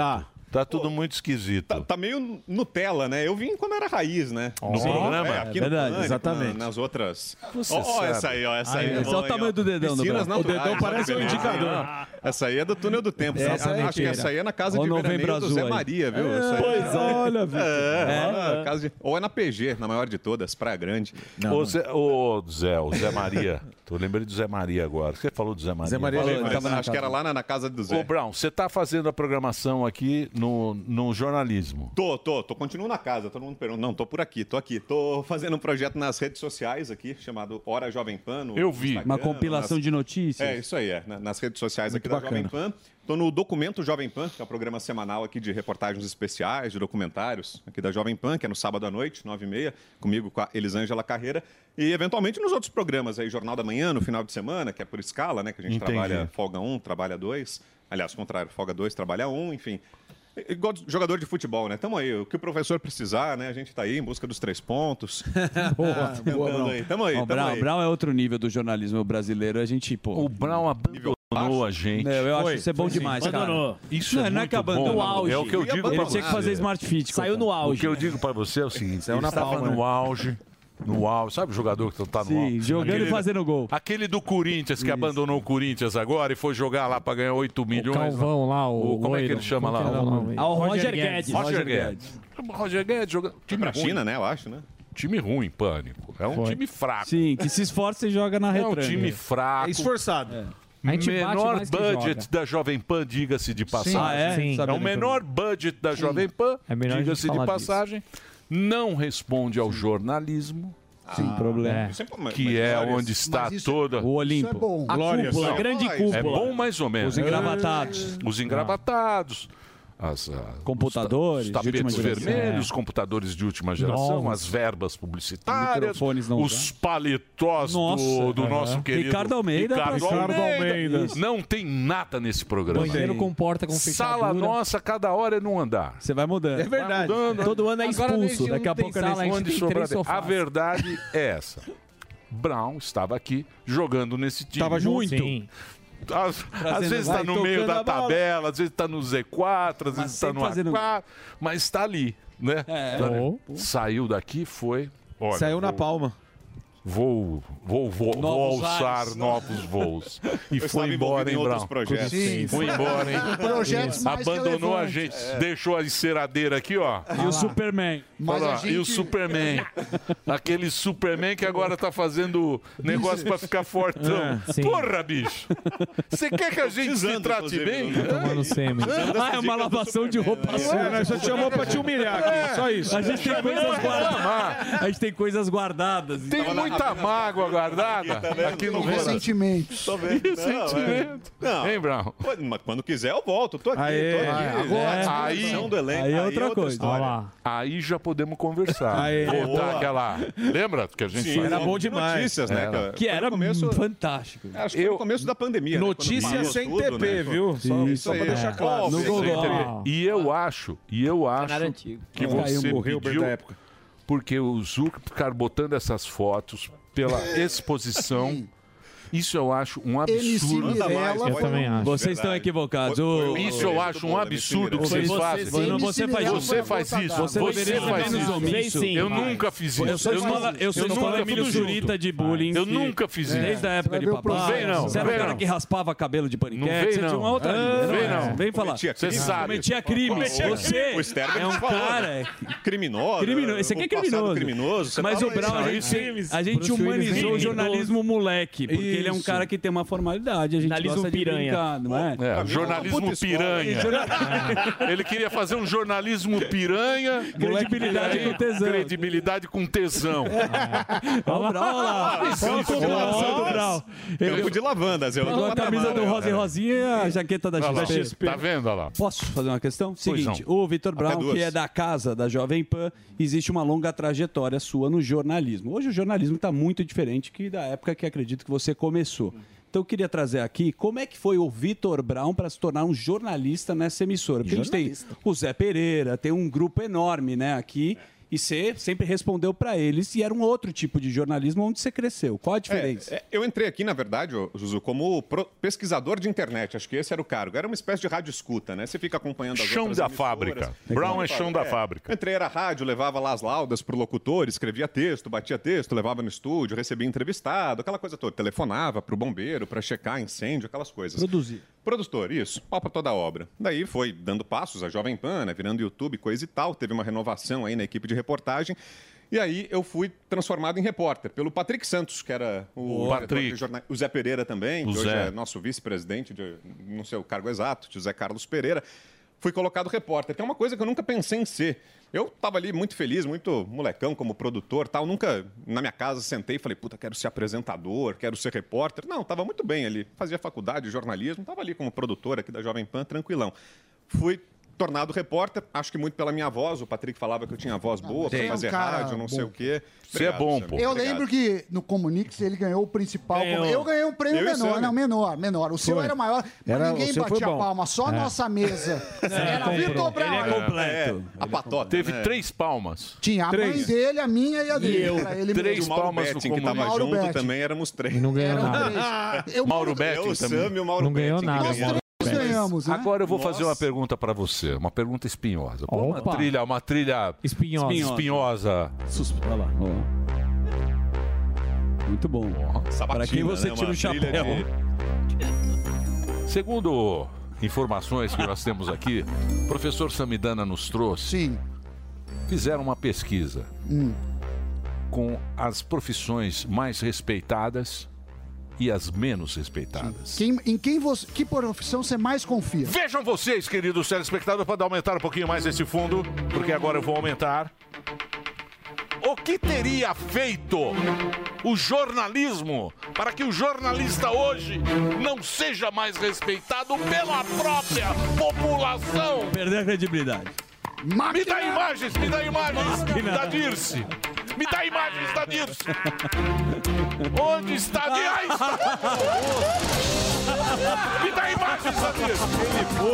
Speaker 3: Tá. tudo muito esquisito.
Speaker 17: Tá meio Nutella, né? Eu vim quando era raiz, né?
Speaker 3: No
Speaker 17: Sim.
Speaker 3: programa?
Speaker 17: É, aqui no
Speaker 3: É verdade,
Speaker 17: Pânico,
Speaker 3: exatamente.
Speaker 17: na- nas outras.
Speaker 3: Você
Speaker 17: Ó, ó,
Speaker 3: sabe.
Speaker 17: essa aí, ó. Essa
Speaker 3: Aí,
Speaker 17: aí.
Speaker 3: só o tamanho do dedão do
Speaker 17: Piscinas
Speaker 3: braço. O
Speaker 17: naturais,
Speaker 3: dedão parece
Speaker 17: olha,
Speaker 3: um
Speaker 17: beleza.
Speaker 3: indicador.
Speaker 17: Essa aí é do túnel do tempo.
Speaker 3: Essa
Speaker 17: Essa
Speaker 3: é
Speaker 17: acho que
Speaker 3: mentira.
Speaker 17: essa aí é na casa
Speaker 3: Ó,
Speaker 17: de
Speaker 3: o novembro
Speaker 17: veraneio do
Speaker 3: azul
Speaker 17: Zé
Speaker 3: aí.
Speaker 17: Maria, viu?
Speaker 3: É,
Speaker 17: Essa aí-
Speaker 3: pois olha, Vitor.
Speaker 17: É,
Speaker 3: É.
Speaker 17: lá na casa de- Ou é na PG, na maior de todas, Praia Grande.
Speaker 3: Ô, Zé, ô, Zé, o Zé Maria. Tô lembrando do Zé Maria agora. Você falou do Zé Maria.
Speaker 17: Zé Maria,
Speaker 3: Falei,
Speaker 17: Zé
Speaker 3: mas
Speaker 17: Maria. Acho que era lá na- na casa do Zé.
Speaker 3: Ô, Brown, você tá fazendo a programação aqui no, no jornalismo.
Speaker 17: Tô, tô, tô, continuo na casa, todo mundo pergunta. Não, tô por aqui, tô aqui. Tô fazendo um projeto nas redes sociais aqui, chamado Hora Jovem Pan. no
Speaker 7: Eu vi.
Speaker 17: Instagram,
Speaker 7: Uma compilação
Speaker 17: nas-
Speaker 7: de notícias.
Speaker 17: É, isso aí, é. na- Nas redes sociais
Speaker 7: Muito
Speaker 17: aqui da
Speaker 7: bacana.
Speaker 17: Jovem Pan. Tô no Documento Jovem Pan, que é o programa semanal aqui de reportagens especiais, de documentários aqui da Jovem Pan, que é no sábado à noite, nove e meia, comigo com a Elisângela Carreira. E, eventualmente, nos outros programas aí, Jornal da Manhã, no final de semana, que é por escala, né? Que a gente
Speaker 3: Entendi.
Speaker 17: trabalha folga 1, trabalha 2. Aliás, contrário, folga 2, trabalha 1, enfim. Igual jogador de futebol, né? Tamo aí. O que o professor precisar, né? A gente tá aí em busca dos três pontos.
Speaker 7: Boa,
Speaker 17: Tentando aí. Tamo aí,
Speaker 7: Ó,
Speaker 17: tamo
Speaker 7: Brau,
Speaker 17: aí.
Speaker 7: Brau é outro nível do jornalismo brasileiro. A gente, pô.
Speaker 3: O Brown abandonou a gente.
Speaker 7: Não, eu acho
Speaker 3: Foi,
Speaker 7: que isso é bom
Speaker 3: foi sim.
Speaker 7: demais,
Speaker 3: Abandonou.
Speaker 7: cara.
Speaker 3: Isso é
Speaker 7: não, não é
Speaker 3: muito
Speaker 7: que abandonou.
Speaker 3: bom. No auge. É o que eu digo pra
Speaker 7: Ele tinha que
Speaker 3: você.
Speaker 7: fazer Smart Fit.
Speaker 3: Saiu
Speaker 7: coitado.
Speaker 3: no O que eu digo pra você é o seguinte:
Speaker 7: né? Saiu
Speaker 3: ele
Speaker 7: na
Speaker 3: estava
Speaker 7: palma,
Speaker 3: no
Speaker 7: né?
Speaker 3: auge. No auge, sabe o jogador que tá no
Speaker 7: Sim,
Speaker 3: auge?
Speaker 7: jogando e fazendo gol.
Speaker 3: Aquele do Corinthians, que abandonou o Corinthians agora e foi jogar lá pra ganhar 8 milhões.
Speaker 7: Calvão lá, o
Speaker 3: Como é que
Speaker 7: loiro.
Speaker 3: ele chama lá?
Speaker 7: Como que era o nome? Ah, o Roger Guedes.
Speaker 3: Roger
Speaker 7: Roger
Speaker 3: Guedes. Roger Guedes jogando. Time
Speaker 17: pra
Speaker 3: ruim.
Speaker 17: China, né? Eu acho, né?
Speaker 3: Time ruim, pânico. É um
Speaker 7: Foi.
Speaker 3: time fraco.
Speaker 7: Sim, que se esforça e joga na
Speaker 3: É um
Speaker 7: retranca. É.
Speaker 3: time fraco.
Speaker 4: Esforçado.
Speaker 7: A gente bate
Speaker 3: menor
Speaker 7: mais que
Speaker 3: budget
Speaker 7: joga.
Speaker 3: da Jovem Pan, diga-se de passagem.
Speaker 7: Ah, é? Sim.
Speaker 3: É o
Speaker 7: Sabendo
Speaker 3: menor budget da Jovem Pan,
Speaker 7: É melhor a gente
Speaker 3: diga-se de
Speaker 7: falar
Speaker 3: passagem. Não responde ao jornalismo.
Speaker 7: Sim, problema.
Speaker 17: é.
Speaker 3: Que é onde está toda. O
Speaker 7: Olimpo. isso é bom. A cúpula, a grande
Speaker 3: É
Speaker 7: cúpula.
Speaker 3: bom mais ou menos. É.
Speaker 7: Os engravatados.
Speaker 3: Os engravatados. As, ah,
Speaker 7: Computadores
Speaker 3: os
Speaker 7: de última
Speaker 3: tapetes
Speaker 7: geração.
Speaker 3: vermelhos, computadores de última geração,
Speaker 7: Novos.
Speaker 3: as verbas publicitárias,
Speaker 7: Microfones não
Speaker 3: os paletós do- do,
Speaker 7: Nossa, aham.
Speaker 3: nosso querido
Speaker 7: Ricardo Almeida,
Speaker 3: Ricardo
Speaker 7: Ricardo
Speaker 3: Almeida.
Speaker 7: Almeida.
Speaker 3: Não tem nada nesse programa.
Speaker 7: Banheiro com porta com fechadura. né?
Speaker 3: Sala nossa, cada hora é num andar.
Speaker 7: Você vai
Speaker 15: É
Speaker 7: mudando. é
Speaker 3: Vai mudando, né?
Speaker 4: é
Speaker 3: Agora, nesse não tem sala, a gente tem três sofás. A verdade é essa. Brown estava aqui jogando nesse time.
Speaker 4: Tava junto.
Speaker 3: Muito.
Speaker 4: Sim.
Speaker 3: Às,
Speaker 4: Trazendo-
Speaker 3: às vezes
Speaker 4: vai
Speaker 3: está no
Speaker 4: tocando
Speaker 3: meio da
Speaker 4: a bola.
Speaker 3: tabela, às vezes está no Z4, às vezes está no
Speaker 4: sempre fazendo É. Oh.
Speaker 3: A4, mas está ali, né? Tá ali. Saiu Tá daqui, foi. olha,
Speaker 4: Saiu na
Speaker 3: vou-
Speaker 4: palma.
Speaker 3: Vou, vou, vou, vou
Speaker 5: Novos
Speaker 3: alçar
Speaker 5: ares.
Speaker 3: novos voos. E
Speaker 5: Eu estava
Speaker 3: foi
Speaker 5: envolvido
Speaker 3: embora,
Speaker 5: em
Speaker 3: hein,
Speaker 5: outros
Speaker 3: Brown?
Speaker 5: projetos. Sim,
Speaker 3: foi
Speaker 5: sim.
Speaker 3: embora, hein?
Speaker 5: Projetos mais que
Speaker 3: Abandonou a
Speaker 5: relevantes.
Speaker 3: gente.
Speaker 5: É.
Speaker 3: Deixou a enceradeira aqui, ó.
Speaker 5: E o lá.
Speaker 3: Superman.
Speaker 5: Mas a
Speaker 3: E o
Speaker 5: gente-
Speaker 3: Superman. Aquele Superman que agora tá fazendo negócio pra ficar fortão.
Speaker 5: É, sim.
Speaker 3: Porra, bicho. Você quer que a gente se
Speaker 5: Precisando,
Speaker 3: trate bem?
Speaker 5: inclusive, né? do-
Speaker 6: Tomando sêmen.
Speaker 5: Ah, é uma
Speaker 6: lavação de roupa
Speaker 3: É,
Speaker 5: né?
Speaker 22: suja. nós só te chamou pra te humilhar aqui,
Speaker 7: É.
Speaker 22: só isso.
Speaker 6: A gente tem
Speaker 22: Chamou
Speaker 6: coisas
Speaker 22: pra
Speaker 6: guardadas. A gente tem coisas guardadas.
Speaker 3: Tem muita mágoa
Speaker 17: Tá
Speaker 3: guardada aqui no
Speaker 11: Ressentimentos.
Speaker 3: Ressentimento.
Speaker 17: é. Não.
Speaker 3: Hein, Brown?
Speaker 17: Pô, Mas quando quiser eu volto. Tô aqui,
Speaker 3: Aê,
Speaker 17: tô
Speaker 6: Ah,
Speaker 17: aqui.
Speaker 3: aê,
Speaker 17: Agora,
Speaker 3: agora.
Speaker 17: a disposição do elenco.
Speaker 3: Aí é outra coisa.
Speaker 17: história.
Speaker 3: Olha lá. Aí já podemos conversar.
Speaker 17: Aê.
Speaker 3: Voltar
Speaker 17: Boa.
Speaker 3: aquela. Lembra que a gente
Speaker 17: Sim,
Speaker 3: fazia?
Speaker 17: era bom demais. Notícias, né, cara?
Speaker 3: Que
Speaker 17: era
Speaker 6: fantástico.
Speaker 17: É, Acho que foi no começo da
Speaker 22: né?
Speaker 17: pandemia. né?
Speaker 22: Notícias sem TP, viu? né? Só-
Speaker 17: Só,
Speaker 22: só pra deixar claro. No Google.
Speaker 3: E eu acho, e eu acho
Speaker 22: Cenário antigo.
Speaker 3: que
Speaker 22: Caiu,
Speaker 3: você
Speaker 22: morreu,
Speaker 3: pediu,
Speaker 22: da época.
Speaker 3: porque o Zuc ficar botando essas fotos pela exposição. Isso eu acho um absurdo.
Speaker 6: Manda mais, Eu foi também um- acho. Vocês estão equivocados. O-
Speaker 3: Isso eu acho um absurdo que
Speaker 6: Foi
Speaker 3: vocês
Speaker 6: você-
Speaker 3: fazem.
Speaker 6: foi no- você faz isso.
Speaker 3: Você faz isso.
Speaker 6: Você
Speaker 3: Você
Speaker 6: deveria ser
Speaker 3: faz
Speaker 6: menos
Speaker 3: isso.
Speaker 6: omisso.
Speaker 3: Fez sim. Eu
Speaker 6: Vai.
Speaker 3: nunca fiz isso.
Speaker 6: Eu sou escola-
Speaker 3: nunca-
Speaker 6: eu sou escola
Speaker 3: nunca
Speaker 6: Emílio
Speaker 3: fiz
Speaker 6: Jurita
Speaker 3: isso. Ah,
Speaker 6: de bullying
Speaker 3: Eu
Speaker 6: que-
Speaker 3: nunca fiz isso.
Speaker 6: Desde a época de
Speaker 3: Vai ver o
Speaker 6: papai.
Speaker 17: é
Speaker 3: Vem não.
Speaker 6: Você era
Speaker 3: vem
Speaker 6: o cara
Speaker 3: não.
Speaker 6: que raspava cabelo de
Speaker 3: Não vem,
Speaker 6: paniquete. Você tinha
Speaker 3: não.
Speaker 6: uma outra
Speaker 3: Ah,
Speaker 6: linha. né?
Speaker 3: vem, não.
Speaker 6: Vem falar.
Speaker 3: Cometia
Speaker 6: Você
Speaker 3: crime.
Speaker 6: sabe. Cometia crime.
Speaker 3: Cometia
Speaker 6: Você
Speaker 3: crime. O Sterling
Speaker 6: é um
Speaker 3: falou.
Speaker 6: cara...
Speaker 17: Criminoso.
Speaker 6: Criminoso. Esse aqui é
Speaker 17: Passado
Speaker 6: criminoso.
Speaker 17: criminoso, você tá
Speaker 6: Mas o
Speaker 17: tava
Speaker 6: Brown, a
Speaker 17: aí,
Speaker 6: gente,
Speaker 17: crimes.
Speaker 6: a gente
Speaker 17: Bruce Willis
Speaker 6: humanizou o
Speaker 17: criminoso.
Speaker 6: jornalismo moleque. Porque ele é um
Speaker 17: Isso.
Speaker 6: cara que tem uma formalidade. A gente
Speaker 17: Jornalismo
Speaker 6: gosta de
Speaker 17: piranha.
Speaker 6: brincar, não é?
Speaker 3: É, jornalismo piranha. Ele queria fazer um jornalismo piranha.
Speaker 6: Credibilidade
Speaker 3: com tesão. Credibilidade com tesão. Ah,
Speaker 6: Olha lá, olha É. lá. Olha a combinação do Brau.
Speaker 17: Campo de lavandas. Eu
Speaker 6: Pegou a camisa do Rosa e Rosinha e a jaqueta da
Speaker 17: Olha lá,
Speaker 6: XP.
Speaker 17: tá
Speaker 3: vendo, olha lá?
Speaker 6: Posso fazer uma questão?
Speaker 17: Pois
Speaker 6: Então, Seguinte,
Speaker 17: não.
Speaker 6: o Vitor
Speaker 17: Até
Speaker 6: Brown,
Speaker 17: duas.
Speaker 6: que é da casa da Jovem Pan, existe uma longa trajetória sua no jornalismo. Hoje o jornalismo está muito diferente que da época que acredito que você começou. Então eu queria trazer aqui como é que foi o Vitor Brown para se tornar um jornalista nessa emissora. Porque a gente tem o Zé Pereira, tem um grupo enorme né, aqui. E você sempre respondeu para eles e era um outro tipo de jornalismo onde você cresceu. Qual a diferença?
Speaker 17: É, é, eu entrei aqui, na verdade, ô, Zuzu, como pro- pesquisador de internet. Acho que esse era o cargo. Era uma espécie de rádio escuta, né? Você fica acompanhando as
Speaker 3: Chão
Speaker 17: outras
Speaker 3: da
Speaker 17: emissoras.
Speaker 3: fábrica. Brown é chão da fábrica.
Speaker 17: Entrei, era rádio, levava lá as laudas pro locutor, escrevia texto, batia texto, levava no estúdio, recebia entrevistado, aquela coisa toda. Telefonava pro bombeiro para checar incêndio, aquelas coisas.
Speaker 6: Produzir.
Speaker 17: Produtor, isso. Pau pra toda a obra. Daí foi dando passos, a Jovem Pan, né, virando YouTube, coisa e tal. Teve uma renovação aí na equipe de reportagem. E aí eu fui transformado em repórter pelo Patrick Santos, que era o,
Speaker 3: O
Speaker 17: diretor
Speaker 3: Patrick.
Speaker 17: de jorna- o Zé Pereira também,
Speaker 3: O
Speaker 17: que hoje
Speaker 3: Zé.
Speaker 17: é nosso vice-presidente, de- não sei o cargo exato, de Zé Carlos Pereira. Fui colocado repórter, que é uma coisa que eu nunca pensei em ser. Eu estava ali muito feliz, muito molecão como produtor tal. Nunca na minha casa sentei e falei, puta, quero ser apresentador, quero ser repórter. Não, estava muito bem ali. Fazia faculdade de jornalismo, estava ali como produtor aqui da Jovem Pan, tranquilão. Fui tornado repórter, acho que muito pela minha voz. O Patrick falava que eu tinha voz boa
Speaker 11: você
Speaker 17: para
Speaker 11: é um
Speaker 17: fazer
Speaker 11: cara
Speaker 17: rádio, não sei
Speaker 11: bom.
Speaker 17: o quê.
Speaker 3: Você é bom,
Speaker 17: Samir.
Speaker 3: pô.
Speaker 11: Eu
Speaker 17: Obrigado.
Speaker 11: lembro que no Comunix ele ganhou o principal.
Speaker 17: Ganhou.
Speaker 11: Eu ganhei um prêmio
Speaker 17: Eu e o
Speaker 11: menor.
Speaker 17: Sammy.
Speaker 11: Não, menor, menor. O seu
Speaker 17: Foi.
Speaker 11: era maior, mas
Speaker 17: Era- o
Speaker 11: ninguém
Speaker 17: seu foi
Speaker 11: batia
Speaker 17: bom.
Speaker 11: palma. Só a
Speaker 17: É.
Speaker 11: nossa mesa. era Vitor Brown.
Speaker 6: é
Speaker 17: a patota.
Speaker 3: Teve
Speaker 17: né?
Speaker 3: três palmas.
Speaker 11: Tinha a mãe dele, a minha e a dele. Era ele
Speaker 3: Três
Speaker 11: mesmo.
Speaker 17: E o Mauro
Speaker 3: palmas
Speaker 17: Betting,
Speaker 3: no
Speaker 17: que tava
Speaker 11: Mauro
Speaker 17: junto
Speaker 11: Betting.
Speaker 17: também, éramos três.
Speaker 3: não ganhou
Speaker 17: Eram
Speaker 11: nada.
Speaker 17: três.
Speaker 11: Eu-
Speaker 3: Mauro
Speaker 17: Eu,
Speaker 3: Betting
Speaker 17: o
Speaker 3: também.
Speaker 17: Sam e o Mauro Betting que ganharam.
Speaker 11: ganhamos, né?
Speaker 3: Agora eu vou fazer
Speaker 17: Nossa.
Speaker 3: uma pergunta pra você, uma pergunta espinhosa. Pô, uma
Speaker 17: Opa.
Speaker 3: trilha, uma trilha
Speaker 6: Espinhosa.
Speaker 3: espinhosa.
Speaker 6: Suspeita lá. Muito bom.
Speaker 17: Sabatina,
Speaker 6: Pra quem você
Speaker 17: né?
Speaker 6: tira
Speaker 17: Uma
Speaker 6: o chapéu.
Speaker 17: trilha de-
Speaker 3: Segundo informações que nós temos aqui, o professor Samidana nos trouxe. Fizeram uma pesquisa
Speaker 11: Hum.
Speaker 3: com as profissões mais respeitadas e as menos respeitadas.
Speaker 11: Quem- em quem você. Que profissão você mais confia?
Speaker 3: Vejam vocês, queridos telespectadores, para aumentar um pouquinho mais esse fundo, porque agora eu vou aumentar. O que teria feito o jornalismo para que o jornalista hoje não seja mais respeitado pela própria
Speaker 7: Então,
Speaker 3: população?
Speaker 6: Perder a credibilidade.
Speaker 3: Me dá imagens, me dá imagens da Dirce. Me dá imagens da Dirce. Onde está a Dirce? Ah, está. Me dá imagens da
Speaker 17: Dirce.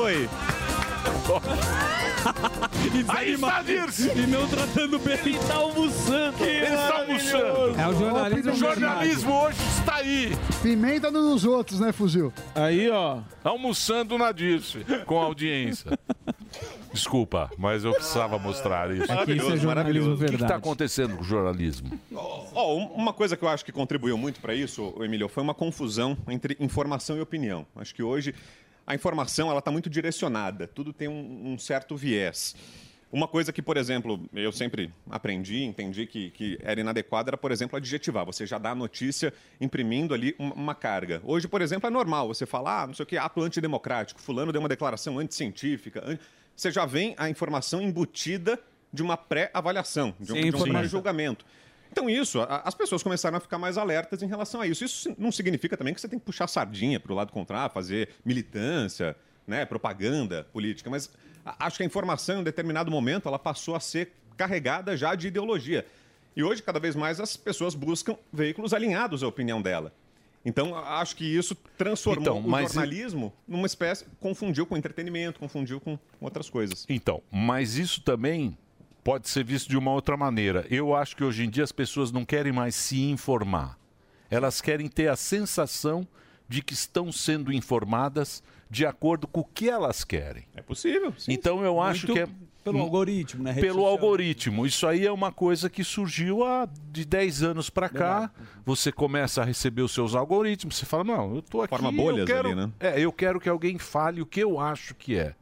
Speaker 3: Ele foi. Aí está a Dirce.
Speaker 6: é E não tratando bem. Ele tá almoçando.
Speaker 3: Ele está almoçando.
Speaker 11: É o jornalismo
Speaker 3: O jornalismo hoje está aí.
Speaker 11: Pimenta nos outros, né, fuzil?
Speaker 3: Aí, ó. Almoçando na Dirce, com a audiência. Desculpa, mas eu precisava mostrar isso.
Speaker 17: É que isso é jornalismo
Speaker 3: O que tá
Speaker 17: verdade.
Speaker 3: está acontecendo com o jornalismo?
Speaker 17: Ó, um- uma coisa que eu acho que contribuiu muito para isso, ô, Emílio, foi uma confusão entre informação e opinião. Acho que hoje a informação ela está muito direcionada, tudo tem um, um certo viés. Uma coisa que, por exemplo, eu sempre aprendi, entendi que, que era inadequada era, por exemplo, adjetivar. Você já dá a notícia imprimindo ali um- uma carga. Hoje, por exemplo, é normal você falar, ah, não sei o que, ato antidemocrático, fulano deu uma declaração anticientífica. an- Você já vem a informação embutida de uma pré-avaliação, de um,
Speaker 6: Sim,
Speaker 17: de um
Speaker 6: sim.
Speaker 17: pré-julgamento. Então, isso, a- as pessoas começaram a ficar mais alertas em relação a isso. Isso não significa também que você tem que puxar sardinha para o lado contrário, fazer militância, né, propaganda política, mas a- acho que a informação, em um determinado momento, ela passou a ser carregada já de ideologia. E hoje, cada vez mais, as pessoas buscam veículos alinhados à opinião dela. Então, a- acho que isso transformou
Speaker 3: Então,
Speaker 17: o
Speaker 3: mas e-
Speaker 17: jornalismo numa espécie. confundiu com entretenimento, confundiu com outras coisas.
Speaker 3: Então, mas isso também pode ser visto de uma outra maneira. Eu acho que hoje em dia as pessoas não querem mais se informar. Elas querem ter a sensação de que estão sendo informadas de acordo com o que elas querem.
Speaker 17: É possível.
Speaker 3: então eu acho
Speaker 15: Muito
Speaker 3: que é
Speaker 15: pelo algoritmo, né, rede
Speaker 3: Pelo
Speaker 15: social.
Speaker 3: algoritmo. Isso aí é uma coisa que surgiu há de 10 anos para cá. Você começa a receber os seus algoritmos, você fala: "Não, eu tô aqui,
Speaker 17: Forma
Speaker 3: eu
Speaker 17: bolhas
Speaker 3: quero-
Speaker 17: ali, né?
Speaker 3: É, eu quero que alguém fale o que eu acho que é.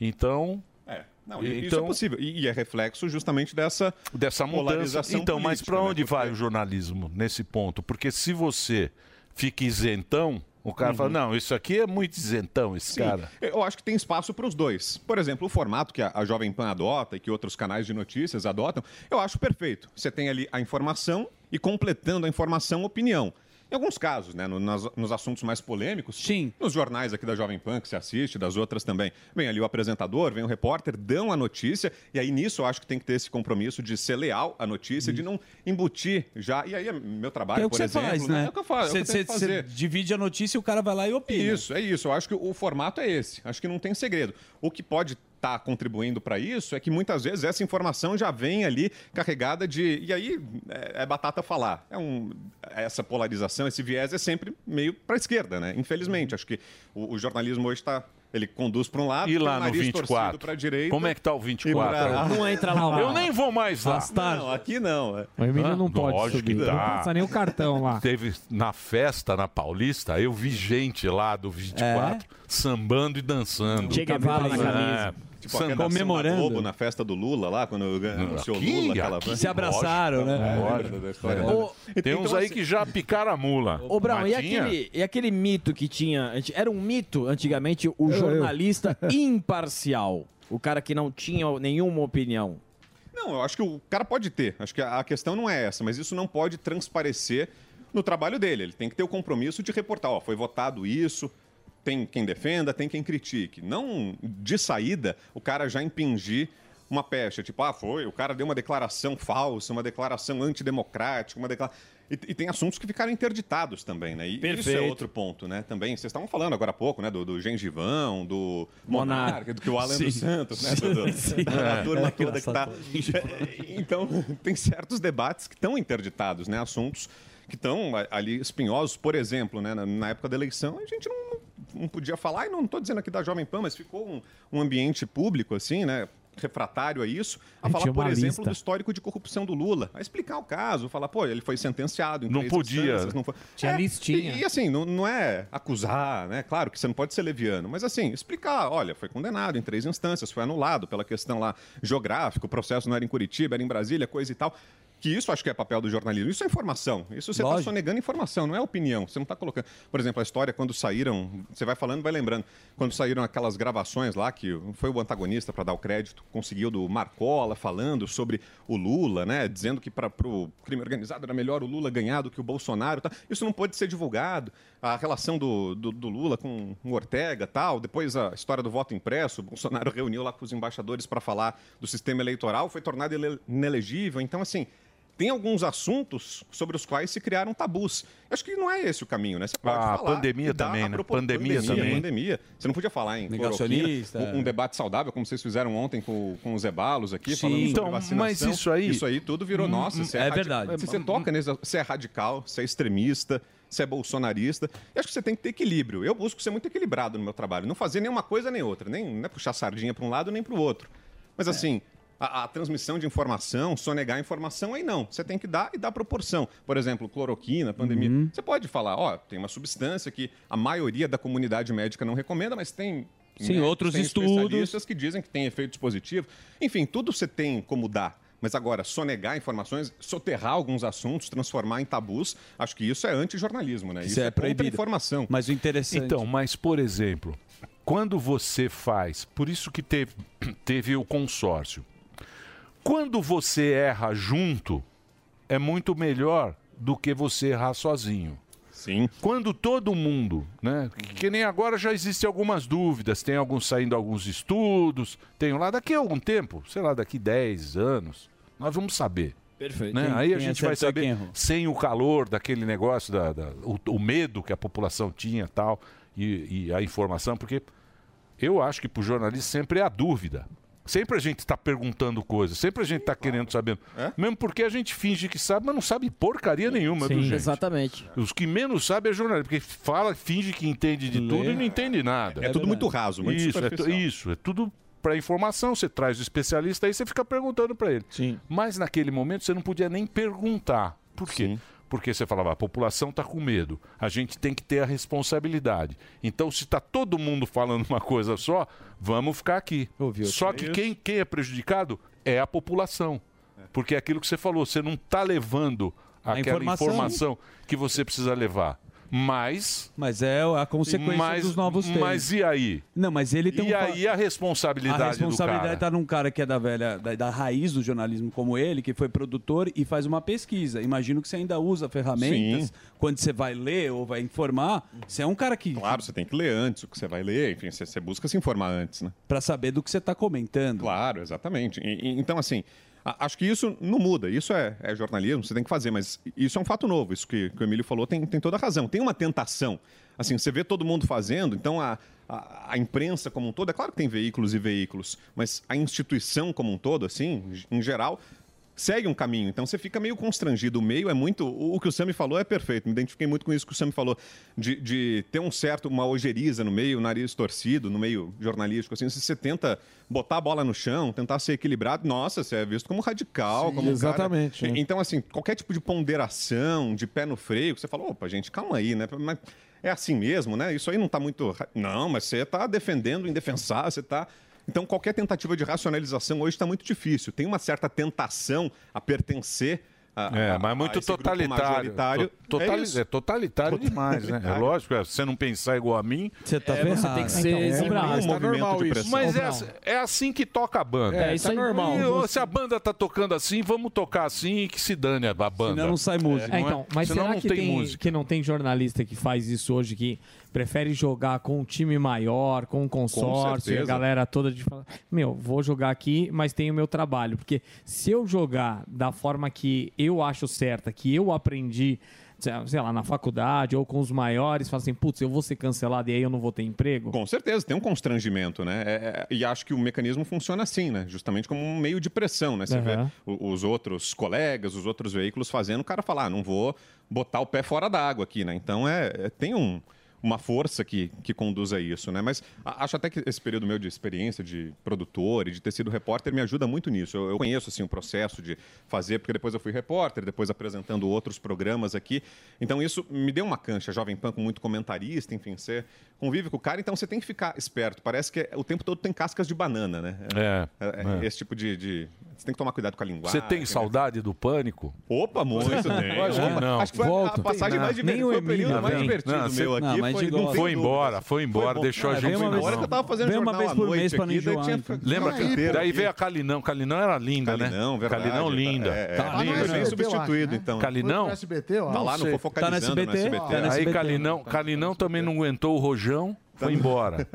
Speaker 3: Então,
Speaker 17: É, não, e- isso é possível. E, e é reflexo justamente dessa,
Speaker 3: dessa mudança.
Speaker 17: polarização
Speaker 3: Então, mas
Speaker 17: política,
Speaker 3: para
Speaker 17: né?
Speaker 3: onde vai o jornalismo nesse ponto? Porque se você fica isentão, o cara fala: "Não, isso aqui é muito isentão esse
Speaker 17: Uhum. Sim,
Speaker 3: cara".
Speaker 17: Eu acho que tem espaço para os dois. Por exemplo, o formato que a, a Jovem Pan adota e que outros canais de notícias adotam, eu acho perfeito. Você tem ali a informação e completando a informação, opinião. Em alguns casos, né, no- nas- nos assuntos mais polêmicos, Sim. nos jornais aqui da Jovem Pan que se assiste, das outras também, vem ali o apresentador, vem o repórter, dão a notícia, e aí nisso eu acho que tem que ter esse compromisso de ser leal à notícia, de não embutir já. E aí é meu trabalho,
Speaker 6: é o que
Speaker 17: por
Speaker 6: você
Speaker 17: exemplo.
Speaker 6: faz, né?
Speaker 17: É o que eu faço. é o que eu
Speaker 6: Você-
Speaker 17: tenho que
Speaker 6: você- você
Speaker 17: fazer.
Speaker 6: divide a notícia e o cara vai lá e opina.
Speaker 17: Isso, é isso. Eu acho que o formato é esse. Acho que não tem segredo. O que pode estar contribuindo para isso é que muitas vezes essa informação já vem ali carregada de. E aí é, é batata falar. É um, essa polarização, esse viés é sempre meio para a esquerda, né?
Speaker 6: Uhum.
Speaker 17: Infelizmente. Acho que o, o jornalismo hoje está. Ele conduz para um lado,
Speaker 3: E
Speaker 17: tem o
Speaker 3: lá no
Speaker 17: nariz torcido
Speaker 3: 24?
Speaker 17: pra direita.
Speaker 3: Como é que tá o 24?
Speaker 17: E pra-
Speaker 3: Não entra lá. Eu nem vou mais lá.
Speaker 17: Não, aqui não.
Speaker 3: O Emílio não é. Ah, pode
Speaker 17: Lógico
Speaker 3: subir.
Speaker 17: que
Speaker 3: Não
Speaker 17: dá.
Speaker 3: passa
Speaker 10: nem o cartão lá.
Speaker 3: Teve na festa na Paulista, eu vi gente lá do 24 sambando e dançando. É,
Speaker 17: Che Guevara na camisa. Tipo, a redação
Speaker 3: comemorando.
Speaker 17: da Globo na festa do Lula lá, quando anunciou o
Speaker 3: Aqui,
Speaker 17: Lula, aquela
Speaker 3: aqui,
Speaker 17: van.
Speaker 3: Se abraçaram,
Speaker 17: Lógico,
Speaker 3: né?
Speaker 17: É,
Speaker 3: É.
Speaker 17: lembra da história.
Speaker 3: É.
Speaker 17: Então,
Speaker 3: Tem uns aí que já picaram a mula.
Speaker 13: Ô, Brown, e
Speaker 3: Mas tinha?
Speaker 13: aquele, e aquele mito que tinha? anti- Era um mito, antigamente, o jornalista imparcial. O cara que não tinha nenhuma opinião.
Speaker 17: Não, eu acho que o cara pode ter. Acho que a a questão não é essa, mas isso não pode transparecer no trabalho dele. Ele tem que ter o compromisso de reportar, ó, foi votado isso, tem quem defenda, tem quem critique. Não de saída o cara já impingir uma pecha, tipo, ah, foi, o cara deu uma declaração falsa, uma declaração antidemocrática, uma declaração. E, e tem assuntos que ficaram interditados também, né? E isso é
Speaker 6: Perfeito.
Speaker 17: outro ponto, né? Também, vocês estavam falando agora há pouco, né? Do, do gengivão, do
Speaker 6: Monarca.
Speaker 17: monarca, do que o Alan
Speaker 6: Sim.
Speaker 17: dos Santos, né?
Speaker 6: Sim,
Speaker 17: do- do-
Speaker 6: sim.
Speaker 17: da
Speaker 6: É.
Speaker 17: turma
Speaker 6: É
Speaker 17: toda que tá. Então, tem certos debates que estão interditados, né? Assuntos que estão a- ali espinhosos. Por exemplo, né? na- na época da eleição, a gente não, não podia falar, e não estou dizendo aqui da Jovem Pan, mas ficou um, um ambiente público, assim, né? refratário a isso, a
Speaker 6: Aí
Speaker 17: falar,
Speaker 6: tinha
Speaker 17: por
Speaker 6: uma
Speaker 17: exemplo,
Speaker 6: lista.
Speaker 17: do histórico de corrupção do Lula, a explicar o caso, falar, pô, ele foi sentenciado em
Speaker 3: Não
Speaker 17: três
Speaker 3: podia.
Speaker 17: instâncias, não foi... É,
Speaker 3: Tinha listinha.
Speaker 17: E, e assim, não, não é acusar, né? Claro que você não pode ser leviano, mas assim, explicar, olha, foi condenado em três instâncias, foi anulado pela questão lá geográfica, o processo não era em Curitiba, era em Brasília, coisa e tal. Que isso acho que é papel do jornalismo. Isso é informação. Isso você está
Speaker 6: Lógico.
Speaker 17: sonegando informação, não é opinião. Você não está colocando. Por exemplo, a história quando saíram. Você vai falando, vai lembrando. Quando saíram aquelas gravações lá, que foi o antagonista, para dar o crédito, conseguiu do Marcola falando sobre o Lula, né? Dizendo que para o crime organizado era melhor o Lula ganhar do que o Bolsonaro. Tá? Isso não pôde ser divulgado. A relação do, do, do Lula com o Ortega tal. Depois a história do voto impresso. O Bolsonaro reuniu lá com os embaixadores para falar do sistema eleitoral. Foi tornado ele- inelegível. Então, assim tem alguns assuntos sobre os quais se criaram tabus. Eu acho que não é esse o caminho, né? Você pode
Speaker 3: Ah,
Speaker 17: falar.
Speaker 3: pandemia
Speaker 17: e dar
Speaker 3: também,
Speaker 17: a
Speaker 3: né?
Speaker 17: propo-
Speaker 3: Pandemia também.
Speaker 17: Pandemia. Você não podia falar em
Speaker 3: Negacionista.
Speaker 17: cloroquina, Um, um debate saudável, como vocês fizeram ontem com, com os Ebalos aqui, falando sobre
Speaker 3: Então,
Speaker 17: vacinação.
Speaker 3: mas isso aí-
Speaker 17: Isso aí tudo virou,
Speaker 3: Hum,
Speaker 17: nossa,
Speaker 3: hum,
Speaker 17: você
Speaker 3: é
Speaker 17: radi-
Speaker 3: verdade.
Speaker 17: Você, você toca nesse... Você é radical, você é extremista, você é bolsonarista. Eu acho que você tem que ter equilíbrio. Eu busco ser muito equilibrado no meu trabalho. Não fazer nenhuma coisa nem outra. Nem não é puxar sardinha para um lado nem para o outro.
Speaker 6: É.
Speaker 17: Mas assim... A, a transmissão de informação, sonegar informação, aí não. Você tem que dar e dar proporção. Por exemplo, cloroquina, pandemia.
Speaker 6: Uhum.
Speaker 17: Você pode falar, ó, tem uma substância que a maioria da comunidade médica não recomenda, mas tem
Speaker 6: Sim,
Speaker 17: médicos,
Speaker 6: outros
Speaker 17: tem
Speaker 6: estudos.
Speaker 17: especialistas que dizem que tem efeitos positivos. Enfim, tudo você tem como dar. Mas agora, sonegar informações, soterrar alguns assuntos, transformar em tabus, acho que isso é antijornalismo, né? informação.
Speaker 3: é Mas o interessante. Então, mas por exemplo, quando você faz, por isso que teve, teve o consórcio. Quando você erra junto, é muito melhor do que você errar sozinho.
Speaker 17: Sim.
Speaker 3: Quando todo mundo, né? Que, que nem agora já existem algumas dúvidas, tem alguns saindo alguns estudos, tem lá daqui a algum tempo, sei lá, daqui 10 anos, nós vamos saber.
Speaker 7: Perfeito.
Speaker 3: né?
Speaker 7: Quem-
Speaker 3: Aí a
Speaker 7: quem
Speaker 3: gente vai
Speaker 7: acertou e quem
Speaker 3: saber
Speaker 7: errou.
Speaker 3: sem o calor daquele negócio, da, da- o, o medo que a população tinha tal, e, e a informação, porque eu acho que para o jornalista sempre é a dúvida. Sempre a gente está perguntando coisas, sempre a gente está querendo saber.
Speaker 17: É?
Speaker 3: Mesmo porque a gente finge que sabe, mas não sabe porcaria nenhuma
Speaker 13: Sim,
Speaker 3: do jeito.
Speaker 13: exatamente.
Speaker 3: Os que menos sabem é jornalista, porque fala, finge que entende de tudo e não entende nada.
Speaker 17: É tudo muito raso, muito
Speaker 3: isso, é, tu-
Speaker 17: superficial.
Speaker 3: isso, é tudo para informação, você traz o especialista aí, você fica perguntando para ele. Mas naquele momento você não podia nem perguntar. Por quê? Porque você falava, a população está com medo, a gente tem que ter a responsabilidade. Então, se está todo mundo falando uma coisa só, vamos ficar aqui. só que quem, quem é prejudicado é a população. Porque é aquilo que você falou, você não está levando aquela
Speaker 6: informação.
Speaker 3: informação que você precisa levar. Mas.
Speaker 6: Mas é a consequência
Speaker 3: mas-
Speaker 6: dos novos tempos.
Speaker 3: Mas e aí?
Speaker 6: Não, mas ele tem
Speaker 3: E
Speaker 6: um fa-
Speaker 3: aí a responsabilidade,
Speaker 6: A responsabilidade
Speaker 3: do cara?
Speaker 6: está num cara que é da velha, da, da raiz do jornalismo como ele, que foi produtor e faz uma pesquisa. Imagino que você ainda usa ferramentas
Speaker 17: Sim.
Speaker 6: quando você vai ler ou vai informar. Você é um cara que
Speaker 17: Claro, você tem que ler antes o que você vai ler, enfim, você, você busca se informar antes, né?
Speaker 6: Para saber do que você está comentando.
Speaker 17: Claro, exatamente. E- e- então, assim, a- acho que isso não muda. Isso é, é jornalismo, você tem que fazer, mas isso é um fato novo. Isso que, que o Emílio falou tem, tem toda a razão. Tem uma tentação. Assim, você vê todo mundo fazendo, então a, a, a imprensa como um todo, é claro que tem veículos e veículos, mas a instituição como um todo, assim, em geral, segue um caminho. Então você fica meio constrangido. O meio é muito. O o que o Sami falou é perfeito. Me identifiquei muito com isso que o Sami falou. De, de ter um certo, uma ojeriza no meio, o nariz torcido, no meio jornalístico. Assim, se você tenta botar a bola no chão, tentar ser equilibrado, nossa, você é visto como radical.
Speaker 9: Sim,
Speaker 17: como um cara-
Speaker 9: exatamente,
Speaker 17: E-
Speaker 9: é.
Speaker 17: Então, assim, qualquer tipo de ponderação, de pé no freio, que você fala, opa, gente, calma aí, né? Mas é assim mesmo, né? Isso aí não tá muito. ra- Não, mas você tá defendendo o indefensável, você tá. Então, qualquer tentativa de racionalização hoje está muito difícil. Tem uma certa tentação a pertencer a.
Speaker 3: É,
Speaker 17: a-
Speaker 3: mas muito
Speaker 17: a esse grupo
Speaker 3: totalitário.
Speaker 17: majoritário.
Speaker 3: To- totali-
Speaker 17: É isso.
Speaker 3: é totalitário demais, né? É lógico, é, se você não pensar igual a mim, você
Speaker 17: tá ferrado. Então, é um movimento de pressão.
Speaker 3: Mas é,
Speaker 17: Brau.
Speaker 3: assim- é assim que toca a banda.
Speaker 17: É, isso
Speaker 3: tá
Speaker 17: aí.
Speaker 3: E,
Speaker 17: normal.
Speaker 3: ô, se a banda tá tocando assim, vamos tocar assim e que se dane a a banda.
Speaker 6: Senão não sai música.
Speaker 3: É,
Speaker 6: É,
Speaker 3: não
Speaker 6: então,
Speaker 3: é?
Speaker 6: mas
Speaker 3: Senão
Speaker 6: será
Speaker 3: não
Speaker 6: que
Speaker 3: tem
Speaker 6: tem-
Speaker 3: música.
Speaker 6: música.
Speaker 10: Que não tem jornalista que faz isso hoje, que prefere jogar com um time maior, com um consórcio, e a
Speaker 6: certeza.
Speaker 10: galera toda de falar, meu, vou jogar aqui, mas tem o meu trabalho. Porque se eu jogar da forma que eu acho certa, que eu aprendi, sei- sei lá, na faculdade ou com os maiores, fala assim, putz, eu vou ser cancelado e aí eu não vou ter emprego.
Speaker 17: Com certeza, tem um constrangimento, né? É, é, e acho que o mecanismo funciona assim, né? Justamente como um meio de pressão, né? Você vê
Speaker 10: Aham.
Speaker 17: o- os outros colegas, os outros veículos fazendo, o cara fala, ah, não vou botar o pé fora da água aqui, né? Então é, é- tem um- uma força que, que conduz a isso, né? Mas a- acho até que esse período meu de experiência de produtor e de ter sido repórter me ajuda muito nisso. Eu, eu conheço, assim, o processo de fazer, porque depois eu fui repórter, depois apresentando outros programas aqui. Então isso me deu uma cancha. Jovem Pan com muito comentarista, enfim, você convive com o cara, então você tem que ficar esperto. Parece que é- o tempo todo tem cascas de banana, né?
Speaker 3: É, é.
Speaker 17: Esse tipo de, de- Você tem que tomar cuidado com a linguagem.
Speaker 3: Você tem saudade do pânico?
Speaker 17: Opa, muito, né?
Speaker 3: Acho que não.
Speaker 17: Acho que foi a- a Volta. passagem mais divertida, foi o período mais divertido meu aqui,
Speaker 3: Não, mas
Speaker 17: foi-
Speaker 3: de
Speaker 17: não
Speaker 3: boa.
Speaker 17: tem
Speaker 3: foi embora, foi É, embora,
Speaker 17: bom.
Speaker 3: deixou
Speaker 17: Ah,
Speaker 3: a
Speaker 6: é
Speaker 17: vem
Speaker 3: gente
Speaker 17: uma vez-
Speaker 3: embora.
Speaker 17: que eu tava fazendo
Speaker 6: Vem uma
Speaker 17: jornal
Speaker 6: vez
Speaker 17: à
Speaker 6: por
Speaker 17: noite
Speaker 6: mês pra não
Speaker 17: aqui, daí
Speaker 6: enjoar,
Speaker 17: tinha-
Speaker 6: então.
Speaker 3: Lembra?
Speaker 17: Aí,
Speaker 3: que,
Speaker 17: pô.
Speaker 3: daí veio a Calinão. Calinão era linda, né?
Speaker 17: verdade.
Speaker 3: Calinão linda.
Speaker 17: É, é.
Speaker 3: Calinão
Speaker 17: Tá no
Speaker 3: linda.
Speaker 17: SBT, eu substituído, acho, né? então. Foi
Speaker 3: Calinão?
Speaker 17: pro SBT, eu acho. Tá lá, não
Speaker 3: Não sei.
Speaker 17: foi focalizando no SBT? Tá no
Speaker 3: né? Aí
Speaker 17: SBT. Tá
Speaker 3: Calinão, Calinão também não aguentou o rojão, foi embora.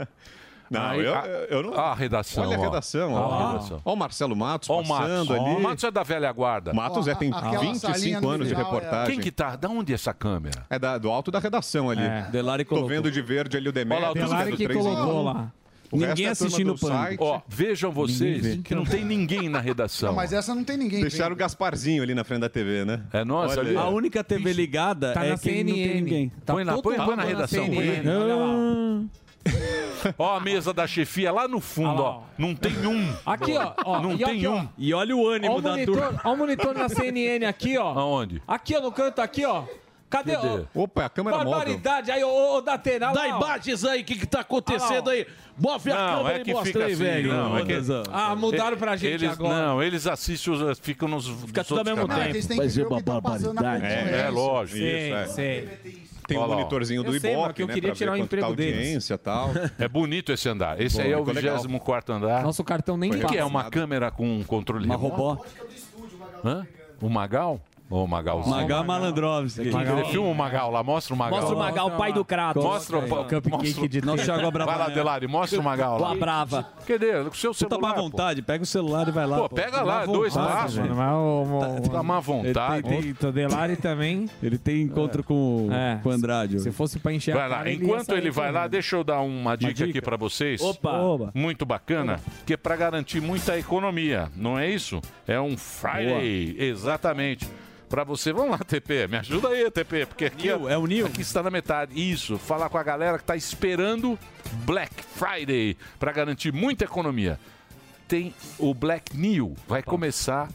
Speaker 17: Não,
Speaker 3: Aí,
Speaker 17: eu,
Speaker 3: a-
Speaker 17: eu não.
Speaker 3: Olha a redação,
Speaker 17: Olha a
Speaker 3: ó.
Speaker 17: redação.
Speaker 3: Olha
Speaker 17: Olha
Speaker 3: a redação.
Speaker 17: Olha o Marcelo Matos
Speaker 3: Ó o Matos.
Speaker 17: passando ali.
Speaker 3: O Matos é da velha guarda.
Speaker 17: Matos é, tem Ó, a- aquela 25 salinha no anos de final, é. reportagem.
Speaker 3: Quem que tá? Da onde é essa câmera?
Speaker 17: É da- do alto da redação ali.
Speaker 3: É.
Speaker 17: Delari Tô vendo de verde ali o Demetrio.
Speaker 3: Olha lá, o
Speaker 17: tô
Speaker 3: Delari
Speaker 17: vendo
Speaker 3: que
Speaker 17: três em
Speaker 3: colocou
Speaker 17: um.
Speaker 3: lá.
Speaker 17: O resto é a turma do site.
Speaker 3: Ó, vejam vocês
Speaker 17: vê.
Speaker 3: que não tem ninguém na redação.
Speaker 11: Não, mas essa não tem ninguém.
Speaker 17: Deixaram o Gasparzinho ali na frente da TV, né?
Speaker 3: É nossa ali.
Speaker 6: A única TV ligada
Speaker 17: Tá
Speaker 6: é
Speaker 17: na
Speaker 6: quem não tem
Speaker 17: CNN.
Speaker 6: ninguém.
Speaker 3: põe, na,
Speaker 6: todo
Speaker 3: põe, põe
Speaker 6: mundo
Speaker 3: na redação. põe na
Speaker 6: CNN.
Speaker 3: redação. Ó a mesa da chefia é lá no fundo, ó. Não tem um.
Speaker 10: Aqui, ó, ó,
Speaker 3: Não
Speaker 10: e
Speaker 3: tem
Speaker 10: aqui, ó.
Speaker 3: um.
Speaker 6: E olha o
Speaker 10: Ó o monitor, ó o monitor na CNN aqui, ó.
Speaker 3: Aonde?
Speaker 10: Aqui, ó, no canto aqui, ó. Cadê?
Speaker 17: Cadê?
Speaker 10: ó?
Speaker 17: Opa, a câmera móvel.
Speaker 10: Barbaridade. Aí, ô, ô, Datena.
Speaker 6: Dá
Speaker 10: lá, ó.
Speaker 6: imagens
Speaker 9: aí, o que, que tá
Speaker 10: acontecendo aí?
Speaker 9: Move
Speaker 10: a
Speaker 3: Não,
Speaker 10: câmera
Speaker 3: é
Speaker 10: e
Speaker 3: que
Speaker 10: mostra
Speaker 3: fica
Speaker 10: aí,
Speaker 3: assim,
Speaker 10: velho.
Speaker 3: Não, é que...
Speaker 10: Ah, mudaram pra gente
Speaker 3: eles,
Speaker 10: agora.
Speaker 3: Não, eles assistem, os- ficam nos Fica
Speaker 10: tudo ao mesmo tempo. Eles têm que Mas ver é o que uma tá passando na barbaridade.
Speaker 3: É,
Speaker 10: concorrência.
Speaker 3: é, lógico.
Speaker 10: Sim,
Speaker 3: isso, é.
Speaker 17: Tem um
Speaker 3: Olha lá, ó.
Speaker 17: monitorzinho do
Speaker 10: Eu sei, mas
Speaker 17: Ibope,
Speaker 10: que eu
Speaker 17: né?
Speaker 10: queria
Speaker 17: pra ver
Speaker 10: tirar o
Speaker 17: quanto tá
Speaker 10: emprego deles.
Speaker 17: audiência e tal.
Speaker 3: É bonito esse andar. Esse
Speaker 17: Pô,
Speaker 3: aí é o
Speaker 17: ficou legal.
Speaker 3: 24 andar.
Speaker 10: Tá. Nosso cartão nem
Speaker 3: O que, que é
Speaker 10: passa.
Speaker 3: uma câmera com um controle
Speaker 10: Uma
Speaker 3: remoto?
Speaker 10: robó.
Speaker 3: Hã? O Magal? Ô, Magalzinho.
Speaker 6: Magal Malandrovski.
Speaker 3: Magal. Ele filma o Magal lá, mostra o Magal.
Speaker 6: Mostra o Magal,
Speaker 3: Mostra
Speaker 6: pai
Speaker 3: lá.
Speaker 6: do Kratos.
Speaker 3: Mostra o
Speaker 6: Coloca aí, ó. Cupcake de
Speaker 3: Nossa,
Speaker 6: Thiago
Speaker 3: Vai lá,
Speaker 6: Abravanel.
Speaker 3: Delari, mostra o Magal lá.
Speaker 6: Lá brava.
Speaker 3: Cadê? O seu
Speaker 6: Você tá
Speaker 3: celular,
Speaker 6: má
Speaker 3: pô.
Speaker 6: vontade, pega o celular e vai lá.
Speaker 3: Pô, pega lá, dois passos. Tá má vontade.
Speaker 6: Ele tem- tem-
Speaker 10: Todelari também.
Speaker 6: Ele tem encontro com, com o Andrade. Se
Speaker 10: fosse pra encher
Speaker 3: Vai lá, enquanto ele vai lá, deixa eu dar uma dica, aqui pra vocês.
Speaker 10: Opa. Oba.
Speaker 3: Muito bacana, que é pra garantir muita economia, não é isso? É um Friday, exatamente. Pra você, vamos lá, TP, me ajuda aí, TP, porque aqui ó,
Speaker 6: é o Nil.
Speaker 3: Aqui está na metade. Isso, falar com a galera que tá esperando Black Friday pra garantir muita economia. Tem o Black New, vai começar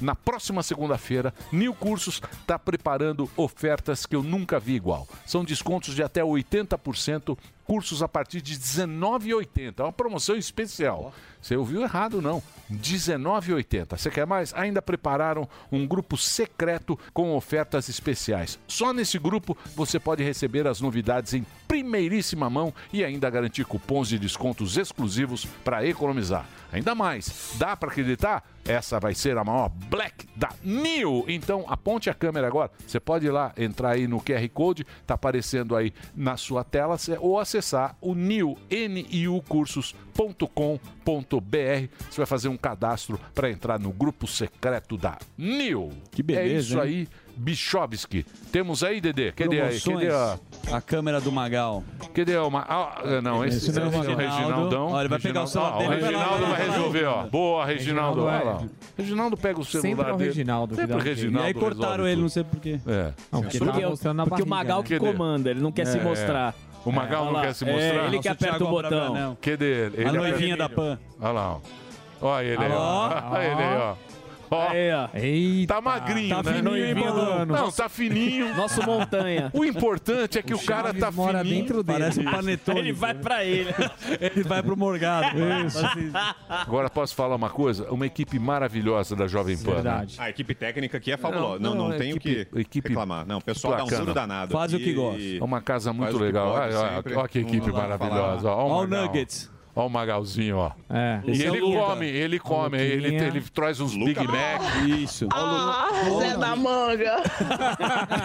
Speaker 3: na próxima segunda-feira, New Cursos está preparando ofertas que eu nunca vi igual. São descontos de até 80%, cursos a partir de R$19,80. É uma promoção especial. Você ouviu errado, não. R$19,80. Você quer mais? Ainda prepararam um grupo secreto com ofertas especiais. Só nesse grupo você pode receber as novidades em primeiríssima mão e ainda garantir cupons de descontos exclusivos para economizar. Ainda mais, dá para acreditar? Essa vai ser a maior Black da New. Então aponte a câmera agora. Você pode ir lá, entrar aí no QR Code, tá aparecendo aí na sua tela, cê- ou acessar o new, niucursos.com.br. Você vai fazer um cadastro para entrar no grupo secreto da New. Que
Speaker 6: beleza,
Speaker 3: É isso
Speaker 6: hein?
Speaker 3: aí, Bichovski. Temos aí, Dedê? Cadê aí? Cadê a...
Speaker 6: Promoções. a... câmera do Magal.
Speaker 3: Cadê uma. Ah, não, esse,
Speaker 6: Esse não é o
Speaker 3: Reginaldão.
Speaker 6: Reginaldo.
Speaker 3: Reginaldão.
Speaker 6: Olha, ele vai pegar o celular
Speaker 3: Ah,
Speaker 6: dele, vai lá,
Speaker 3: Reginaldo
Speaker 6: vai lá,
Speaker 3: vai
Speaker 6: vai lá.
Speaker 3: resolver, ó. Boa, Reginaldo.
Speaker 6: Reginaldo,
Speaker 3: Olha
Speaker 6: é.
Speaker 3: lá. Reginaldo pega o celular
Speaker 6: Sempre é o
Speaker 3: dele.
Speaker 6: Reginaldo que
Speaker 3: Sempre
Speaker 6: dá
Speaker 3: o
Speaker 6: um jeito.
Speaker 3: Reginaldo
Speaker 6: E aí cortaram
Speaker 3: resolve
Speaker 6: ele,
Speaker 3: tudo.
Speaker 6: não sei porquê.
Speaker 3: É.
Speaker 6: Não,
Speaker 3: Porque
Speaker 6: ele
Speaker 3: tá
Speaker 6: tava mostrando na
Speaker 8: porque o
Speaker 6: barriga,
Speaker 8: Magal
Speaker 6: né?
Speaker 8: que comanda, ele não quer se
Speaker 3: É.
Speaker 8: mostrar.
Speaker 3: O Magal
Speaker 8: É,
Speaker 3: não
Speaker 8: olha
Speaker 3: quer se
Speaker 8: lá.
Speaker 3: mostrar.
Speaker 8: É, ele que aperta o botão.
Speaker 3: Cadê ele?
Speaker 6: A
Speaker 3: Ele
Speaker 6: noivinha da Pan.
Speaker 3: Olha lá, ó. Olha ele aí, ó.
Speaker 6: Alô?
Speaker 3: Olha ele aí, ó. Ó. tá magrinho,
Speaker 6: Tá
Speaker 3: né?
Speaker 6: fininho, hein,
Speaker 3: Noivinha do-
Speaker 6: Bolano?
Speaker 3: Não, tá fininho.
Speaker 6: Nosso montanha.
Speaker 3: O importante é que o, cara tá
Speaker 6: mora
Speaker 3: fininho.
Speaker 6: dentro dele. Parece um panetone. Ele vai
Speaker 8: pra ele.
Speaker 6: ele vai pro Morgado.
Speaker 3: Agora posso falar uma coisa? Uma equipe maravilhosa da Jovem Pan. né?
Speaker 17: A equipe técnica aqui é fabulosa. Não, não,
Speaker 3: é
Speaker 17: tem o que
Speaker 3: equipe
Speaker 17: reclamar. Não, o pessoal dá um
Speaker 3: bacana.
Speaker 17: duro danado. aqui e-
Speaker 3: É uma casa
Speaker 17: faz
Speaker 3: muito
Speaker 17: o que
Speaker 3: legal.
Speaker 17: pode
Speaker 3: Olha, olha,
Speaker 17: sempre.
Speaker 3: olha que
Speaker 17: Não dá
Speaker 3: equipe
Speaker 17: pra falar.
Speaker 3: maravilhosa. Olha,
Speaker 17: Olha o
Speaker 3: Magal.
Speaker 17: Nuggets.
Speaker 3: Olha o Magalzinho, ó. E
Speaker 17: Esse é
Speaker 3: ele
Speaker 17: o Luca.
Speaker 3: come, ele come, ele,
Speaker 17: Luquinha.
Speaker 3: ele traz uns
Speaker 17: Luca.
Speaker 3: Big Mac.
Speaker 6: Isso.
Speaker 23: Ah, Zé da Manga.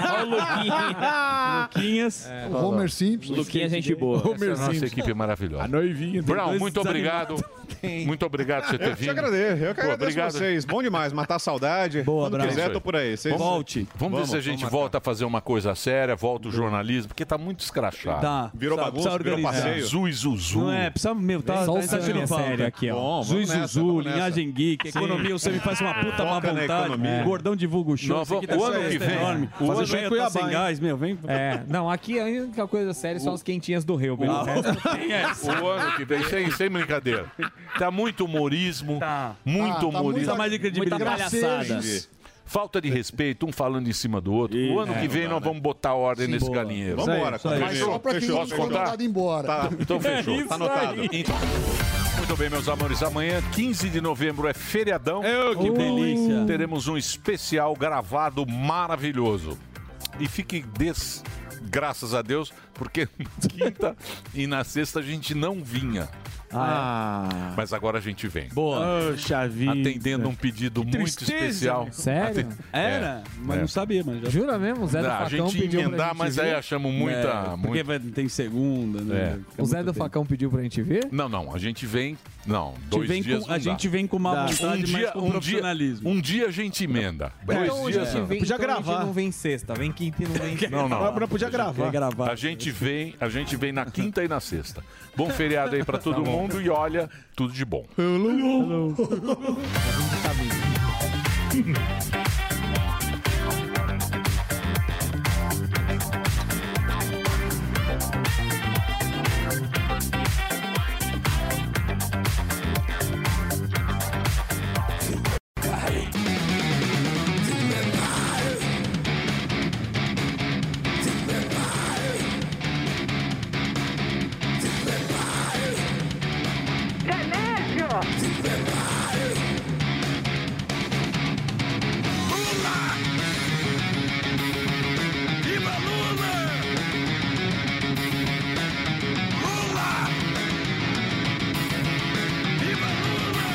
Speaker 6: Ah, Luquinhas.
Speaker 3: O Homer
Speaker 11: Simpson.
Speaker 3: É, Luquinha, gente boa. Essa é a nossa equipe maravilhosa. A noivinha. Brown,
Speaker 17: dois
Speaker 3: muito obrigado.
Speaker 17: desanimados.
Speaker 3: Muito obrigado por você ter
Speaker 17: Eu que
Speaker 3: vindo.
Speaker 17: te agradeço. Eu que
Speaker 3: Pô,
Speaker 17: agradeço
Speaker 3: obrigado.
Speaker 17: vocês. Bom demais. Matar a saudade. Boa, Quando quiser, tô por aí. Vocês...
Speaker 3: Volte. Vamos, ver se a gente
Speaker 17: vamos
Speaker 3: volta a fazer uma coisa séria, volta o jornalismo, porque tá muito escrachado.
Speaker 6: Tá. Virou Precisa- bagunça, precisa virou organizar. passeio.
Speaker 3: Zui, zuzu.
Speaker 6: Não é, precisa, meu, tá,
Speaker 3: Só
Speaker 6: tá
Speaker 3: o Sami
Speaker 6: sentindo
Speaker 3: é
Speaker 6: falta.
Speaker 3: sério aqui, ó. Bom, vamos
Speaker 6: Zuizuzu,
Speaker 3: nessa, vamos nessa.
Speaker 6: linhagem geek,
Speaker 3: Sim.
Speaker 6: economia, você me faz uma puta tá má
Speaker 3: Foca na
Speaker 6: vontade. É.
Speaker 3: economia.
Speaker 6: Gordão divulga o show.
Speaker 3: Nós
Speaker 6: isso aqui
Speaker 3: vamos- o
Speaker 6: sendo
Speaker 3: ano que
Speaker 6: extra
Speaker 3: vem.
Speaker 6: tá Enorme.
Speaker 3: O ano
Speaker 6: Fazer show
Speaker 3: vem é
Speaker 6: tá
Speaker 3: Cuiabá,
Speaker 6: sem
Speaker 3: hein?
Speaker 6: gás, meu, vem.
Speaker 10: É, não, aqui a única coisa séria são as quentinhas do Rio.
Speaker 3: Ah, O-
Speaker 17: é
Speaker 3: O ano que vem, sem, sem brincadeira.
Speaker 17: Ah,
Speaker 3: Tá muito humorismo. Muito
Speaker 6: Ah, tá
Speaker 3: humorismo.
Speaker 6: muita- mais de credibilidade. muita palhaçada.
Speaker 3: Falta de respeito, um falando em cima do outro. o ano
Speaker 17: é,
Speaker 3: que vem
Speaker 17: não dá,
Speaker 3: nós
Speaker 17: né?
Speaker 3: vamos botar ordem
Speaker 17: Sim,
Speaker 3: nesse
Speaker 17: boa.
Speaker 3: galinheiro.
Speaker 17: Vamos embora, Isso aí,
Speaker 3: Mas
Speaker 17: companheiro.
Speaker 3: só pra quem
Speaker 17: Fechou,
Speaker 3: não foi
Speaker 17: fechou.
Speaker 3: contado.
Speaker 11: Mandado embora.
Speaker 17: Tá.
Speaker 3: Então
Speaker 11: É
Speaker 3: fechou.
Speaker 17: Tá anotado.
Speaker 3: Então- Muito bem, meus amores. Amanhã, 15 de novembro, é feriadão. É,
Speaker 6: que delícia.
Speaker 3: Teremos um especial gravado maravilhoso. E fique des... graças a Deus, porque quinta e na sexta a gente não vinha. Ah. Mas agora a gente vem.
Speaker 6: Boa.
Speaker 3: Poxa vida. Atendendo um pedido muito
Speaker 6: tristeza. né?
Speaker 3: especial.
Speaker 10: Sério?
Speaker 3: Aten-
Speaker 10: Era? Mas
Speaker 3: é.
Speaker 10: não sabia, mas já. Jura mesmo? O Zé do
Speaker 3: Não, a
Speaker 10: Facão
Speaker 3: gente ia
Speaker 10: pediu pra
Speaker 3: emendar,
Speaker 10: gente
Speaker 3: mas
Speaker 10: ver.
Speaker 3: aí achamos muita-
Speaker 6: É,
Speaker 10: porque vai- tem segunda,
Speaker 3: É.
Speaker 10: né? O Zé do Facão pediu pra gente ver?
Speaker 3: Não, não, a gente vem. Não, dois
Speaker 10: vem
Speaker 3: dias.
Speaker 10: com-
Speaker 3: não
Speaker 10: a
Speaker 3: dá.
Speaker 10: gente vem com má
Speaker 3: Dá. Um
Speaker 10: vontade, mas com profissionalismo.
Speaker 3: Dia, um dia a gente emenda.
Speaker 10: então
Speaker 3: dois
Speaker 10: a
Speaker 3: dias.
Speaker 10: gente
Speaker 3: não.
Speaker 10: vem, então a gente não vem sexta, vem quinta e não vem
Speaker 3: Não, não.
Speaker 10: Mas podia gravar.
Speaker 3: A gente vem, a gente vem na quinta e na sexta. Bom feriado aí pra
Speaker 10: Tá
Speaker 3: todo mundo e olha, tudo de bom.
Speaker 24: Hello.
Speaker 25: Viva Lula! Lula! Viva Lula!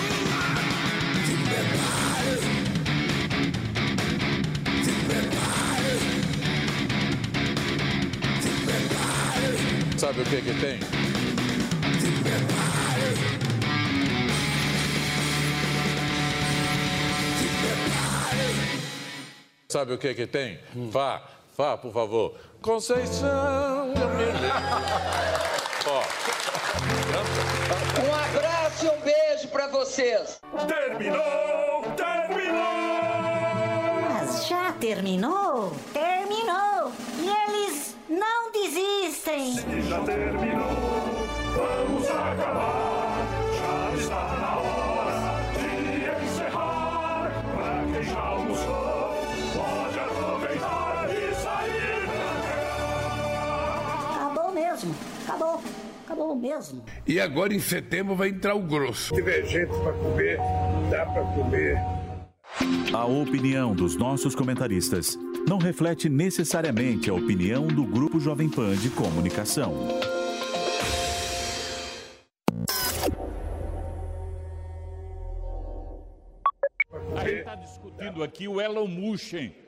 Speaker 25: Lula! Se prepare! Se prepare! Se prepare!
Speaker 18: Sabe o que que tem?
Speaker 25: Se prepare! Se prepare!
Speaker 18: Sabe o que que tem?
Speaker 3: Hum.
Speaker 18: Vá, vá, por favor. Conceição, eu me lembro. Ó.
Speaker 26: Um abraço e um beijo pra vocês. Terminou! Terminou!
Speaker 5: Mas já terminou? Terminou! E eles não desistem! Se já terminou, vamos acabar! Já está na hora de encerrar! Pra quem já almoçou, pode aproveitar e sair Acabou mesmo! Acabou! Acabou mesmo!
Speaker 7: E agora em setembro vai entrar o grosso. Se tiver gente pra comer, dá pra comer.
Speaker 27: A opinião dos nossos comentaristas não reflete necessariamente a opinião do Grupo Jovem Pan de Comunicação.
Speaker 28: tá A gente está discutindo aqui o Elon Musk, hein?